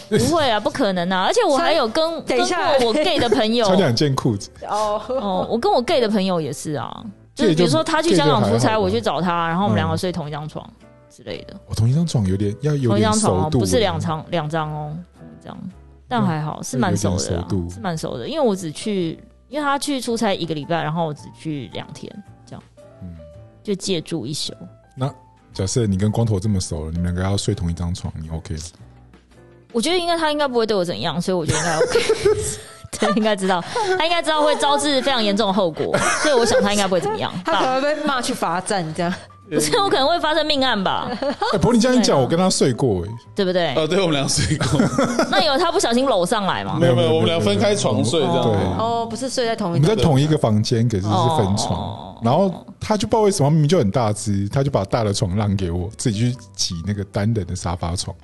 [SPEAKER 3] 不会啊，不可能啊！而且我还有跟跟
[SPEAKER 4] 等一
[SPEAKER 3] 过
[SPEAKER 4] 下
[SPEAKER 3] 我 gay 的朋 友
[SPEAKER 1] 穿，两件裤子，
[SPEAKER 4] 哦，
[SPEAKER 3] 哦，我跟我 gay 的朋友也是啊，就
[SPEAKER 1] 这
[SPEAKER 3] 是比
[SPEAKER 1] 就
[SPEAKER 3] 如说他去
[SPEAKER 1] gay
[SPEAKER 3] 香港
[SPEAKER 1] 就还
[SPEAKER 3] 出差，
[SPEAKER 1] 好吧
[SPEAKER 3] 我去找他，然后我们两个
[SPEAKER 1] 嗯
[SPEAKER 3] 睡同一张床之类的，
[SPEAKER 1] 我同一张床有点要有
[SPEAKER 3] 同一
[SPEAKER 1] 点
[SPEAKER 3] 张床
[SPEAKER 1] 熟
[SPEAKER 3] 哦，
[SPEAKER 1] 度，嗯
[SPEAKER 3] 不是两张两张哦，同一张，但还好是蛮熟的
[SPEAKER 1] 有点
[SPEAKER 3] 啊
[SPEAKER 1] 熟度，
[SPEAKER 3] 是蛮熟的，因为我只去，因为他去出差一个礼拜，然后我只去两天，这样
[SPEAKER 1] 嗯。
[SPEAKER 3] 就借住一宿。
[SPEAKER 1] 假设你跟光头这么熟了，你们两个要睡同一张床，你 OK 吗？
[SPEAKER 3] 我觉得应该他应该不会对我怎样，所以我觉得应 该 OK。他应该知道，他应该知道会招致非常严重的后果，所以我想他应该不会怎么样
[SPEAKER 4] 他可
[SPEAKER 3] 吧？
[SPEAKER 4] 能被骂去罚站这样。
[SPEAKER 3] 不是，我可能会发生命案吧？
[SPEAKER 1] 哎，不过你这样一
[SPEAKER 3] 对
[SPEAKER 1] 讲，
[SPEAKER 3] 啊
[SPEAKER 1] 我跟他睡过哎，
[SPEAKER 3] 对 不对？
[SPEAKER 2] 呃，对我们俩睡
[SPEAKER 3] 哦
[SPEAKER 2] 过，
[SPEAKER 3] 那有他不小心搂上来吗？
[SPEAKER 2] 没有没有，我们俩分开床睡这
[SPEAKER 1] 对
[SPEAKER 2] 样。
[SPEAKER 4] 哦，不是睡在同
[SPEAKER 1] 我
[SPEAKER 4] 一
[SPEAKER 1] 们在
[SPEAKER 4] 张。
[SPEAKER 1] 同一个房间，可是是分
[SPEAKER 3] 哦
[SPEAKER 1] 床。然后他就不知道为什么，明明就很大只，他就把大的床让给我，自己去挤那个单人的沙发床。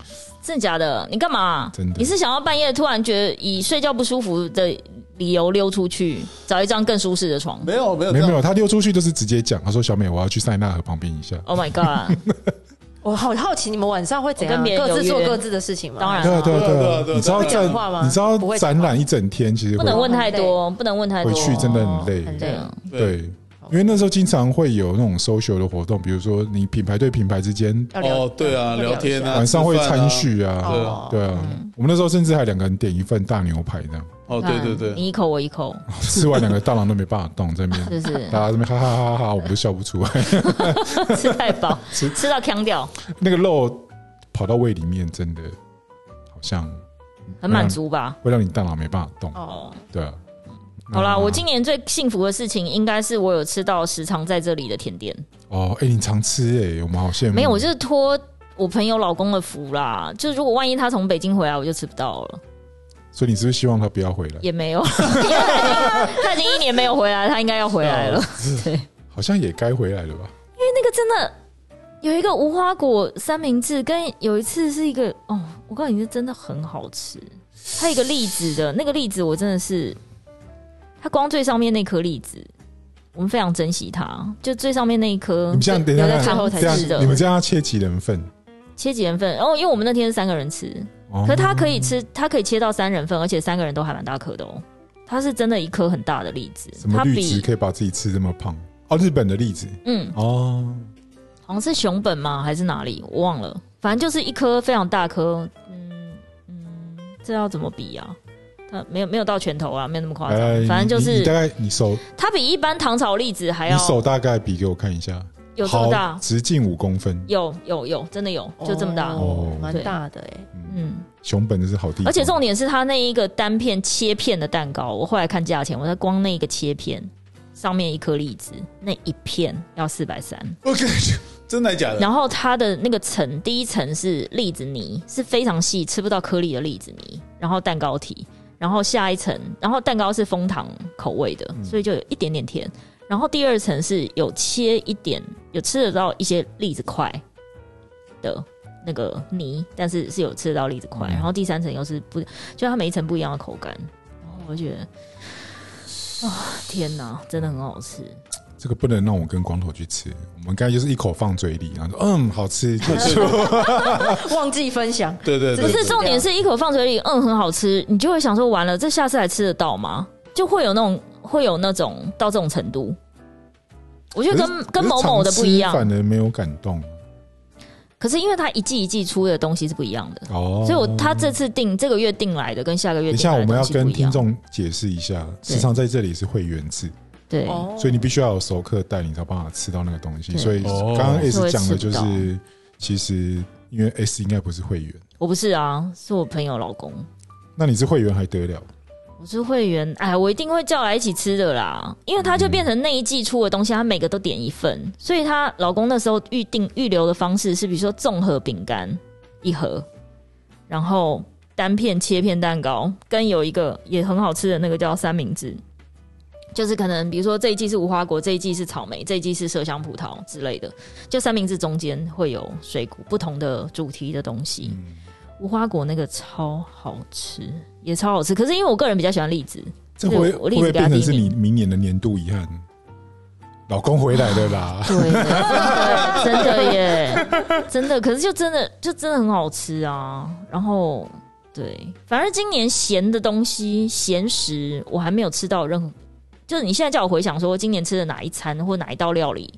[SPEAKER 3] 真的假的？你干嘛、
[SPEAKER 1] 真的
[SPEAKER 3] 你是想要半夜突然觉得以睡觉不舒服的理由溜出去，找一张更舒适的床
[SPEAKER 2] 没有没有
[SPEAKER 1] 没有
[SPEAKER 2] 这样
[SPEAKER 1] 没有，他溜出去就是直接讲，他说：“小美，我要去塞纳河旁边一下。
[SPEAKER 3] ？Oh my god！
[SPEAKER 4] 我好好奇你们晚上会怎样啊
[SPEAKER 3] 我跟别人有
[SPEAKER 4] 各自做
[SPEAKER 3] 约
[SPEAKER 4] 各自的事情吗？
[SPEAKER 3] 当然
[SPEAKER 1] 对啊”对啊
[SPEAKER 2] 对啊
[SPEAKER 1] 对
[SPEAKER 2] 对啊
[SPEAKER 1] 啊
[SPEAKER 2] 对，啊
[SPEAKER 1] 你知道
[SPEAKER 2] 会
[SPEAKER 4] 讲话
[SPEAKER 1] 展
[SPEAKER 4] 吗
[SPEAKER 1] 你知道
[SPEAKER 4] 不会讲
[SPEAKER 1] 展
[SPEAKER 4] 话
[SPEAKER 1] 览一整天，其实
[SPEAKER 3] 不
[SPEAKER 1] 会
[SPEAKER 3] 能问太多，不能问太多。
[SPEAKER 1] 回去真的很累
[SPEAKER 4] 很
[SPEAKER 3] 对
[SPEAKER 4] 累。
[SPEAKER 3] 啊，
[SPEAKER 1] 对，因为那时候经常会有那种 social 的活动，比如说你品牌对品牌之间
[SPEAKER 4] 要聊
[SPEAKER 2] 哦，对啊，
[SPEAKER 4] 要
[SPEAKER 2] 聊
[SPEAKER 4] 一
[SPEAKER 2] 天
[SPEAKER 4] 下
[SPEAKER 2] 啊，
[SPEAKER 1] 晚上会
[SPEAKER 2] 吃饭
[SPEAKER 1] 餐
[SPEAKER 2] 啊。
[SPEAKER 1] 叙
[SPEAKER 2] 对
[SPEAKER 1] 啊，
[SPEAKER 2] 啊
[SPEAKER 1] 对啊，我们那时候甚至还两个人点一份大牛排这样，
[SPEAKER 2] 哦，对对对，
[SPEAKER 3] 你一口我一口，
[SPEAKER 1] 吃完两个大郎都没办法动，在那边
[SPEAKER 3] 就是
[SPEAKER 1] 大家这边哈哈哈哈哈，我们都笑不出来，
[SPEAKER 3] 吃太饱，吃到腔掉，
[SPEAKER 1] 那个肉跑到胃里面，真的好像
[SPEAKER 3] 很满足吧？
[SPEAKER 1] 会让你大脑没办法动，
[SPEAKER 4] 哦，
[SPEAKER 1] 对啊。
[SPEAKER 3] 好啦，
[SPEAKER 1] 那
[SPEAKER 3] 我今年最幸福的事情应该是我有吃到时常在这里的甜点。
[SPEAKER 1] 哦，哎、你常吃哎、我们好羡慕。
[SPEAKER 3] 没有，我就是托我朋友老公的福啦。就如果万一他从北京回来，我就吃不到了。
[SPEAKER 1] 所以你是不是希望他不要回来？
[SPEAKER 3] 也没有，因为他已经他已经一年没有回来，他应该要回来
[SPEAKER 1] 哦
[SPEAKER 3] 了。对，那
[SPEAKER 1] 好像也该回来了吧？
[SPEAKER 3] 个真的有一个无花果三明治，跟有一次是一个哦，我告诉你，是真的很好吃。它有一个栗子的那个栗子，我真的是，它光最上面那颗栗子，我们非常珍惜它。就最上面那一颗，
[SPEAKER 1] 你们这样等一下
[SPEAKER 3] 有
[SPEAKER 1] 等
[SPEAKER 3] 在
[SPEAKER 1] 一下
[SPEAKER 3] 最后才
[SPEAKER 1] 这
[SPEAKER 3] 吃的
[SPEAKER 1] 样，你们这样要切几人份？
[SPEAKER 3] 切几人份？然、后因为我们那天是三个人吃，
[SPEAKER 1] 哦
[SPEAKER 3] 可是它可以吃，它可以切到三人份，而且三个人都还蛮大颗的哦。它是真的一颗很大的栗子
[SPEAKER 1] 什，么
[SPEAKER 3] 它
[SPEAKER 1] 栗子
[SPEAKER 3] 比
[SPEAKER 1] 可以把自己吃这么胖？哦，日本的栗子
[SPEAKER 3] 嗯，
[SPEAKER 1] 哦，
[SPEAKER 3] 好像是熊本吗？还是哪里？我忘了，反正就是一颗非常大颗，嗯嗯，这要怎么比啊？它没有没有到拳头啊，没有那么夸张
[SPEAKER 1] 哎，
[SPEAKER 3] 反正就
[SPEAKER 1] 你你大
[SPEAKER 3] 是
[SPEAKER 1] 概你手
[SPEAKER 3] 它比一般糖炒栗子还
[SPEAKER 1] 你
[SPEAKER 3] 要
[SPEAKER 1] 手大概比给我看一下，
[SPEAKER 3] 有这么
[SPEAKER 1] 好
[SPEAKER 3] 大，
[SPEAKER 1] 直径五公分，
[SPEAKER 3] 有有有，真的有，就这么大，
[SPEAKER 1] 哦
[SPEAKER 4] 蛮
[SPEAKER 3] 对
[SPEAKER 4] 大的哎。
[SPEAKER 1] 嗯，
[SPEAKER 3] 嗯。
[SPEAKER 1] 熊本真是好地方，
[SPEAKER 3] 而且重点是它那一个单片切片的蛋糕，我后来看价钱，我在光那一个切片上面一颗栗子那一片要四百三，
[SPEAKER 2] 我感觉 真的假的？
[SPEAKER 3] 然后它的那个层第一层是栗子泥，是非常细吃不到颗粒的栗子泥，然后蛋糕体，然后下一层，然后蛋糕是枫糖口味的，
[SPEAKER 2] 嗯
[SPEAKER 3] 所以就有一点点甜。然后第二层是有切一点，有吃得到一些栗子块的那个泥，但是是有吃得到栗子块，
[SPEAKER 1] 嗯
[SPEAKER 3] 然后第三层又是不，就它每一层不一样的口感，然后我就觉得，啊、天哪，真的很好吃，
[SPEAKER 1] 这个不能让我跟光头去吃，我们刚才就是一口放嘴里，然后说嗯好 吃，就
[SPEAKER 2] 对对
[SPEAKER 4] 忘记分享，
[SPEAKER 2] 对对对，
[SPEAKER 4] 不
[SPEAKER 3] 不是
[SPEAKER 4] 对
[SPEAKER 3] 重点是一口放嘴里，嗯，很好吃，你就会想说完了，这下次还吃得到吗？就会有那种会有那种到这种程度，我觉得
[SPEAKER 1] 可
[SPEAKER 3] 跟
[SPEAKER 1] 是
[SPEAKER 3] 跟某某的不一样
[SPEAKER 1] 可是，常吃反而没有感动啊
[SPEAKER 3] 可是因为它一季一季出的东西是不一样的，
[SPEAKER 1] 哦。
[SPEAKER 3] 所以我他这次定这个月定来的跟下个月
[SPEAKER 1] 等一
[SPEAKER 3] 定
[SPEAKER 1] 下我
[SPEAKER 3] 来的
[SPEAKER 1] 们
[SPEAKER 3] 东
[SPEAKER 1] 要
[SPEAKER 3] 西不
[SPEAKER 1] 跟
[SPEAKER 3] 一
[SPEAKER 1] 听
[SPEAKER 3] 样。
[SPEAKER 1] 众解释一下，
[SPEAKER 3] 对
[SPEAKER 1] 时常在这里是会员制，
[SPEAKER 3] 对，
[SPEAKER 4] 哦
[SPEAKER 1] 所以你必须要有熟客带你才有办法吃到那个东西。
[SPEAKER 3] 对
[SPEAKER 1] 所以
[SPEAKER 2] 哦
[SPEAKER 1] 刚刚 S 讲的就
[SPEAKER 3] 所以会
[SPEAKER 1] 是，其实因为 S 应该不是会员，
[SPEAKER 3] 我不是啊，是我朋友老公，
[SPEAKER 1] 那你是会员还得了？
[SPEAKER 3] 我是会员，哎，我一定会叫来一起吃的啦，因为他就变成那一季出的东西，他每个都点一份，所以她老公那时候预定预留的方式是，比如说综合饼干一盒，然后单片切片蛋糕，跟有一个也很好吃的那个叫三明治。就是可能，比如说这一季是无花果，这一季是草莓，这一季是麝香葡萄之类的。就三明治中间会有水果，不同的主题的东西。
[SPEAKER 1] 嗯，
[SPEAKER 3] 无花果那个超好吃，也超好吃。可是因为我个人比较喜欢栗子，
[SPEAKER 1] 这会
[SPEAKER 3] 对我
[SPEAKER 1] 会
[SPEAKER 3] 立
[SPEAKER 1] 不
[SPEAKER 3] 即
[SPEAKER 1] 会
[SPEAKER 3] 给他
[SPEAKER 1] 变成是
[SPEAKER 3] 第一
[SPEAKER 1] 你
[SPEAKER 3] 名
[SPEAKER 1] 明年的年度遗憾？老公回来了 啦，
[SPEAKER 3] 对，真的真的耶，真的。可是就真的就真的很好吃啊。然后对，反正今年咸的东西咸食我还没有吃到任何，就是你现在叫我回想说今年吃的哪一餐或哪一道料理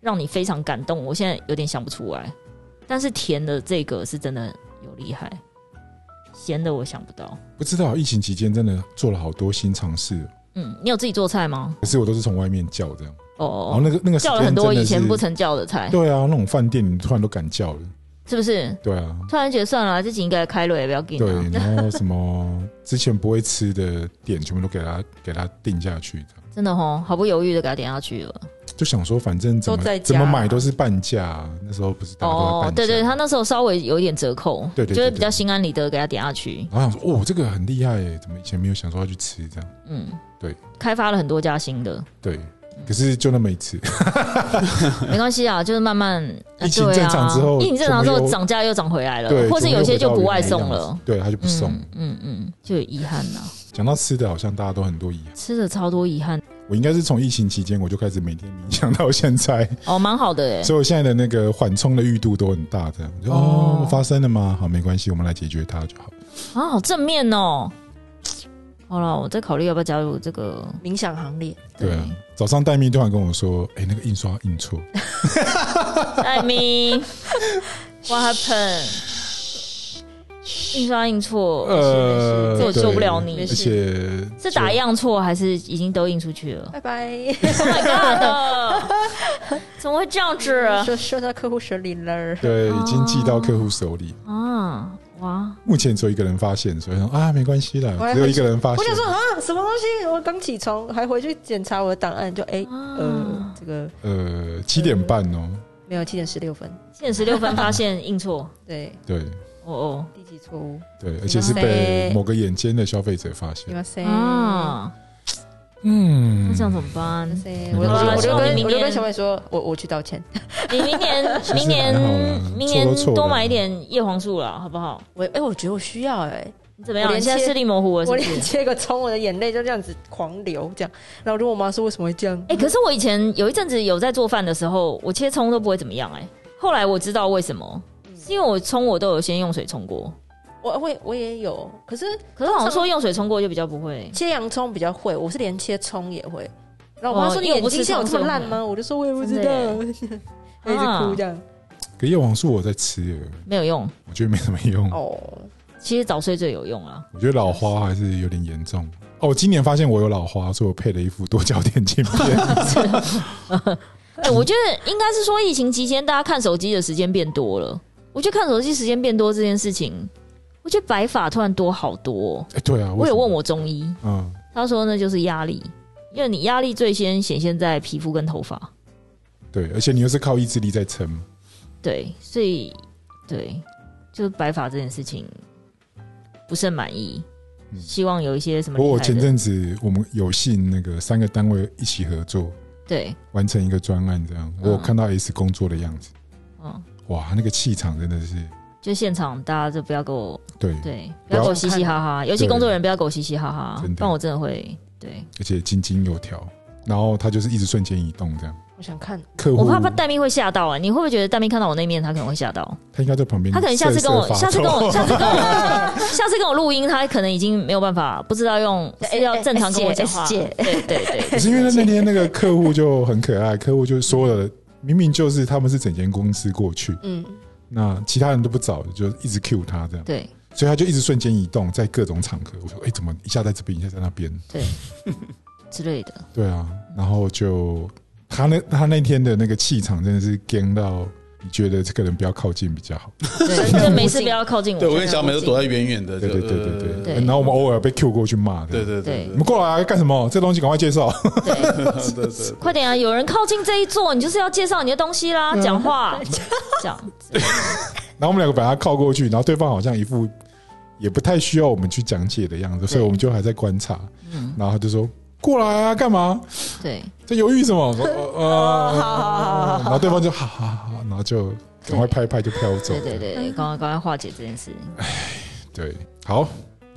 [SPEAKER 3] 让你非常感动，我现在有点想不出来。但是甜的这个是真的有厉害，咸的我想不到。
[SPEAKER 1] 不知道疫情期间真的做了好多新尝试，
[SPEAKER 3] 嗯，你有自己做菜吗？
[SPEAKER 1] 可是我都是从外面叫这样，
[SPEAKER 3] 哦
[SPEAKER 1] 然
[SPEAKER 3] 哦
[SPEAKER 1] 后
[SPEAKER 3] 哦，
[SPEAKER 1] 那个那个时
[SPEAKER 3] 叫了
[SPEAKER 1] 间
[SPEAKER 3] 很多
[SPEAKER 1] 真的
[SPEAKER 3] 以前
[SPEAKER 1] 是
[SPEAKER 3] 不曾叫的菜，
[SPEAKER 1] 对啊，那种饭店你突然都敢叫了，
[SPEAKER 3] 是不是？
[SPEAKER 1] 对啊，
[SPEAKER 3] 突然觉得算了，自己应该开了，也不要给啊
[SPEAKER 1] 对，
[SPEAKER 3] 你、
[SPEAKER 1] 然后什么之前不会吃的点全部都给他给他定下去，这样
[SPEAKER 3] 真的吼，毫不犹豫的给他点下去了。
[SPEAKER 1] 就想说反正怎
[SPEAKER 4] 都
[SPEAKER 1] 么
[SPEAKER 4] 在
[SPEAKER 1] 怎
[SPEAKER 4] 家
[SPEAKER 1] 么买都是半价啊、那时候不是大家都在半价，
[SPEAKER 3] 哦对对，他那时候稍微有一点折扣，
[SPEAKER 1] 对对对
[SPEAKER 3] 就是
[SPEAKER 1] 对
[SPEAKER 3] 比较心安理得给他点下去。
[SPEAKER 1] 然后想说哦这个很厉害耶，怎么以前没有想说要去吃这样，
[SPEAKER 3] 嗯，
[SPEAKER 1] 对，
[SPEAKER 3] 开发了很多家 新的，
[SPEAKER 1] 对，
[SPEAKER 3] 嗯
[SPEAKER 1] 可是就那么一次，
[SPEAKER 3] 没关系啊，就是慢慢呃
[SPEAKER 1] 疫情
[SPEAKER 3] 对啊
[SPEAKER 1] 正常之后
[SPEAKER 3] 疫情正常之
[SPEAKER 1] 全部
[SPEAKER 3] 后
[SPEAKER 1] 又
[SPEAKER 3] 涨价又涨回来了，
[SPEAKER 1] 对，
[SPEAKER 3] 或是有些就不外送
[SPEAKER 1] 全部又回到原来的样
[SPEAKER 3] 了
[SPEAKER 1] 子，，对，他就不送了。
[SPEAKER 3] 嗯嗯嗯，就有遗憾呐、
[SPEAKER 1] 讲到吃的，好像大家都很多遗憾。
[SPEAKER 3] 吃的超多遗憾
[SPEAKER 1] 我应该是从疫情期间我就开始每天冥想到现在，
[SPEAKER 3] 哦，蛮好的 哎、
[SPEAKER 1] 所以我现在的那个缓冲的裕度都很大。这样就哦
[SPEAKER 3] 哦
[SPEAKER 1] 发生了吗？好，没关系，我们来解决它就好。
[SPEAKER 3] 啊，好正面哦。好了，我在考虑要不要加入这个。
[SPEAKER 4] 冥想行列，
[SPEAKER 1] 对啊，早上戴咪突然跟我说：“哎、那个印刷印 错。
[SPEAKER 3] 艾米，What happened？印刷印”错，
[SPEAKER 1] 呃，
[SPEAKER 3] 这我救不了
[SPEAKER 1] 对
[SPEAKER 3] 你
[SPEAKER 1] 而。且
[SPEAKER 3] 是打样错还是已经都印出去了
[SPEAKER 4] 拜拜。
[SPEAKER 3] ？Oh my god！怎么会这样子 啊
[SPEAKER 4] 说说到客户手里了，
[SPEAKER 1] 对，已经寄到
[SPEAKER 3] 哦
[SPEAKER 1] 客户手里。
[SPEAKER 3] 啊？哇！
[SPEAKER 1] 目前只有一个人发现，所以说啊，没关系
[SPEAKER 4] 我
[SPEAKER 1] 啦，
[SPEAKER 4] 还
[SPEAKER 1] 只有一个人发
[SPEAKER 4] 我
[SPEAKER 1] 现
[SPEAKER 4] 想。说啊， 什么东西？我刚起床，还回去检查我的档案，就哎、呃
[SPEAKER 3] 啊，
[SPEAKER 4] 这个
[SPEAKER 1] 呃，七点半哦，
[SPEAKER 4] 没有七点十六分，
[SPEAKER 3] 七点十六分发现印错，
[SPEAKER 4] 对，
[SPEAKER 1] 对
[SPEAKER 3] 哦
[SPEAKER 4] 第几错误？
[SPEAKER 1] 对，而且
[SPEAKER 3] 嗯
[SPEAKER 1] 是被某个眼尖的消费者发
[SPEAKER 4] 你
[SPEAKER 1] 现。
[SPEAKER 4] 们谁
[SPEAKER 3] 哦？啊！
[SPEAKER 1] 嗯，
[SPEAKER 3] 那这样怎么办？
[SPEAKER 4] 谁？
[SPEAKER 1] 嗯
[SPEAKER 4] 我就
[SPEAKER 1] 好啦
[SPEAKER 4] 我就
[SPEAKER 1] 希望
[SPEAKER 3] 你
[SPEAKER 4] 跟我就
[SPEAKER 3] 明
[SPEAKER 4] 跟
[SPEAKER 3] 年
[SPEAKER 4] 小美说，我我去道歉，
[SPEAKER 3] 你明年
[SPEAKER 1] 其
[SPEAKER 3] 明
[SPEAKER 1] 实还好啦
[SPEAKER 3] 年
[SPEAKER 1] 错都错
[SPEAKER 3] 明年
[SPEAKER 1] 了
[SPEAKER 3] 多买一点叶黄素了，好不好？
[SPEAKER 4] 我哎、我觉得我需要哎、
[SPEAKER 3] 你怎么
[SPEAKER 4] 我
[SPEAKER 3] 样？
[SPEAKER 4] 连
[SPEAKER 3] 你现在
[SPEAKER 4] 切
[SPEAKER 3] 视力模糊了，是
[SPEAKER 4] 我
[SPEAKER 3] 不
[SPEAKER 4] 连
[SPEAKER 3] 是？
[SPEAKER 4] 接个冲，我的眼泪就这样子狂流，这样。然后我就问我妈说为什么会这样？
[SPEAKER 3] 哎、可是我以前有一阵子有在做饭的时候，我切葱都不会怎么样哎、后来我知道为什么，是因为我葱我都有先用水冲过，
[SPEAKER 4] 我我也我也有，可是
[SPEAKER 3] 可是好像
[SPEAKER 4] 通常
[SPEAKER 3] 说用水冲过就比较不会。
[SPEAKER 4] 切洋葱比较会，我是连切葱也会。然后我妈
[SPEAKER 3] 哦
[SPEAKER 4] 说：“你
[SPEAKER 3] 因为我
[SPEAKER 4] 眼
[SPEAKER 3] 不
[SPEAKER 4] 睛
[SPEAKER 3] 吃
[SPEAKER 4] 现在有
[SPEAKER 3] 葱
[SPEAKER 4] 这
[SPEAKER 3] 所
[SPEAKER 4] 么
[SPEAKER 3] 以
[SPEAKER 4] 烂
[SPEAKER 3] 我
[SPEAKER 4] 吗？”我就说：“我也不知
[SPEAKER 3] 真
[SPEAKER 4] 道。
[SPEAKER 3] 的”
[SPEAKER 4] 她一直
[SPEAKER 3] 啊
[SPEAKER 4] 哭这样。
[SPEAKER 1] 可叶黄素我在吃了，
[SPEAKER 3] 没有用，
[SPEAKER 1] 我觉得没什么用。
[SPEAKER 4] 哦，
[SPEAKER 3] 其实早睡最有用啊。
[SPEAKER 1] 我觉得老花还是有点严重。哦，我今年发现我有老花，所以我配了一副多焦点镜 片。
[SPEAKER 3] 哎、我觉得应该是说疫情期间大家看手机的时间变多了，我觉得看手机时间变多这件事情，我觉得白发突然多好多、哦。
[SPEAKER 1] 哎，对啊，
[SPEAKER 3] 我有
[SPEAKER 1] 为什么
[SPEAKER 3] 问，我中医，
[SPEAKER 1] 嗯，
[SPEAKER 3] 他说那就是压力，因为你压力最先显现在皮肤跟头发。
[SPEAKER 1] 对，而且你又是靠意志力在撑，
[SPEAKER 3] 对，所以对，就是白发这件事情不甚满意，
[SPEAKER 1] 嗯
[SPEAKER 3] 希望有一些什么
[SPEAKER 1] 不过
[SPEAKER 3] 厉
[SPEAKER 1] 我
[SPEAKER 3] 害的。
[SPEAKER 1] 前阵子我们有幸那个三个单位一起合作
[SPEAKER 3] 对，
[SPEAKER 1] 完成一个专案，这样我有看到 S 工作的样子，
[SPEAKER 3] 嗯，
[SPEAKER 1] 哇，那个气场真的是
[SPEAKER 3] 就现场大家就不要给我
[SPEAKER 1] 对，
[SPEAKER 3] 对，
[SPEAKER 1] 不
[SPEAKER 3] 不
[SPEAKER 1] 要
[SPEAKER 3] 要给我嘻嘻哈哈，尤其
[SPEAKER 1] 对
[SPEAKER 3] 工作人员不要给我嘻嘻哈哈
[SPEAKER 1] 真的，
[SPEAKER 3] 不然我真的会对，
[SPEAKER 1] 而且井井有条，然后他就是一直瞬间移动这样。
[SPEAKER 4] 我想看，
[SPEAKER 1] 客户
[SPEAKER 3] 我怕怕戴咪会吓到啊！你会不会觉得戴咪看到我那面，他可能会吓到？
[SPEAKER 1] 他应该在旁边，
[SPEAKER 3] 他可能下次跟我，
[SPEAKER 1] 嗯瑟瑟发
[SPEAKER 3] 下次跟
[SPEAKER 1] 抖
[SPEAKER 3] 我，下 次跟我，下次跟我录音，他可能已经没有办法，不知道用
[SPEAKER 4] 哎
[SPEAKER 3] 是要正常跟我讲话。对
[SPEAKER 4] 哎哎姐
[SPEAKER 3] 对对，
[SPEAKER 1] 可是因为那天那个客户就很可爱，客户就说哦了，明明就是他们是整间公司过去，
[SPEAKER 4] 嗯，
[SPEAKER 1] 那其他人都不找，就一直 cue 他这样，
[SPEAKER 3] 对
[SPEAKER 1] 所以他就一直瞬间移动，在各种场合。我说，哎、怎么一下在这边，一下在那边？
[SPEAKER 3] 对 之类的，
[SPEAKER 1] 对啊，然后就他那他那天的那个气场真的是僵到，你觉得这个人不要靠近比较好。
[SPEAKER 3] 对，就没事不要靠近我。
[SPEAKER 2] 对我跟小美都躲在远远的，
[SPEAKER 1] 对
[SPEAKER 2] 就
[SPEAKER 1] 对对对对
[SPEAKER 2] 呃
[SPEAKER 1] 对。
[SPEAKER 3] 对
[SPEAKER 1] 然后我们偶尔被 cue 过去骂，
[SPEAKER 2] 对
[SPEAKER 1] 对。
[SPEAKER 2] 对
[SPEAKER 3] 对
[SPEAKER 1] 你们过来啊干什么？这东西赶快介绍。
[SPEAKER 3] 对，
[SPEAKER 2] 对对对，
[SPEAKER 3] 快点啊！有人靠近这一座，你就是要介绍你的东西啦，讲话，这样
[SPEAKER 1] 然后我们两个把他靠过去，然后对方好像一副也不太需要我们去讲解的样子，所以我们就还在观察。
[SPEAKER 3] 嗯
[SPEAKER 1] 然后他就说：“过来啊，干嘛？
[SPEAKER 3] 对
[SPEAKER 1] 在犹豫什么？”我说：“ 呃，
[SPEAKER 3] 哦
[SPEAKER 4] 好好好好好
[SPEAKER 1] 然后对方就好好好，然后就赶快拍一拍就飘走
[SPEAKER 3] 对
[SPEAKER 1] 了。
[SPEAKER 3] 对对对，赶快赶快化解这件事。
[SPEAKER 1] 对好，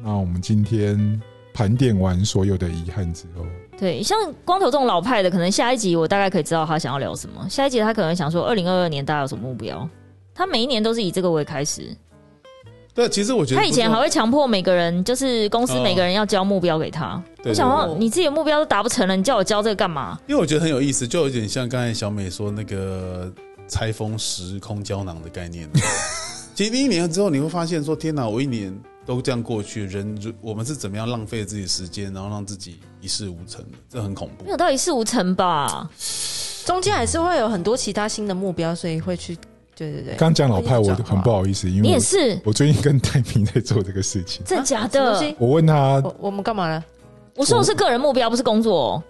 [SPEAKER 1] 那我们今天盘点完所有的遗憾之后，
[SPEAKER 3] 对，像光头这种老派的，可能下一集我大概可以知道他想要聊什么。下一集他可能想说，二零二二年大家有什么目标？他每一年都是以这个为开始。
[SPEAKER 2] 对，其实我觉得
[SPEAKER 3] 他以前还会强迫每个人，就是公司
[SPEAKER 2] 哦
[SPEAKER 3] 每个人要交目标给他。
[SPEAKER 2] 对
[SPEAKER 3] 我想
[SPEAKER 2] 对
[SPEAKER 3] 说
[SPEAKER 2] 对，
[SPEAKER 3] 你自己的目标都达不成了，你叫我交这个干嘛？
[SPEAKER 2] 因为我觉得很有意思，就有点像刚才小美说那个拆封时空胶囊的概 念。其实第一年之后，你会发现说：“天哪，我一年都这样过去，人如我们是怎么样浪费自己时间，然后让自己一事无成的？这很恐怖
[SPEAKER 3] 没。有到一事无成吧？
[SPEAKER 2] 嗯
[SPEAKER 4] 中间还是会有很多其他新的目标，所以会去，对对啊对，
[SPEAKER 1] 刚讲老派，我
[SPEAKER 4] 讲
[SPEAKER 1] 很不好意思，因
[SPEAKER 3] 你
[SPEAKER 1] 为
[SPEAKER 3] 也
[SPEAKER 1] 我
[SPEAKER 3] 是
[SPEAKER 1] 我最近跟戴平在做这个事情。
[SPEAKER 3] 真假
[SPEAKER 4] 什么
[SPEAKER 3] 的
[SPEAKER 4] 东？西
[SPEAKER 1] 我问他
[SPEAKER 3] 哦
[SPEAKER 4] 我我们干嘛了？
[SPEAKER 3] 我说的是个人目标，不是工作哦。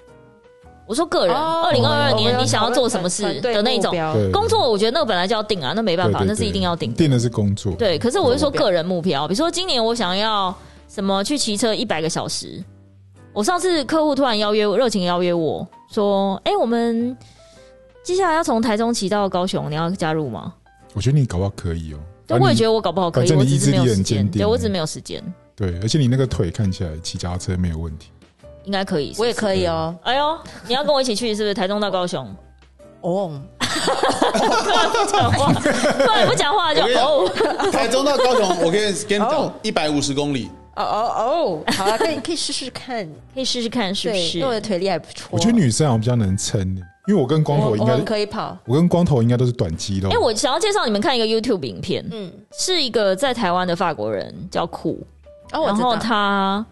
[SPEAKER 3] 我说个人，
[SPEAKER 4] 哦
[SPEAKER 3] 二零二二
[SPEAKER 4] 我们
[SPEAKER 3] 年
[SPEAKER 4] 有
[SPEAKER 3] 你想要做什么
[SPEAKER 4] 团
[SPEAKER 3] 事
[SPEAKER 4] 团队
[SPEAKER 3] 的那
[SPEAKER 4] 目
[SPEAKER 3] 种
[SPEAKER 4] 标
[SPEAKER 1] 对
[SPEAKER 3] 工作，我觉得那个本来就要定啊，那没办法，
[SPEAKER 1] 对对
[SPEAKER 3] 那是一定要定的。
[SPEAKER 1] 定的是工作，
[SPEAKER 3] 对，可是我是说
[SPEAKER 4] 目标
[SPEAKER 3] 个人目标，比如说今年我想要什么去骑车一百个小时。我上次客户突然邀约我，热情邀约我说：“哎、我们接下来要从台中骑到高雄，你要加入吗
[SPEAKER 1] 我觉得啊你搞不好可以哦。？”
[SPEAKER 3] 但我也觉得我搞不好可
[SPEAKER 1] 反
[SPEAKER 3] 以，
[SPEAKER 1] 正
[SPEAKER 3] 我
[SPEAKER 1] 你
[SPEAKER 3] 只是没
[SPEAKER 1] 意
[SPEAKER 3] 有
[SPEAKER 1] 志力很
[SPEAKER 3] 时
[SPEAKER 1] 坚
[SPEAKER 3] 间，
[SPEAKER 1] 定
[SPEAKER 3] 对我只是没有时间，
[SPEAKER 1] 对，而且你那个腿看起来骑脚踏车没有问题。
[SPEAKER 3] 应该可以。
[SPEAKER 4] 我也
[SPEAKER 3] 以。
[SPEAKER 4] 可以哦，
[SPEAKER 3] 哎呦，你要跟我一起去是不是？台中到高雄，
[SPEAKER 4] 哦，
[SPEAKER 3] 突然不讲话，突然不讲话就
[SPEAKER 2] 我跟你讲
[SPEAKER 3] 哦，
[SPEAKER 2] 台中到高雄，我可以跟你
[SPEAKER 4] 哦
[SPEAKER 2] 讲，一百五十公里，
[SPEAKER 4] 哦哦哦， 好了，可以可以试试看，
[SPEAKER 3] 可以试试看是不
[SPEAKER 4] 对，
[SPEAKER 3] 是
[SPEAKER 4] 因为？我的
[SPEAKER 1] 嗯
[SPEAKER 4] 腿力还不错。
[SPEAKER 1] 我觉得女生好像比较能撑，欸因为我跟光
[SPEAKER 4] 我
[SPEAKER 1] 头应
[SPEAKER 4] 我
[SPEAKER 1] 该
[SPEAKER 4] 很，可以跑，
[SPEAKER 1] 我跟光头应该都是短肌肉。
[SPEAKER 3] 哎、我想要介绍你们看一个 YouTube 影片，
[SPEAKER 4] 嗯，
[SPEAKER 3] 是一个在台湾的法国人叫酷，
[SPEAKER 4] 哦，我
[SPEAKER 3] 然
[SPEAKER 4] 知
[SPEAKER 3] 后
[SPEAKER 4] 道，
[SPEAKER 3] 他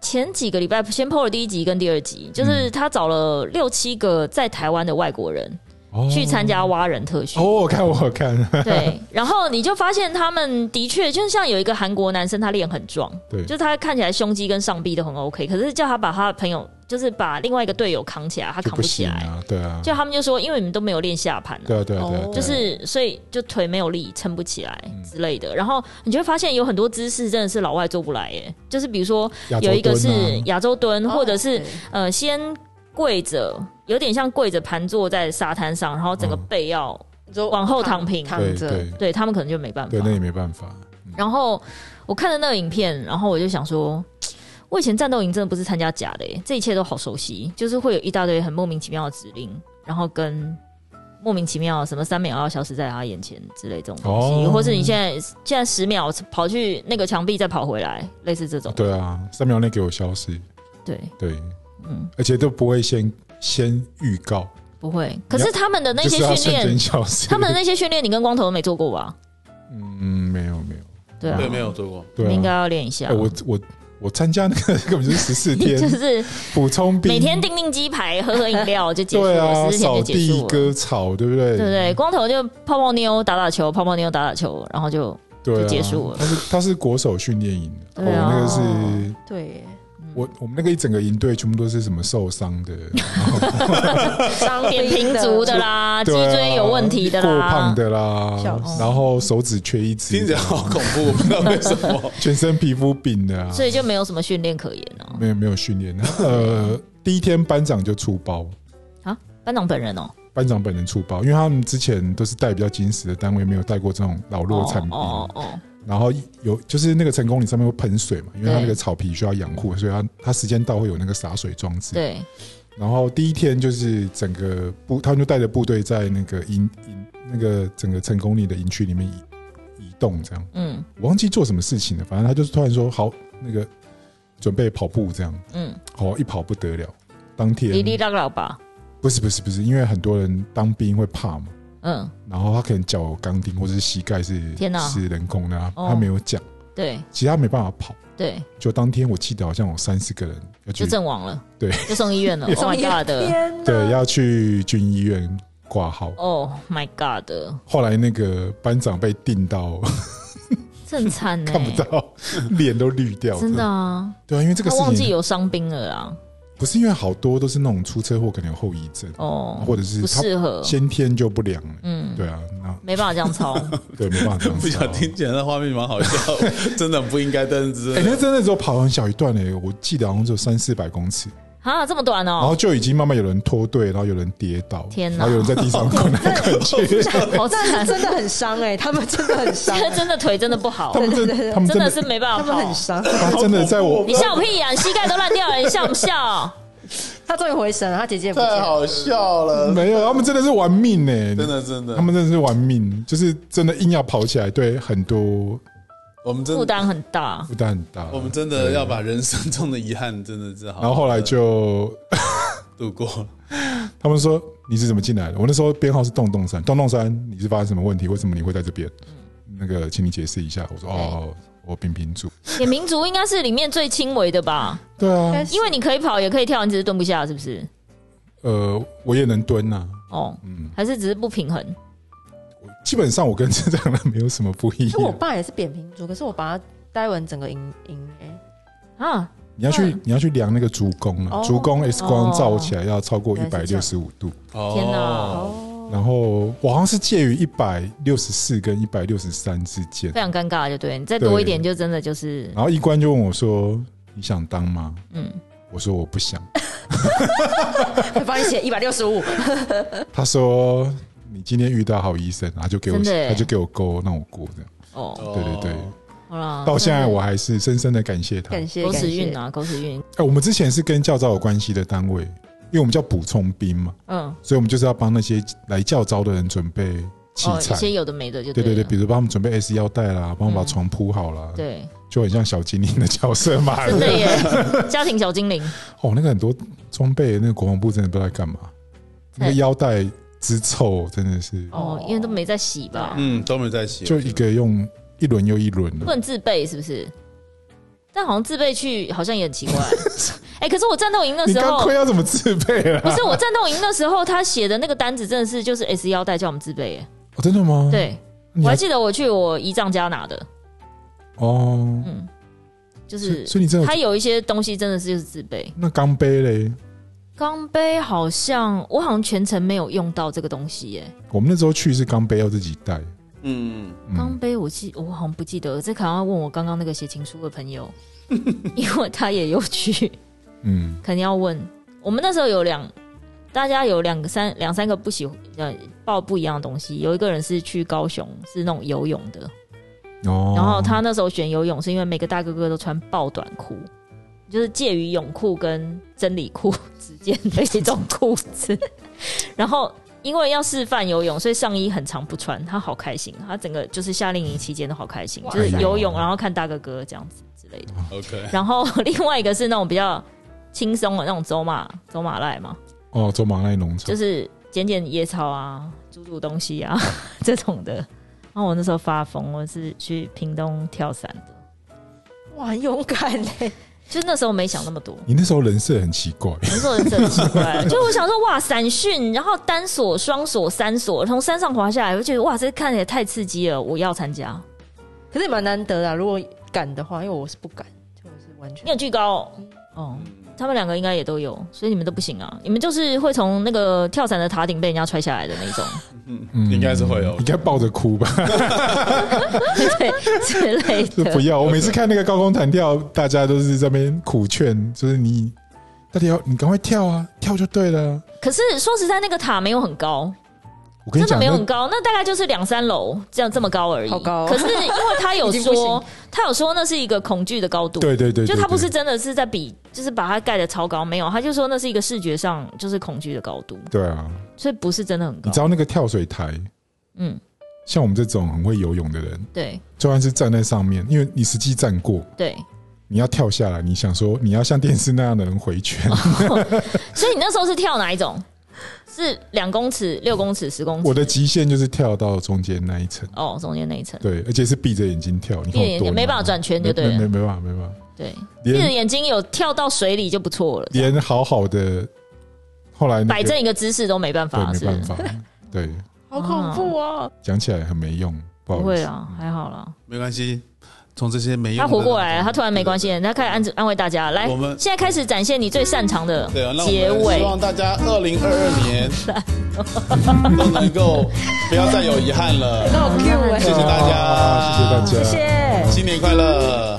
[SPEAKER 3] 前几个礼拜先 PO 了第一集跟第二集，就是他找了六七个在台湾的外国人
[SPEAKER 1] 哦
[SPEAKER 3] 去参加挖人特训。
[SPEAKER 1] 哦，我看我看，
[SPEAKER 3] 对，然后你就发现他们的确，就像有一个韩国男生，他练很壮，
[SPEAKER 1] 对
[SPEAKER 3] 就是他看起来胸肌跟上臂都很 OK，可是叫他把他的朋友，就是把另外一个队友扛起来，他
[SPEAKER 1] 就
[SPEAKER 3] 扛
[SPEAKER 1] 不
[SPEAKER 3] 起
[SPEAKER 1] 行
[SPEAKER 3] 来。
[SPEAKER 1] 啊，对啊，
[SPEAKER 3] 就他们就说，因为你们都没有练下盘、啊，
[SPEAKER 1] 对啊，对啊，对啊，
[SPEAKER 4] 哦
[SPEAKER 1] 对啊
[SPEAKER 3] 就是所以就腿没有力，撑不起来之类的。然后你就会发现有很多姿势真的是老外做不来耶，就是比如说
[SPEAKER 1] 亚洲
[SPEAKER 3] 有一个是
[SPEAKER 1] 蹲啊
[SPEAKER 3] 亚洲蹲，
[SPEAKER 4] 哦
[SPEAKER 3] 或者是
[SPEAKER 4] 对
[SPEAKER 3] 呃先跪着，有点像跪着盘坐在沙滩上，然后整个
[SPEAKER 1] 嗯
[SPEAKER 3] 背要
[SPEAKER 4] 你说
[SPEAKER 3] 往后躺平
[SPEAKER 4] 躺
[SPEAKER 1] 对
[SPEAKER 4] 着，
[SPEAKER 1] 对
[SPEAKER 3] 对他们可能就没办法
[SPEAKER 1] 对，。那也没办法。
[SPEAKER 3] 然后我看了那个影片，然后我就想说。我以前战斗营真的不是参加假的耶，这一切都好熟悉，就是会有一大堆很莫名其妙的指令，然后跟莫名其妙什么三秒要消失在他眼前之类这种东西，
[SPEAKER 1] 哦
[SPEAKER 3] 或是你现在现在十秒跑去那个墙壁再跑回来，类似这种。
[SPEAKER 1] 对啊，三秒内给我消失，
[SPEAKER 3] 对，
[SPEAKER 1] 对，
[SPEAKER 3] 嗯，
[SPEAKER 1] 而且都不会先先预告，
[SPEAKER 3] 不会。可是他们的那
[SPEAKER 1] 就
[SPEAKER 3] 些
[SPEAKER 1] 是要
[SPEAKER 3] 训
[SPEAKER 1] 瞬
[SPEAKER 3] 练
[SPEAKER 1] 间，消失。
[SPEAKER 3] 他们的那些训练，你跟光头都没做过吧？
[SPEAKER 1] 嗯，没有没有，
[SPEAKER 3] 对啊，
[SPEAKER 2] 对，没有做过。
[SPEAKER 3] 你们应
[SPEAKER 1] 对
[SPEAKER 3] 该
[SPEAKER 1] 啊，
[SPEAKER 3] 要练一下。
[SPEAKER 1] 哎 我我我参加那个 根本就是十四
[SPEAKER 3] 你
[SPEAKER 1] 天
[SPEAKER 3] 就是
[SPEAKER 1] 补充兵，
[SPEAKER 3] 每天订订鸡排，喝喝饮料就结束
[SPEAKER 1] 对
[SPEAKER 3] 了，
[SPEAKER 1] 啊，
[SPEAKER 3] 十四天
[SPEAKER 1] 扫
[SPEAKER 3] 就结
[SPEAKER 1] 地
[SPEAKER 3] 束了。
[SPEAKER 1] 割草，对不对？
[SPEAKER 3] 对不对？光头就泡泡妞打打球，泡泡妞打打球，然后就
[SPEAKER 1] 对啊，
[SPEAKER 3] 就结束了
[SPEAKER 1] 他是他是国手训练营的，
[SPEAKER 3] 对啊
[SPEAKER 1] 我们那个是
[SPEAKER 4] 对耶，
[SPEAKER 1] 我我们那个一整个营队全部都是什么受伤 的，
[SPEAKER 4] 伤
[SPEAKER 3] 扁平足的，啦，啊脊
[SPEAKER 1] 对啊
[SPEAKER 3] 椎有问题的
[SPEAKER 1] 过胖
[SPEAKER 3] 啦，
[SPEAKER 1] 的啦
[SPEAKER 4] 笑死，
[SPEAKER 1] 然后手指缺一只，
[SPEAKER 2] 听起来好恐怖，我不知道为什么。
[SPEAKER 1] 全身皮肤病的啊，
[SPEAKER 3] 所以就没有什么训练可言哦。
[SPEAKER 1] 没有没有训练。呃，第一天班长就出包，
[SPEAKER 3] 啊，班长本人哦，
[SPEAKER 1] 班长本人出包，因为他们之前都是带比较紧实的单位，没有带过这种老弱残兵。
[SPEAKER 3] 哦哦
[SPEAKER 1] 然后有就是那个成功岭上面会喷水嘛，因为它
[SPEAKER 3] 对
[SPEAKER 1] 那个草皮需要养护，所以它它时间到会有那个洒水装置。
[SPEAKER 3] 对，
[SPEAKER 1] 然后第一天就是整个部，他们就带着部队在那个营营那个整个成功里的营区里面移移动，这样
[SPEAKER 3] 嗯
[SPEAKER 1] 我忘记做什么事情了，反正他就是突然说好那个准备跑步这样，
[SPEAKER 3] 嗯，
[SPEAKER 1] 哦一跑不得了，当天
[SPEAKER 3] 哩哩啦啦吧，
[SPEAKER 1] 不是不是不是，因为很多人当兵会怕嘛，
[SPEAKER 3] 嗯，
[SPEAKER 1] 然后他可能脚有钢钉或者是膝盖是
[SPEAKER 3] 天哪
[SPEAKER 1] 是人工的、啊，
[SPEAKER 3] 哦
[SPEAKER 1] 他没有讲，
[SPEAKER 3] 对
[SPEAKER 1] 其实他没办法跑。
[SPEAKER 3] 对，
[SPEAKER 1] 就当天我记得好像有三四个人要去
[SPEAKER 3] 就阵亡了，
[SPEAKER 1] 对，
[SPEAKER 3] 就送医 院了，Oh
[SPEAKER 4] 送
[SPEAKER 3] my
[SPEAKER 4] 医院
[SPEAKER 3] god 的
[SPEAKER 4] 天哪
[SPEAKER 1] 对，要去军医院挂号。
[SPEAKER 3] ，Oh my god 的，
[SPEAKER 1] 后来那个班长被定到
[SPEAKER 3] 哎这很惨呢，
[SPEAKER 1] 看不 到，脸都绿掉。
[SPEAKER 3] 欸真的啊，
[SPEAKER 1] 对啊，因为这个
[SPEAKER 3] 他
[SPEAKER 1] 事
[SPEAKER 3] 忘记
[SPEAKER 1] 情
[SPEAKER 3] 有伤兵了啦，
[SPEAKER 1] 不是因为好多都是那种出车祸可能有后遗症，
[SPEAKER 3] 哦，
[SPEAKER 1] 或者是
[SPEAKER 3] 不
[SPEAKER 1] 他
[SPEAKER 3] 适合，
[SPEAKER 1] 先天就不良了。
[SPEAKER 3] 嗯，
[SPEAKER 1] 对啊，那
[SPEAKER 3] 没办法这样 操，
[SPEAKER 1] 对没办法这样
[SPEAKER 2] 不
[SPEAKER 1] 子
[SPEAKER 2] 想
[SPEAKER 1] 啊。
[SPEAKER 2] 听起来那画面蛮好笑，真的不应该，但是真
[SPEAKER 1] 哎，
[SPEAKER 2] 的
[SPEAKER 1] 那真的只有跑很小一段诶，我记得好像只有三四百公尺，
[SPEAKER 3] 啊，这么短
[SPEAKER 1] 然
[SPEAKER 3] 哦，
[SPEAKER 1] 后就已经慢慢有人脱队，然后有人跌倒，
[SPEAKER 3] 天
[SPEAKER 1] 然
[SPEAKER 3] 哪
[SPEAKER 1] 后有人在地 上滚来滚去。
[SPEAKER 3] 好
[SPEAKER 4] 但
[SPEAKER 3] 惨
[SPEAKER 4] 是，真的很伤哎、他们真的很 伤，
[SPEAKER 3] 这真的腿真的不好
[SPEAKER 1] 他，们真，他们
[SPEAKER 3] 真
[SPEAKER 1] 真
[SPEAKER 3] 的
[SPEAKER 1] 的
[SPEAKER 3] 是没办
[SPEAKER 4] 他
[SPEAKER 3] 法
[SPEAKER 4] 们
[SPEAKER 3] 跑
[SPEAKER 4] 很，伤。
[SPEAKER 1] 他真的在我
[SPEAKER 3] 你笑屁啊呀，你膝盖都烂掉了，你笑不笑？
[SPEAKER 4] 他终于回神了，他姐姐也不见
[SPEAKER 2] 太
[SPEAKER 4] 了。
[SPEAKER 2] 好笑了，
[SPEAKER 1] 没 有，他们真的是玩命呢、
[SPEAKER 2] 真的真的，
[SPEAKER 1] 他们真的是玩命，就是真的硬要跑起来，对很多
[SPEAKER 2] 我们真
[SPEAKER 3] 负
[SPEAKER 2] 的，
[SPEAKER 3] 担很大，
[SPEAKER 1] 负担很大。
[SPEAKER 2] 我们真的要把人生中的遗憾，真的是好好
[SPEAKER 1] 然后后来
[SPEAKER 2] 地
[SPEAKER 1] 就
[SPEAKER 2] 度过。
[SPEAKER 1] 他们说你是怎么进来的？我那时候编号是洞洞山，洞洞山你是发生什么问题？为什么你会在这边？
[SPEAKER 2] 嗯
[SPEAKER 1] 那个，请你解释一下。我说哦，我平平住。
[SPEAKER 3] 扁平足应该是里面最轻微的吧，
[SPEAKER 1] 对啊，
[SPEAKER 3] 因为你可以跑也可以跳，你只是蹲不下，是不是？
[SPEAKER 1] 呃，我也能蹲啊。
[SPEAKER 3] 哦，
[SPEAKER 1] 嗯，
[SPEAKER 3] 还是只是不平衡？
[SPEAKER 1] 基本上我跟正常人没有什么不一
[SPEAKER 4] 就我
[SPEAKER 1] 样。
[SPEAKER 4] 爸也是扁平足，可是我把他带完整个营营哎，
[SPEAKER 3] 啊，
[SPEAKER 1] 你要去
[SPEAKER 3] 嗯
[SPEAKER 1] 你要去量那个足弓啊，
[SPEAKER 4] 哦
[SPEAKER 1] 足弓 X 光照起来要超过一
[SPEAKER 4] 原
[SPEAKER 1] 百
[SPEAKER 4] 来是
[SPEAKER 1] 六
[SPEAKER 4] 这样
[SPEAKER 1] 十五度。
[SPEAKER 3] 天哪
[SPEAKER 2] 哦，
[SPEAKER 1] 然后我好像是介于一百六十四跟一百六十三之间
[SPEAKER 3] 非。常尴尬，就对你再多一点，就真的 就是
[SPEAKER 1] 然后医官就问我说：“你想当吗
[SPEAKER 3] 嗯，？”
[SPEAKER 1] 我说：“我不想。
[SPEAKER 4] 会帮你写一百六十五，”
[SPEAKER 1] 他说：“你今天遇到好医生，他就给我，
[SPEAKER 3] 真的耶
[SPEAKER 1] 他就给我勾，让我过这样。
[SPEAKER 3] 哦，
[SPEAKER 1] 对对对
[SPEAKER 3] 好啦，”
[SPEAKER 1] 到现在我还是深深的感谢他。
[SPEAKER 4] 感谢
[SPEAKER 3] 狗
[SPEAKER 4] 感
[SPEAKER 3] 屎
[SPEAKER 4] 谢
[SPEAKER 3] 运。啊，狗屎运，
[SPEAKER 1] 哎，我们之前是跟教招有关系的单位，因为我们叫补充兵嘛，
[SPEAKER 3] 嗯，
[SPEAKER 1] 所以我们就是要帮那些来教招的人准备器
[SPEAKER 3] 哦，一
[SPEAKER 1] 材。
[SPEAKER 3] 些有的没的就
[SPEAKER 1] 对对对，
[SPEAKER 3] 对了
[SPEAKER 1] 比如帮他们准备 S 腰带啦，帮我们把
[SPEAKER 3] 嗯
[SPEAKER 1] 床铺好啦，
[SPEAKER 3] 对，
[SPEAKER 1] 就很像小精灵的角色嘛。
[SPEAKER 3] 真的耶，家庭小精灵，
[SPEAKER 1] 哦，那个很多装备，那个国防部真的不知道在干嘛，那个腰带之臭真的是，
[SPEAKER 3] 哦
[SPEAKER 4] 哦，
[SPEAKER 3] 因为都没在洗吧，
[SPEAKER 2] 嗯，都没在一起，
[SPEAKER 1] 就一个用一轮又一轮
[SPEAKER 3] 不
[SPEAKER 1] 的。
[SPEAKER 3] 能自备是不是？但好像自备去好像也 很奇怪，哎，可是我战斗营那
[SPEAKER 1] 你啊
[SPEAKER 3] 时
[SPEAKER 1] 钢
[SPEAKER 3] 候
[SPEAKER 1] 盔。要怎么自备啦？
[SPEAKER 3] 不是我战斗营那时候，他写的那个单子真的是就是 S 腰带叫我们自备耶，
[SPEAKER 1] 哦，真的吗？，
[SPEAKER 3] 对，
[SPEAKER 1] 你
[SPEAKER 3] 我还
[SPEAKER 1] 还
[SPEAKER 3] 记得我去我姨丈家拿的，
[SPEAKER 1] 哦，
[SPEAKER 3] 嗯，就
[SPEAKER 1] 所以
[SPEAKER 3] 是
[SPEAKER 1] 所以你真的
[SPEAKER 3] 他
[SPEAKER 1] 有
[SPEAKER 3] 有一些东西真的是就是自备。
[SPEAKER 1] 那钢杯嘞？
[SPEAKER 3] 钢杯好像我好像全程没有用到这个东西耶。
[SPEAKER 1] 我们那时候去是钢杯要自己带，
[SPEAKER 2] 嗯，
[SPEAKER 3] 钢
[SPEAKER 1] 嗯，
[SPEAKER 3] 杯我记我好像不记得，这可能要问我刚刚那个写情书的朋友， 因为他也有去，
[SPEAKER 1] 嗯，
[SPEAKER 3] 肯定要问。我们那时候有两，大家有两个三两三个不喜呃报不一样的东西，有一个人是去高雄是那种游泳的，
[SPEAKER 1] 哦，
[SPEAKER 3] 然后他那时候选游泳是因为每个大哥哥都穿爆短裤，就是介于泳裤跟真理裤之间的一种裤子。 然后因为要示范游泳，所以上衣很长不穿，他好开心，他整个就是夏令营期间都好开心，
[SPEAKER 4] 哇
[SPEAKER 3] 就是游泳
[SPEAKER 1] 哎呦
[SPEAKER 3] 然后看大哥哥这样子之类的。
[SPEAKER 2] ，OK，
[SPEAKER 3] 然后 另外一个是那种比较轻松的那种走马走马赖嘛，
[SPEAKER 1] 哦，走马濑农场
[SPEAKER 3] 就，是捡捡野草啊，煮煮东西啊 这种的。然后我那时候发疯，我是去屏东跳伞的。
[SPEAKER 4] 哇，很勇敢哎！
[SPEAKER 3] 就那时候没想那么多，
[SPEAKER 1] 你那时候人设很奇怪，
[SPEAKER 3] 那时候真的很奇怪。就我想说，哇，散训，然后单锁、双锁、三锁，从山上滑下来，我就觉得哇，这看起来太刺激了，我要参加。
[SPEAKER 4] 可是也蛮难得的啊，如果敢的话，因为我是不敢，就我是完
[SPEAKER 3] 你
[SPEAKER 4] 全
[SPEAKER 3] 有巨高哦，哦他们两个应该也都有，所以你们都不行啊，你们就是会从那个跳伞的塔顶被人家踹下来的那种
[SPEAKER 1] 嗯
[SPEAKER 2] 应该是会有
[SPEAKER 1] 应该抱着哭吧？
[SPEAKER 3] 对之类
[SPEAKER 1] 就不
[SPEAKER 3] 的。
[SPEAKER 1] 要，我每次看那个高空弹跳，大家都是这边苦劝，就是你。到底要你赶快跳啊，跳就对了。
[SPEAKER 3] 可是说实在，那个塔没有很高，
[SPEAKER 1] 我跟你
[SPEAKER 3] 真的
[SPEAKER 1] 讲，
[SPEAKER 3] 没有
[SPEAKER 1] 那
[SPEAKER 3] 很高，那大概就是两三楼这样这么高而已。
[SPEAKER 4] 好高哦
[SPEAKER 3] 可是因为他有
[SPEAKER 4] 已经不
[SPEAKER 3] 说
[SPEAKER 4] 行，
[SPEAKER 3] 他有说那是一个恐惧的高度。
[SPEAKER 1] 对对对，
[SPEAKER 3] 就他
[SPEAKER 1] 对
[SPEAKER 3] 不是
[SPEAKER 1] 对
[SPEAKER 3] 真的是在比，就是把它盖的超高，没有，啊他就说那是一个视觉上就是恐惧的高度，
[SPEAKER 1] 对啊，
[SPEAKER 3] 所以不是真的很高
[SPEAKER 1] 你知。道那个跳水台，
[SPEAKER 3] 嗯，
[SPEAKER 1] 像我们这种很会游泳的人，
[SPEAKER 3] 对
[SPEAKER 1] 就算是站在上面，因为你实际站过，
[SPEAKER 3] 对，
[SPEAKER 1] 你要跳下来，你想说你要像电视那样的人回 圈，
[SPEAKER 3] 哦所以你那时候是跳哪一种？是两公尺、六公尺、十公尺？
[SPEAKER 1] 我的极限就是跳到中间那一层，
[SPEAKER 3] 哦，中间那一层，
[SPEAKER 1] 对，而且是闭着眼睛跳，你看
[SPEAKER 3] 闭着眼
[SPEAKER 1] 我
[SPEAKER 3] 睛
[SPEAKER 1] 多
[SPEAKER 3] 没办法
[SPEAKER 1] 难
[SPEAKER 3] 转圈就对了
[SPEAKER 1] 没没没没办法，没办法，
[SPEAKER 3] 对，闭着
[SPEAKER 1] 连
[SPEAKER 3] 眼睛有跳到水里就不错了，这样
[SPEAKER 1] 连好好的后来那个
[SPEAKER 3] 摆正一个姿势都没办法，
[SPEAKER 1] 对
[SPEAKER 3] 是
[SPEAKER 1] 没办法， 对，
[SPEAKER 4] 好恐怖啊！
[SPEAKER 1] 讲起来很没用，不
[SPEAKER 3] 不
[SPEAKER 1] 好意
[SPEAKER 3] 会
[SPEAKER 1] 思，
[SPEAKER 3] 啊，还好啦。
[SPEAKER 2] 没关系，从这些没用
[SPEAKER 3] 他
[SPEAKER 2] 的
[SPEAKER 3] 活过来了，他突然没关。系，他开始安安慰大家，来
[SPEAKER 2] 我，们
[SPEAKER 3] 现在开始展现你最擅长的
[SPEAKER 2] 对啊，那我
[SPEAKER 3] 结
[SPEAKER 2] 们希
[SPEAKER 3] 尾。
[SPEAKER 2] 望大家二零二二 年都能够不要再有遗憾了。
[SPEAKER 4] 好 Q 哎
[SPEAKER 2] 谢谢大 家，
[SPEAKER 1] 啊谢谢大家，
[SPEAKER 3] 谢谢。
[SPEAKER 2] 新年快乐！